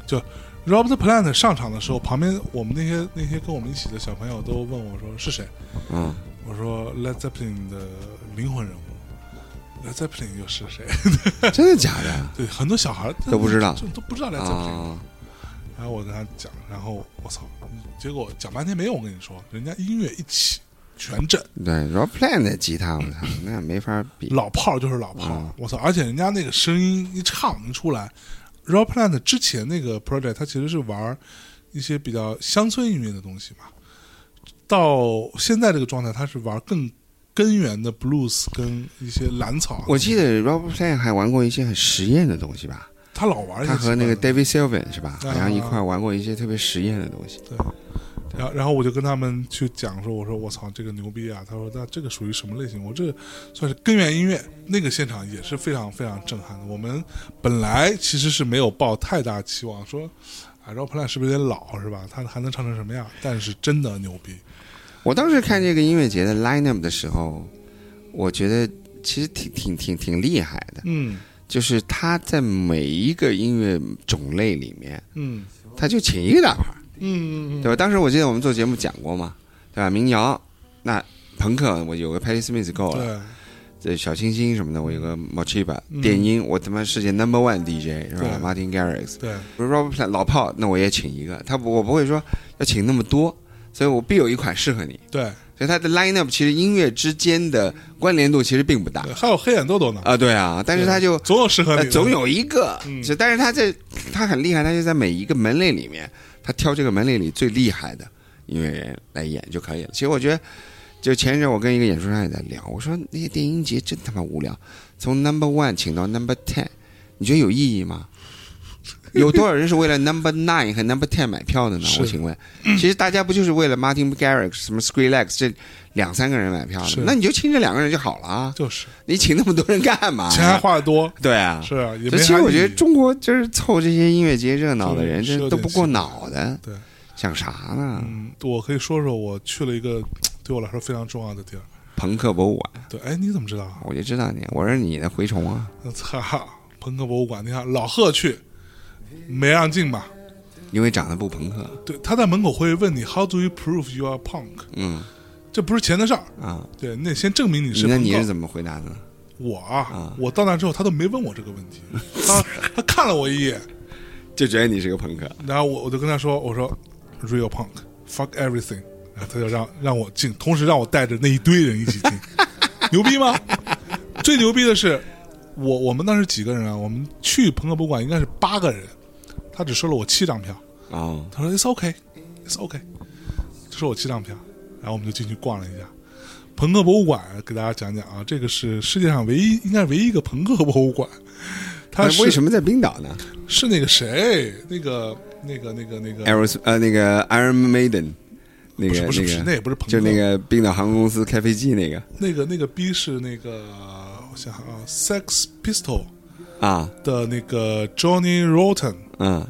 C: 就 Robert Plant 上场的时候，旁边我们那些那些跟我们一起的小朋友都问我说是谁。
D: 嗯，
C: 我说 Led Zeppelin 的灵魂人物，Led Zeppelin 又是谁？
D: 真的假的？
C: 对，很多小孩儿
D: 都不知道
C: 就都不知道 Led Zeppelin。
D: 啊，
C: 然后我跟他讲，然后我操，结果讲半天没有。我跟你说，人家音乐一起全震，
D: 对，Robert Plant 的吉他，我 操，那没法比。
C: 老炮儿就是老炮儿
D: 嗯。
C: 我操，而且人家那个声音一唱一出来 r o b Plant 之前那个 project，他其实是玩一些比较乡村音乐的东西嘛。到现在这个状态，他是玩更根源的 blues 跟一些蓝草。
D: 我记得 Robert Plant 还玩过一些很实验的东西吧？
C: 他老玩一些
D: 他和那个
C: 奇怪的
D: David Sylvan 是吧？
C: 啊
D: 好像一块玩过一些特别实验的东西。
C: 然后，然后我就跟他们去讲说，我说我操，这个牛逼啊！他说那这个属于什么类型？我这算是根源音乐，那个现场也是非常非常震撼的。我们本来其实是没有抱太大期望，说啊 r o p l a n 是不是有点老是吧？他还能唱成什么样？但是真的牛逼，
D: 我当时看这个音乐节的 lineup 的时候，我觉得其实挺挺挺挺厉害的，
C: 嗯
D: 就是他在每一个音乐种类里面，
C: 嗯
D: 他就请一个大牌儿，
C: 嗯嗯
D: 对吧？当时我记得我们做节目讲过嘛，对吧？民谣，那朋克我有个 Patti Smith 够了，
C: 嗯，
D: 这小清新什么的我有个 Mochiba，
C: 嗯
D: 电音我他妈世界 number one DJ 是吧
C: 对
D: ？Martin Garrix，
C: 对对，
D: 比如 Robert Plant 老炮，那我也请一个。他不，我不会说要请那么多，所以我必有一款适合你。
C: 对
D: 所以他的 lineup 其实音乐之间的关联度其实并不大
C: 对，还有黑眼豆豆呢，
D: 啊，对啊，但是他就
C: 总有适合你
D: 呃
C: 的，
D: 总有一个
C: 嗯，
D: 就但是他在他很厉害，他就在每一个门类里面，他挑这个门类里最厉害的音乐人来演就可以了。其实我觉得，就前一阵我跟一个演出商也在聊，我说那些电音节真他妈无聊，从 number one 请到 number ten，你觉得有意 义吗？有多少人是为了 number nine 和 number ten 买票的呢？
C: 是
D: 我请问，其实大家不就是为了 Martin Garrix、什么 s c r e e l e x 这两三个人买票
C: 是
D: 的？那你就请这两个人就好了啊！
C: 就是
D: 你请那么多人干嘛呀？
C: 钱还花的多，
D: 对啊，
C: 是啊，也
D: 就
C: 没
D: 其
C: 啥
D: 实我觉得
C: 意义
D: 中国就是凑这些音乐节热闹的人，
C: 是
D: 这
C: 有
D: 都
C: 点
D: 不过脑的，
C: 对。
D: 想啥呢？
C: 嗯，我可以说说我去了一个对我来说非常重要的地儿。
D: 朋克博物馆，
C: 对，哎，你怎么知道啊？
D: 我就知道你，我是你的蛔虫啊！
C: 我操，朋克博物馆，你看老贺去，没让进吧？
D: 因为长得不朋克，
C: 对，他在门口会问你 How do you prove you are punk？
D: 嗯
C: 这不是钱的事儿，
D: 啊，
C: 对，你得先证明你是
D: 那你是
C: 朋克。
D: 怎么回答的呢？
C: 我啊，我到那之后他都没问我这个问题，他他看了我一眼，
D: 就觉得你是个朋克，
C: 然后我我就跟他说，我说 real punk，fuck everything，然后他就让让我进，同时让我带着那一堆人一起 进，牛逼吗？最牛逼的是，我我们当时几个人啊，我们去朋克博物馆应该是八个人，他只收了我七张票，
D: 哦，
C: 他说 it's okay，it's okay，只收我七张票，然后我们就进去逛了一下。朋克博物馆给大家讲讲啊，这个是世界上唯一，应该是唯一一个朋克博物馆。它
D: 那
C: 是
D: 哎为什么在冰岛呢
C: 是那个谁，那个那个那个那个
D: ？Aeros 呃，那个 Iron Maiden，那
C: 不
D: 个
C: 是不是不是，
D: 那
C: 那
D: 个，
C: 也不是朋克，
D: 就那个冰岛航空公司开飞机那个
C: 那个那个逼是那个，我想想啊，Sex Pistol
D: 啊，
C: 的那个 Johnny Rotten，
D: 嗯，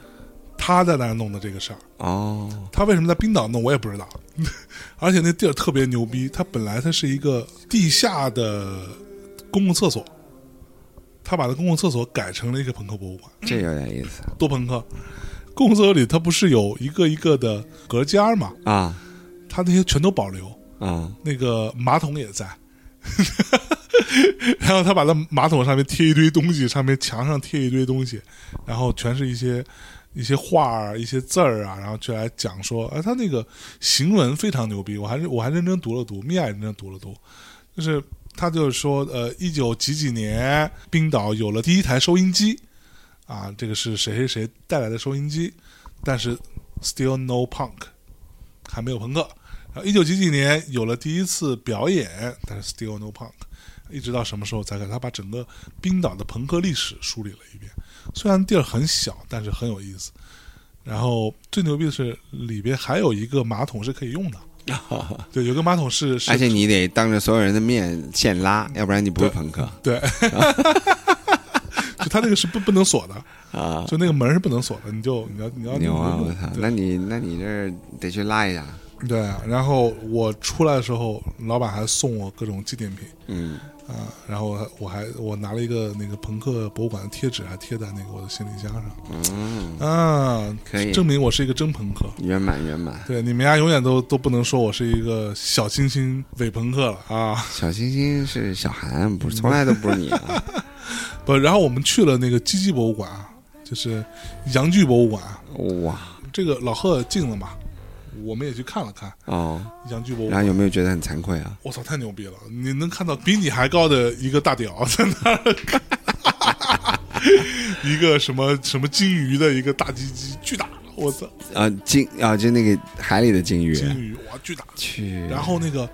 C: 他在那儿弄的这个事儿。
D: 哦，
C: 他为什么在冰岛弄，我也不知道。 而且那地儿特别牛逼，它本来它是一个地下的公共厕所，它把它公共厕所改成了一个朋克博物馆，
D: 这有点意思
C: 多朋克。公共厕所里它不是有一个一个的隔间儿嘛，
D: 啊
C: 它那些全都保留，
D: 啊！
C: 那个马桶也在。 然后他把那马桶上面贴一堆东西，上面墙上贴一堆东西，然后全是一些一些画儿、一些字儿啊，然后就来讲说，啊，他那个行文非常牛逼，我还是我还认真读了读，米娅也认真读了读，就是他就是说，呃，一九几几年冰岛有了第一台收音机，啊，这个是谁谁谁带来的收音机，但是 still no punk，还没有朋克。然后一九几几年有了第一次表演，但是 still no punk，一直到什么时候才给他把整个冰岛的朋克历史梳理了一遍。虽然地儿很小，但是很有意思。然后最牛逼的是里边还有一个马桶是可以 用的，对，有个马桶是是
D: 而且你得当着所有人的面现拉，要不然你不是朋克
C: 对， 就他那个是不不能锁的，
D: 啊！
C: 就那个门是不能锁的，你就你要你要
D: 牛啊！
C: 你
D: 我
C: 就
D: 操，
C: 对
D: 那你那你这得去拉一下，
C: 对，啊然后我出来的时候，老板还送我各种纪念品
D: 嗯
C: 啊，然后我还我还我拿了一个那个朋克博物馆的贴纸，还贴在那个我的行李箱上
D: 嗯，
C: 啊，
D: 可以
C: 证明我是一个真朋克。
D: 圆满圆满。
C: 对，你们家永远都都不能说我是一个小清新伪朋克了啊！
D: 小星星是小韩，不是从来都不是你 啊！
C: 不，然后我们去了那个鸡鸡博物馆，啊就是洋剧博物馆，啊
D: 哇
C: 这个老贺进了嘛，我们也去看了看
D: 哦，
C: 洋剧博物
D: 然
C: 馆。
D: 后有没有觉得很惭愧啊？
C: 我操，太牛逼了！你能看到比你还高的一个大屌 在那儿，一个什么什么金鱼的一个大鸡鸡，巨大！我操，
D: 啊，鲸啊，就那个海里的鲸鱼，啊
C: 金鱼哇，巨大！
D: 去，
C: 然后那个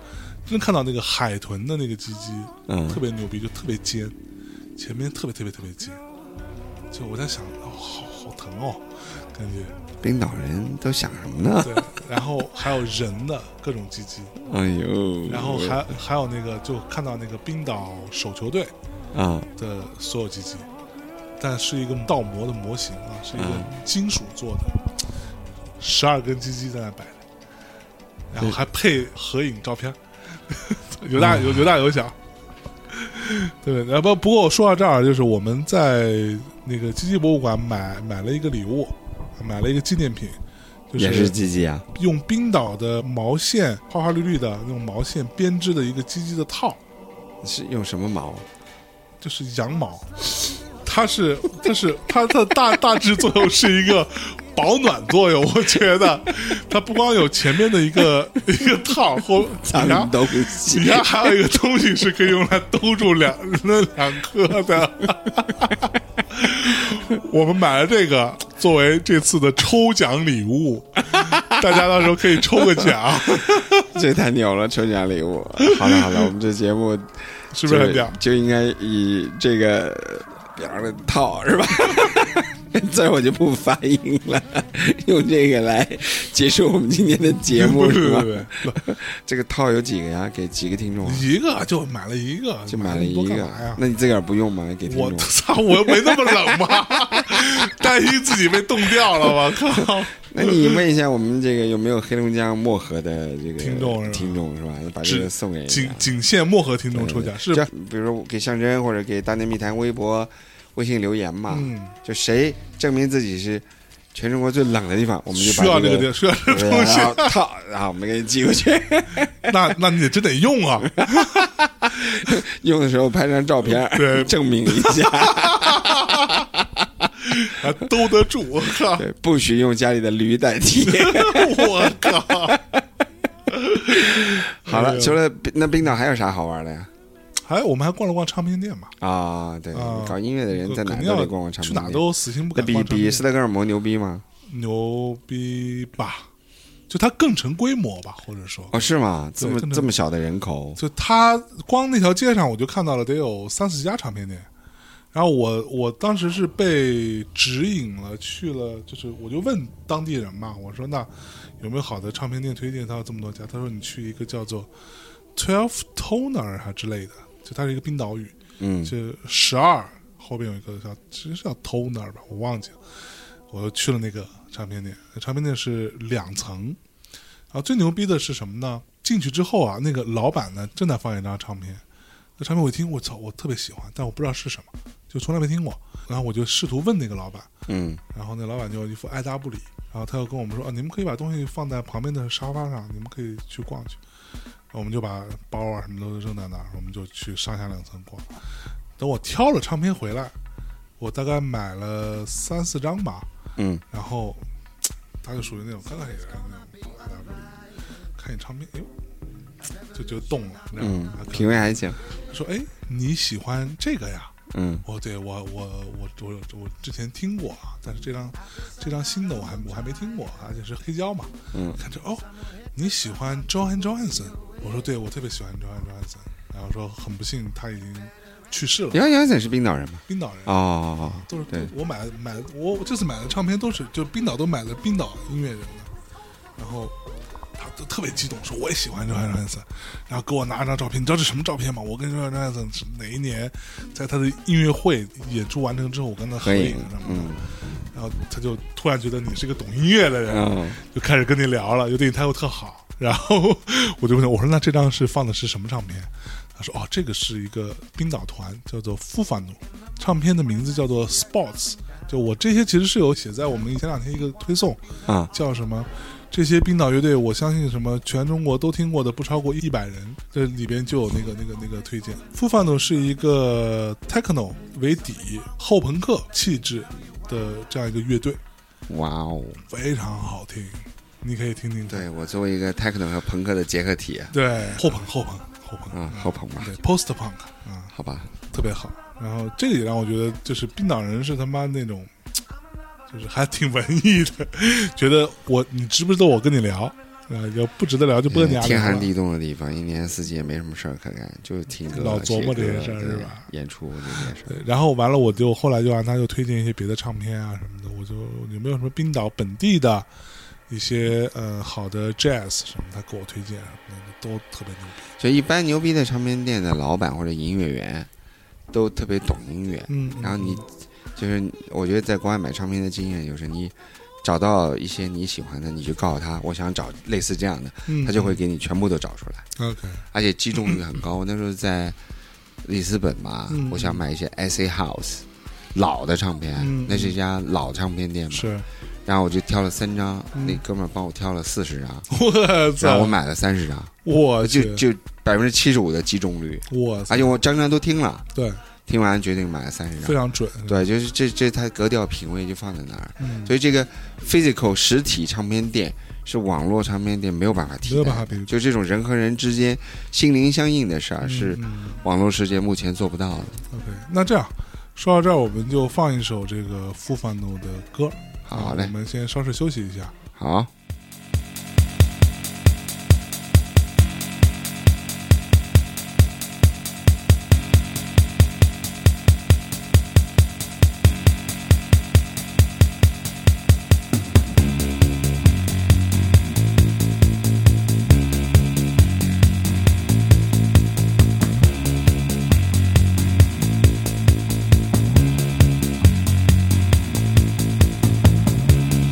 C: 真看到那个海豚的那个鸡鸡，
D: 嗯
C: 特别牛逼，就特别尖，前面特别特别特别尖，就我在想，哦，好好疼哦，感觉
D: 冰岛人都想什么呢？
C: 对，然后还有人的各种鸡鸡，
D: 哎呦，
C: 然后还还有那个就看到那个冰岛手球队
D: 啊
C: 的所有鸡鸡，但是一个倒模的模型啊，是一个
D: 嗯
C: 金属做的，十二根鸡鸡在那摆着，然后还配合影照片，有大
D: 嗯
C: 有有大有小。对，然后不不过我说到这儿，就是我们在那个鸡鸡博物馆买买了一个礼物，买了一个纪念品，就
D: 也是
C: 是
D: 鸡鸡啊，
C: 用冰岛的毛线花花绿绿的那种毛线编织的一个鸡鸡的套，
D: 是用什么毛？
C: 就是羊毛， 它是它是它它大大致作用是一个保暖作用，我觉得它不光有前面的一个一个套后，
D: 脏
C: 你 看
D: 东西
C: 底，下还有一个东西是可以用来兜住两那两颗的。 我们买了这个作为这次的抽奖礼物，大家到时候可以抽个奖，
D: 这太牛了！抽奖礼物，好了好了，我们这节目
C: 是不是很屌？
D: 就就应该以这个表上的套是吧？ 这我就不发音了，用这个来结束我们今天的节目
C: 不
D: 是
C: 是
D: 吧
C: 不？是
D: 这个套有几个呀？给几个听众啊
C: 不？是，一个就买了一个，
D: 就买了
C: 多
D: 一
C: 干
D: 个
C: 嘛呀，？
D: 那你自个儿不用吗？给听
C: 啊我
D: 众？
C: 操！我又没那么冷吧？ 担心自己被冻掉了， 我靠！
D: 那你问一下我们这个有没有黑龙江漠河的这个
C: 听众是吧
D: 听众是吧？把这个
C: 只
D: 送给人家
C: 仅。仅限漠河听众抽奖是
D: 就，比如说给象征或者给大内密谈微博、微信留言嘛，
C: 嗯，
D: 就谁证明自己是全中国最冷的地方，我们就
C: 需
D: 把
C: 要
D: 这
C: 这个地需要这个东西，
D: 然后套，然后我们给你寄过去。
C: 那那你得真得用 啊！
D: 用的时候拍张照片，
C: 对
D: 证明一 下。
C: 还兜得住，我靠！
D: 对，不许用家里的驴 代替。
C: 我靠！
D: 好了，
C: 哎呦
D: 除了冰那冰岛还有啥好玩的呀？
C: 还哎我们还逛了逛唱片店嘛，
D: 啊，对，
C: 啊
D: 搞音乐的人在哪
C: 肯
D: 儿
C: 定
D: 都
C: 要
D: 得逛逛唱
C: 去
D: 片
C: 哪
D: 店。
C: 都死性不
D: 那
C: 改
D: 比
C: 逛唱片
D: 比
C: 店
D: 斯德哥尔摩牛逼吗？
C: 牛逼吧？就它更成规模吧，或者说，
D: 哦，是吗？这么
C: 真的
D: 这么小的人口，
C: 就他光那条街上我就看到了得有三四家唱片店，然后我我当时是被指引了去了，就是我就问当地人嘛，我说那有没有好的唱片店推荐？他有这么多家，他说你去一个叫做 Twelve Toner 还之类的，就它是一个冰岛语，
D: 嗯，
C: 就十二后边有一个叫其实是叫 Toner 吧，我忘记了。我又去了那个唱片店，唱片店是两层，啊，最牛逼的是什么呢？进去之后啊，那个老板呢正在放一张唱片，那唱片我一听，我操，我特别喜欢，但我不知道是什么，就从来没听过。然后我就试图问那个老板，
D: 嗯，
C: 然后那老板就一副爱答不理，然后他又跟我们说啊，你们可以把东西放在旁边的沙发上，你们可以去逛去。我们就把包啊什么都扔在那儿，我们就去上下两层逛。等我挑了唱片回来，我大概买了三四张吧，
D: 嗯，
C: 然后他就属于那种看看你的那种爱答不理，看你唱片，哎呦，就就动了，你知道
D: 嗯
C: 吗？，
D: 品味还行，
C: 说哎，你喜欢这个呀？
D: 嗯
C: 哦，对我我我我我之前听过啊，但是这张这张新的我还我还没听过，啊而且是黑胶嘛。
D: 嗯
C: 看着哦，你喜欢 Johan Johansson？我说对，我特别喜欢 Johan Johansson。然后说很不幸他已经去世了，
D: 杨杨森是冰岛人吗？
C: 冰岛人。
D: 哦，
C: 都是
D: 对
C: 我买买我我这次买的唱片都是就冰岛都买了冰岛音乐人的，然后他都特别激动，说我也喜欢 Johan Johansson，然后给我拿一张照片，你知道这什么照片吗？我跟 Johan Johansson 是哪一年在他的音乐会演出完成之后，我跟他合
D: 合
C: 影
D: 影，
C: 什么的，
D: 嗯
C: 然后他就突然觉得你是个懂音乐的人，
D: 嗯
C: 就开始跟你聊了，就对你态度特好。然后我就问他，我说那这张是放的是什么唱片？他说哦，这个是一个冰岛团，叫做 Fufano，唱片的名字叫做 Sports。就我这些其实是有写在我们前两天一个推送，
D: 啊，
C: 叫什么？这些冰岛乐队，我相信什么全中国都听过的不超过一百人，这里边就有那个那个那个推荐。f u f a n o 是一个 techno 为底后朋克气质的这样一个乐队，
D: 哇哦，
C: 非常好听，你可以听听看。
D: 对我作为一个 techno 和朋克的结合体
C: 对，后朋后朋后朋
D: 啊，好捧吧，
C: 对 post punk 啊，
D: 好吧，
C: 特别好。然后这个也让我觉得，就是冰岛人是他妈那种，就是还挺文艺的，觉得我你值不值得我跟你聊？啊，要不值得聊就不跟你
D: 嗯
C: 聊
D: 天寒
C: 了。
D: 地冻的地方，一年四季也没什么事儿可干，就听歌、
C: 老琢磨这些事儿
D: 写歌
C: 是吧？
D: 对演出这些事
C: 对
D: 儿，，
C: 然后完了，我就后来就让他又推荐一些别的唱片啊什么的。我就有没有什么冰岛本地的一些呃好的 jazz 什么，他给我推荐什么的都特别牛逼。
D: 所以一般牛逼的唱片店的老板或者音乐员都特别懂音乐，
C: 嗯，
D: 然后你
C: 嗯
D: 就是我觉得在国外买唱片的经验就是你。找到一些你喜欢的，你就告诉他，我想找类似这样的，
C: 嗯
D: 他就会给嗯你全部都找出来，
C: OK
D: 而且击中率很高。 我那时候在里斯本嘛，
C: 嗯
D: 我想买一些 SA House 老的唱片，
C: 嗯
D: 那是一家老唱片店嘛，
C: 是，
D: 然后我就挑了三张，
C: 嗯哦
D: 那哥们儿帮我挑了四十张，
C: 我
D: 然后我
C: 操，
D: 买了三十张，
C: 我去
D: 就就百分之七十五的击中率，
C: 我操
D: 而且我张张都听了，
C: 对，
D: 听完决定买了三十
C: 非
D: 张。
C: 常准。
D: 哎对，就是这这它格调品味就放在那儿，
C: 嗯，
D: 所以这个 physical 实体唱片店是网络唱片店没有办法替
C: 没有办
D: 代
C: 法比
D: 的，
C: 喻
D: 就这种人和人之间心灵相印的事儿
C: 嗯
D: 是
C: 嗯
D: 网络世界目前做不到的。
C: OK。那这样说到这儿，我们就放一首这个 f u f a n o 的歌。
D: 好
C: 我
D: 嘞，
C: 们先稍事休息一下。
D: 好。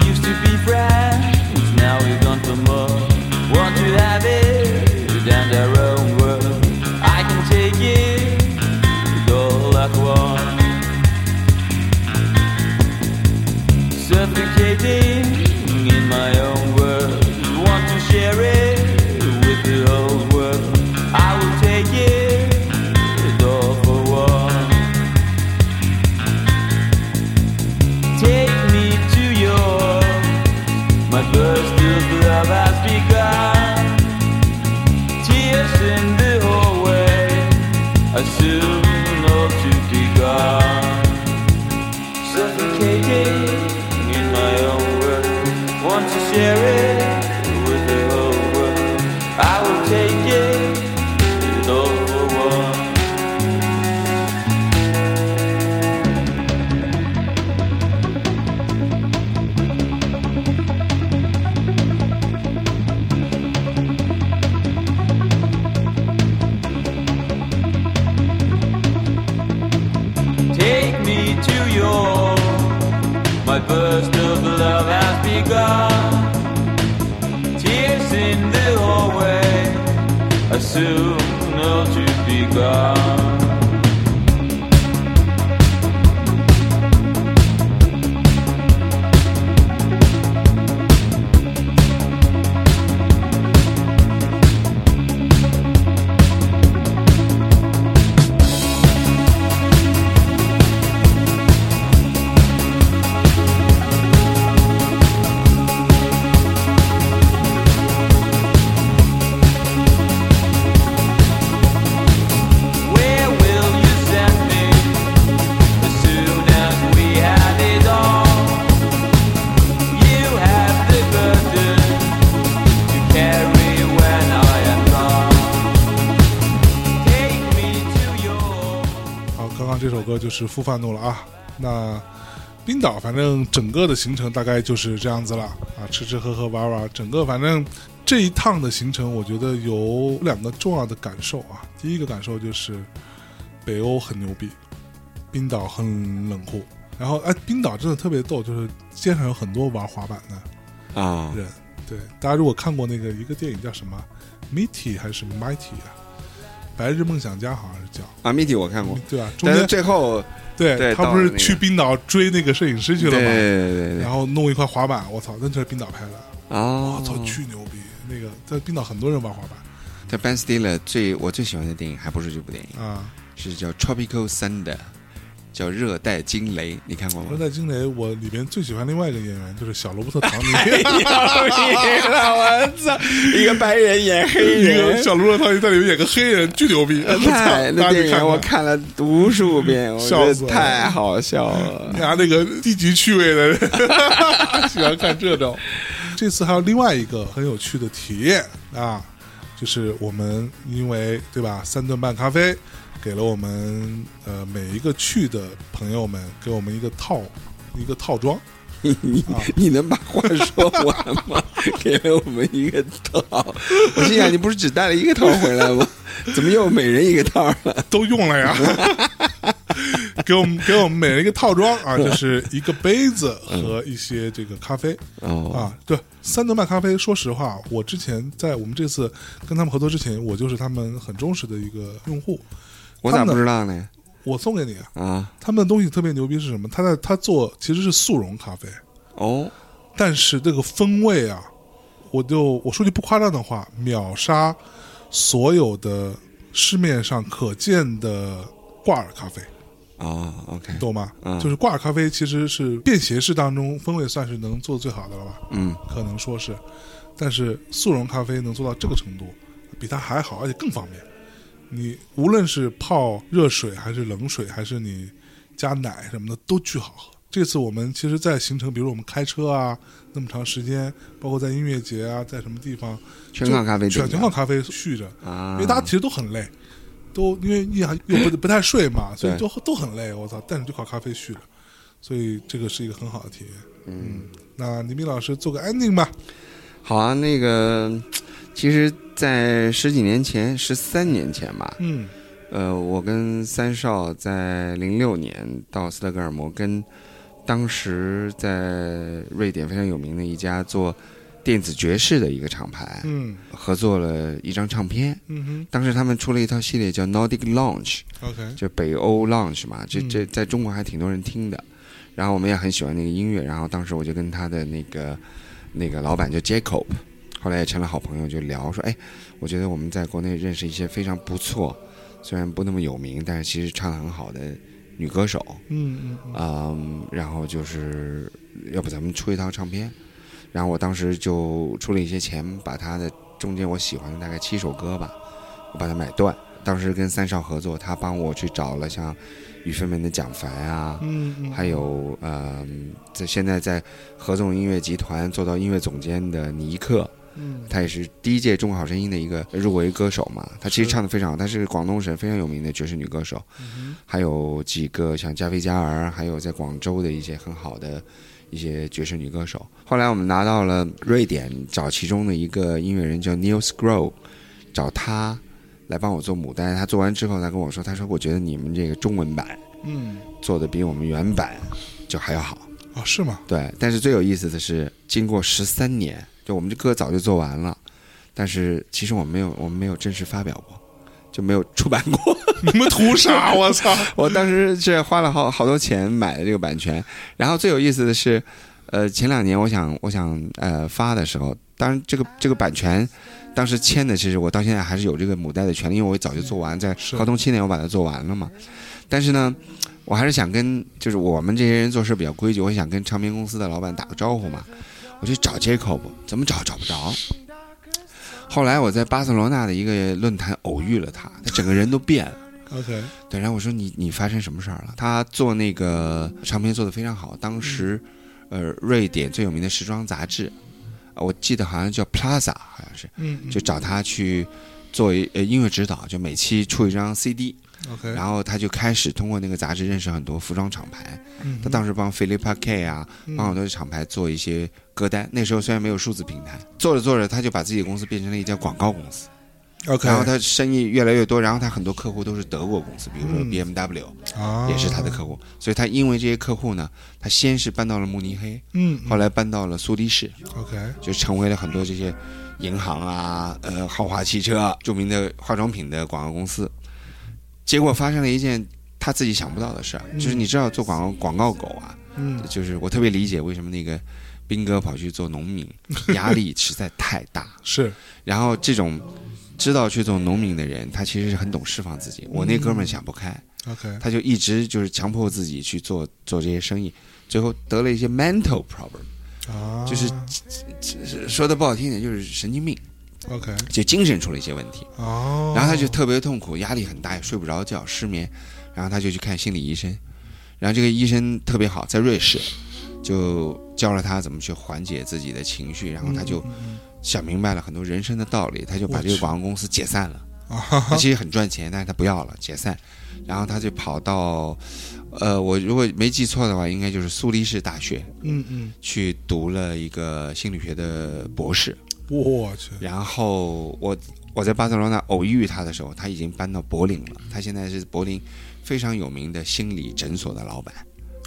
E: Used to be friends, now we've gone for more. Want to have it and our own world. I can take it, all I want. Suffocating in my own world. Want to share it with the whole world. I will take it, all for one. Take me to your My burst of love has begun Tears in the hallway Are soon all to be gone Suffocating in my own world Want to share it with the whole world I will take it all for one Take me to your My burst of love has begun Tears in soon or to be gone. Where will you send me as soon as we have it all? You have the burden to carry when I am gone. Take me to your
C: 好，刚刚这首歌就是《复贩怒》了啊。那冰岛反正整个的行程大概就是这样子了啊，吃吃喝喝玩玩，整个反正这一趟的行程，我觉得有两个重要的感受啊。第一个感受就是北欧很牛逼，冰岛很冷酷。然后哎，冰岛真的特别逗，就是街上有很多玩滑板的
D: 啊，
C: 人。对，大家如果看过那个一个电影叫什么《Mitty》还是《Mighty》啊，《白日梦想家》好像是叫，
D: 阿米迪我看过，
C: 对啊，中
D: 但是
C: 间
D: 最后
C: 对
D: 对
C: 他
D: 到
C: 不
D: 了
C: 是
D: 那个
C: 去冰岛追那个摄影师去
D: 对啊
C: 了
D: 对
C: 吗？
D: 对对
C: 然后弄一块滑板，我操，那就是冰岛拍的，
D: 啊，
C: 我操，巨牛逼！那个在冰岛很多人玩滑板
D: 在 Ben Stiller 最我最喜欢的电影还不是这部电影，
C: 啊。
D: 是叫《Tropical Thunder》，叫《热带惊雷》，你看过
C: 热
D: 吗？
C: 带惊雷，我里面最喜欢另外一个演员就是小罗伯特·唐尼，
D: 哎我操，一个白人 演黑
C: 一个 小罗伯特·唐尼在里面演个黑人，巨牛 逼！我操，
D: 太 那
C: 大家
D: 电
C: 去看
D: 影我
C: 看。
D: 看了无数遍，我觉
C: 笑死
D: 得
C: 我了
D: 太好笑了。
C: 拿那个低级趣味的人 喜欢看这种。这次还有另外一个很有趣的体验啊，就是我们因为对吧，三顿半咖啡给了我们呃每一个去的朋友们给我们一个套一个套装，
D: 你你你能把话说完 吗？给了我们一个套，我心想你不是只带了一个套回来 吗？怎么又每人一个套了？
C: 啊都用了呀。 给我们给我们每人一个套装啊，就是一个杯子和一些这个咖啡。
D: 哦，
C: 啊，对，三德曼咖啡，说实话，我之前在我们这次跟他们合作之前，我就是他们很忠实的一个用户。
D: 我咋不知道呢？
C: 我送给你啊，
D: 啊，
C: 他们的东西特别牛逼是什么？他在他做其实是速溶咖啡，
D: 哦，
C: 但是这个风味啊，我就我说句不夸张的话，秒杀所有的市面上可见的挂耳咖啡，
D: 哦，OK，
C: 懂吗？
D: 嗯
C: 就是挂耳咖啡其实是便携式当中风味算是能做最好的了吧？
D: 嗯，
C: 可能说是，但是速溶咖啡能做到这个程度，比它还好，而且更方便。你无论是泡热水还是冷水，还是你加奶什么的，都巨好喝。这次我们其实，在行程，比如我们开车啊，那么长时间，包括在音乐节啊，在什么地方，
D: 全靠咖啡
C: 全
D: 店，
C: 全靠咖啡续着，
D: 啊
C: 因为，大家其实都很累，都因为夜还又不不太睡嘛，所以
D: 对
C: 就都很累。我操，但是就靠咖啡续着，所以这个是一个很好的体验。嗯，那倪斌老师做个 ending 吧。
D: 好啊，那个，其实，在十几年前，十三年前吧，
C: 嗯
D: 呃，我跟三少在零六年到斯德哥尔摩，跟当时在瑞典非常有名的一家做电子爵士的一个厂牌
C: 嗯
D: 合作了一张唱片。
C: 嗯
D: 当时他们出了一套系列叫 Nordic Lounge，
C: 哼，OK，
D: 就北欧 Lounge 嘛，这
C: 嗯
D: 这在中国还挺多人听的。然后我们也很喜欢那个音乐，然后当时我就跟他的那个那个老板叫 Jacob，后来也成了好朋友，就聊说，哎，我觉得我们在国内认识一些非常不错，虽然不那么有名，但是其实唱得很好的女歌手，
C: 嗯嗯
D: 嗯，然后就是要不咱们出一套唱片，然后我当时就出了一些钱，把他的中间我喜欢的大概七首歌吧，我把它买断。当时跟三少合作，他帮我去找了像雨飞门的蒋凡啊，
C: 嗯嗯，
D: 还有呃，在现在在合众音乐集团做到音乐总监的尼克，
C: 嗯
D: 他也是第一届中国好声音的一个入围歌手嘛。他其实
C: 是嗯
D: 唱的非常好，她是广东省非常有名的爵士女歌手。还有几个像加菲加尔，还有在广州的一些很好的一些爵士女歌手。后来我们拿到了瑞典找其中的一个音乐人叫 Neil Scroll，找他来帮我做牡丹。他做完之后，他跟我说，他说我觉得你们这个中文版
C: 嗯
D: 做的比我们原版就还要好。
C: 啊是吗？
D: 对，但是最有意思的是，经过十三年，就我们这歌早就做完了，但但是其实我没有，我们没有正式发表过，就没有出版过。
C: 你们图 啥？我操！
D: 我当时是花了好好多钱买的这个版权。然后最有意思的是，呃，前两年我想我想呃发的时候，当然这个这个版权当时签的，其实我到现在还是有这个母带的权利，因为我早就做完，在
C: 是
D: 高通七年我把它做完了嘛。但是呢，我还是想跟就是我们这些人做事比较规矩，我想跟唱片公司的老板打个招呼嘛。我去找 Jacob，怎么找找不着。后来我在巴塞罗那的一个论坛偶遇了他，他整个人都变了。
C: OK，
D: 对，然后我说你你发生什么事儿了？他做那个唱片做的非常好，
C: 嗯
D: 当时，呃，瑞典最有名的时装杂志，呃我记得好像叫 Plaza，好像是，
C: 嗯
D: 就找他去做一呃音乐指导，就每期出一张 CD，
C: OK，
D: 然后他就开始通过那个杂志认识很多服装厂牌，
C: 嗯
D: 他当
C: 时
D: 时帮 Philippa K 啊，
C: 嗯
D: 帮很多厂牌做一些歌单。那时候虽然没有数字平台，做着做着他就把自己的公司变成了一家广告公司。
C: OK，
D: 然后他生意越来越多，然后他很多客户都是德国公司，比如说
C: 嗯
D: BMW、
C: 啊
D: 也是他的客户，所以他因为这些客户呢，他先是搬到了慕尼黑，
C: 嗯
D: 后来搬到了苏黎世，
C: OK
D: 就成为了很多这些银行啊、呃豪华汽车啊、著名的化妆品的广告公司。结果发生了一件他自己想不到的事儿，就是你知道做广告广告狗啊，
C: 嗯
D: 就是我特别理解为什么那个斌哥跑去做农民， 压力实在太大。
C: 是
D: 然后这种知道去做农民的人，他其实是很懂释放自己。我那哥们儿想不开，
C: OK
D: 他就一直就是强迫自己去做做这些生意，最后得了一些 mental problem，
C: 啊，
D: 就是说的不好听点就是神经病，
C: OK
D: 就精神出了一些问题。
C: 哦，
D: 然后他就特别痛苦，压力很大，也睡不着觉，失眠，然后他就去看心理医生，然后这个医生特别好，在瑞士，就教了他怎么去缓解自己的情绪，然后他就想明白了很多人生的道理，他就把
C: 嗯我
D: 这个
C: 去
D: 广告公司解 散了。他
C: 啊
D: 其实很赚钱，但是他不要了，解散，然后他就跑到，呃，我如果没记错的话，应该就是苏黎世大学
C: 嗯嗯，
D: 去读了一个心理学的博士。
C: 我去
D: 然后我我在巴塞罗那偶遇他的时候，他已经搬到柏林了，他现在是柏林非常有名的心理诊所的老板。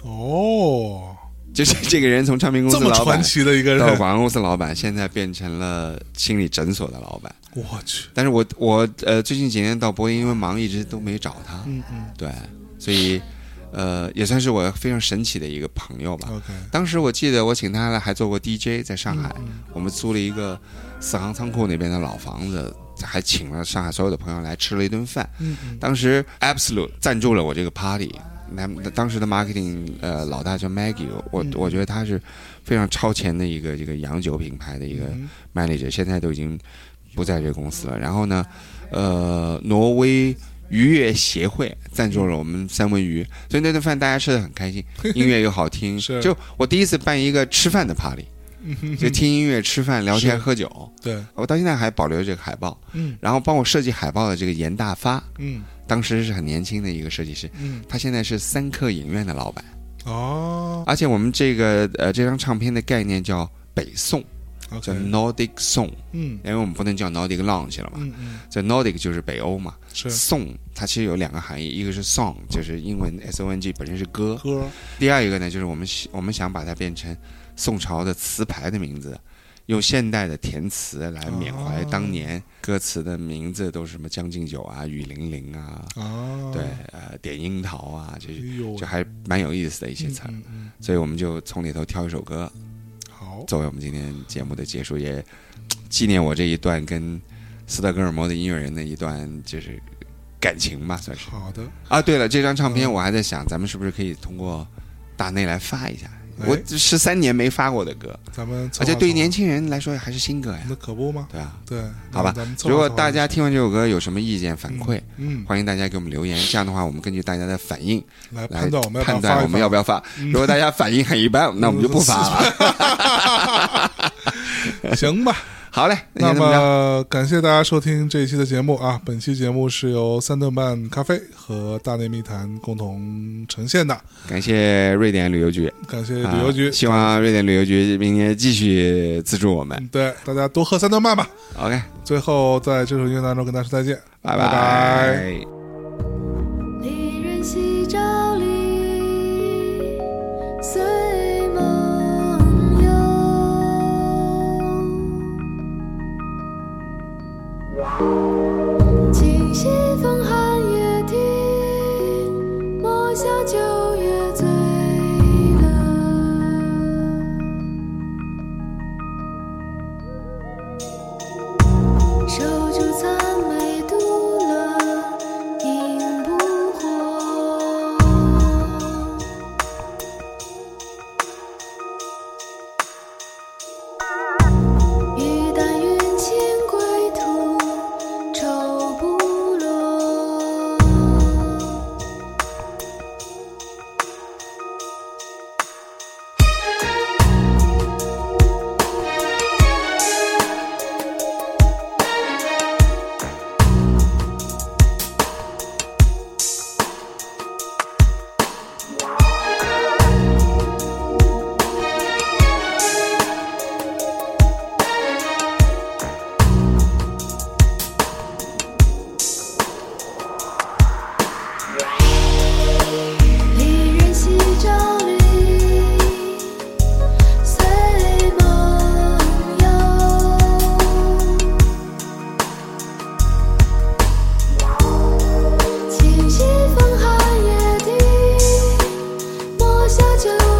C: 哦，
D: 就是这个人从唱片公
C: 这
D: 司
C: 么
D: 老
C: 传
D: 板
C: 奇的一个
D: 到
C: 人，
D: 广告公司老板，现在变成了心理诊所的老板。
C: 我去，
D: 但是我我呃最近几年到柏林，因为忙一直都没找他。
C: 嗯嗯
D: 对，所以呃，也算是我非常神奇的一个朋友吧。
C: ，OK，
D: 当时我记得我请他来还做过 DJ，在上海，
C: 嗯
D: 我们租了一个四行仓库那边的老房子，还请了上海所有的朋友来吃了一顿饭。
C: 嗯嗯
D: 当时 Absolute 赞助了我这个 party。那当时的 marketing 呃老大叫 Maggie，我
C: 嗯
D: 我觉得他是非常超前的一个这个洋酒品牌的一个
C: 嗯
D: manager，现在都已经不在这个公司了。然后呢，呃，挪威渔业协会赞助了我们三文鱼，所以那顿饭大家吃的很 开心，音乐又好听。
C: 是
D: 就我第一次办一个吃饭的 party，
C: 嗯哼
D: 就听音乐、吃饭、聊天、
C: 是
D: 喝酒。
C: 对，
D: 我到现在还保留着这个海报，
C: 嗯
D: 然后帮我设计海报的这个严大发，
C: 嗯
D: 当时是很年轻的一个设计师，
C: 嗯，
D: 他现在是三克影院的老板，
C: 哦
D: 而且我们这个呃这张唱片的概念叫北宋，
C: ，OK，
D: 叫 Nordic Song，
C: 嗯
D: 因为我们不能叫 Nordic Lounge 了嘛，
C: 嗯嗯，
D: 这 Nordic 就是北欧嘛
C: 是
D: ，song 它其实有两个含义，一个是 song 就是英文 s o n g 本身是歌，
C: 歌，
D: 第二一个呢就是我们喜我们想把它变成宋朝的词牌的名字，用现代的填词来缅怀
C: 哦
D: 当年歌词的名字都是什么《将进酒》啊、《雨霖铃》啊，
C: 啊，
D: 对，呃，《点樱桃》啊，这些
C: 哎呦，
D: 就还蛮有意思的一些词儿，
C: 嗯嗯
D: 所以我们就从里头挑一首歌
C: 嗯好，
D: 作为我们今天节目的结束，也纪念我这一段跟斯德哥尔摩的音乐人的一段就是感情吧，算是。
C: 好的，
D: 啊，对了，这张唱
C: 嗯
D: 片我还在想，咱们是不是可以通过大内来发一下？
C: 哎
D: 我十三年没发过的歌，
C: 咱们
D: 而且对于年
C: 轻，
D: 轻人来说还是新歌呀，
C: 那可不吗？
D: 对啊。
C: 对，
D: 好吧
C: 咱们，凑合
D: 如果
C: 凑合
D: 大家听完这首歌有什么意见反馈，
C: 嗯
D: 欢迎大家给我们留言。这样的话，我们根据大家的反应
C: 来
D: 来
C: 判断我们要不要发一
D: 判断我们
C: 发嗯
D: 要不要发。如果大家反应很一般，那我们就不发了。
C: 行吧。
D: 好嘞，
C: 那
D: 先这么着
C: 么感谢大家收听这一期的节目啊！本期节目是由三顿半咖啡和大内密谈共同呈现的，
D: 感谢瑞典旅游局，
C: 感谢旅游局。
D: 啊希望瑞典旅游局明年继续资助我们
C: 嗯。对，大家多喝三顿半吧。
D: OK，
C: 最后，在这首音乐当中跟大家说再见，嗯拜
D: 拜
F: 离人夕照里，随梦游。我下酒。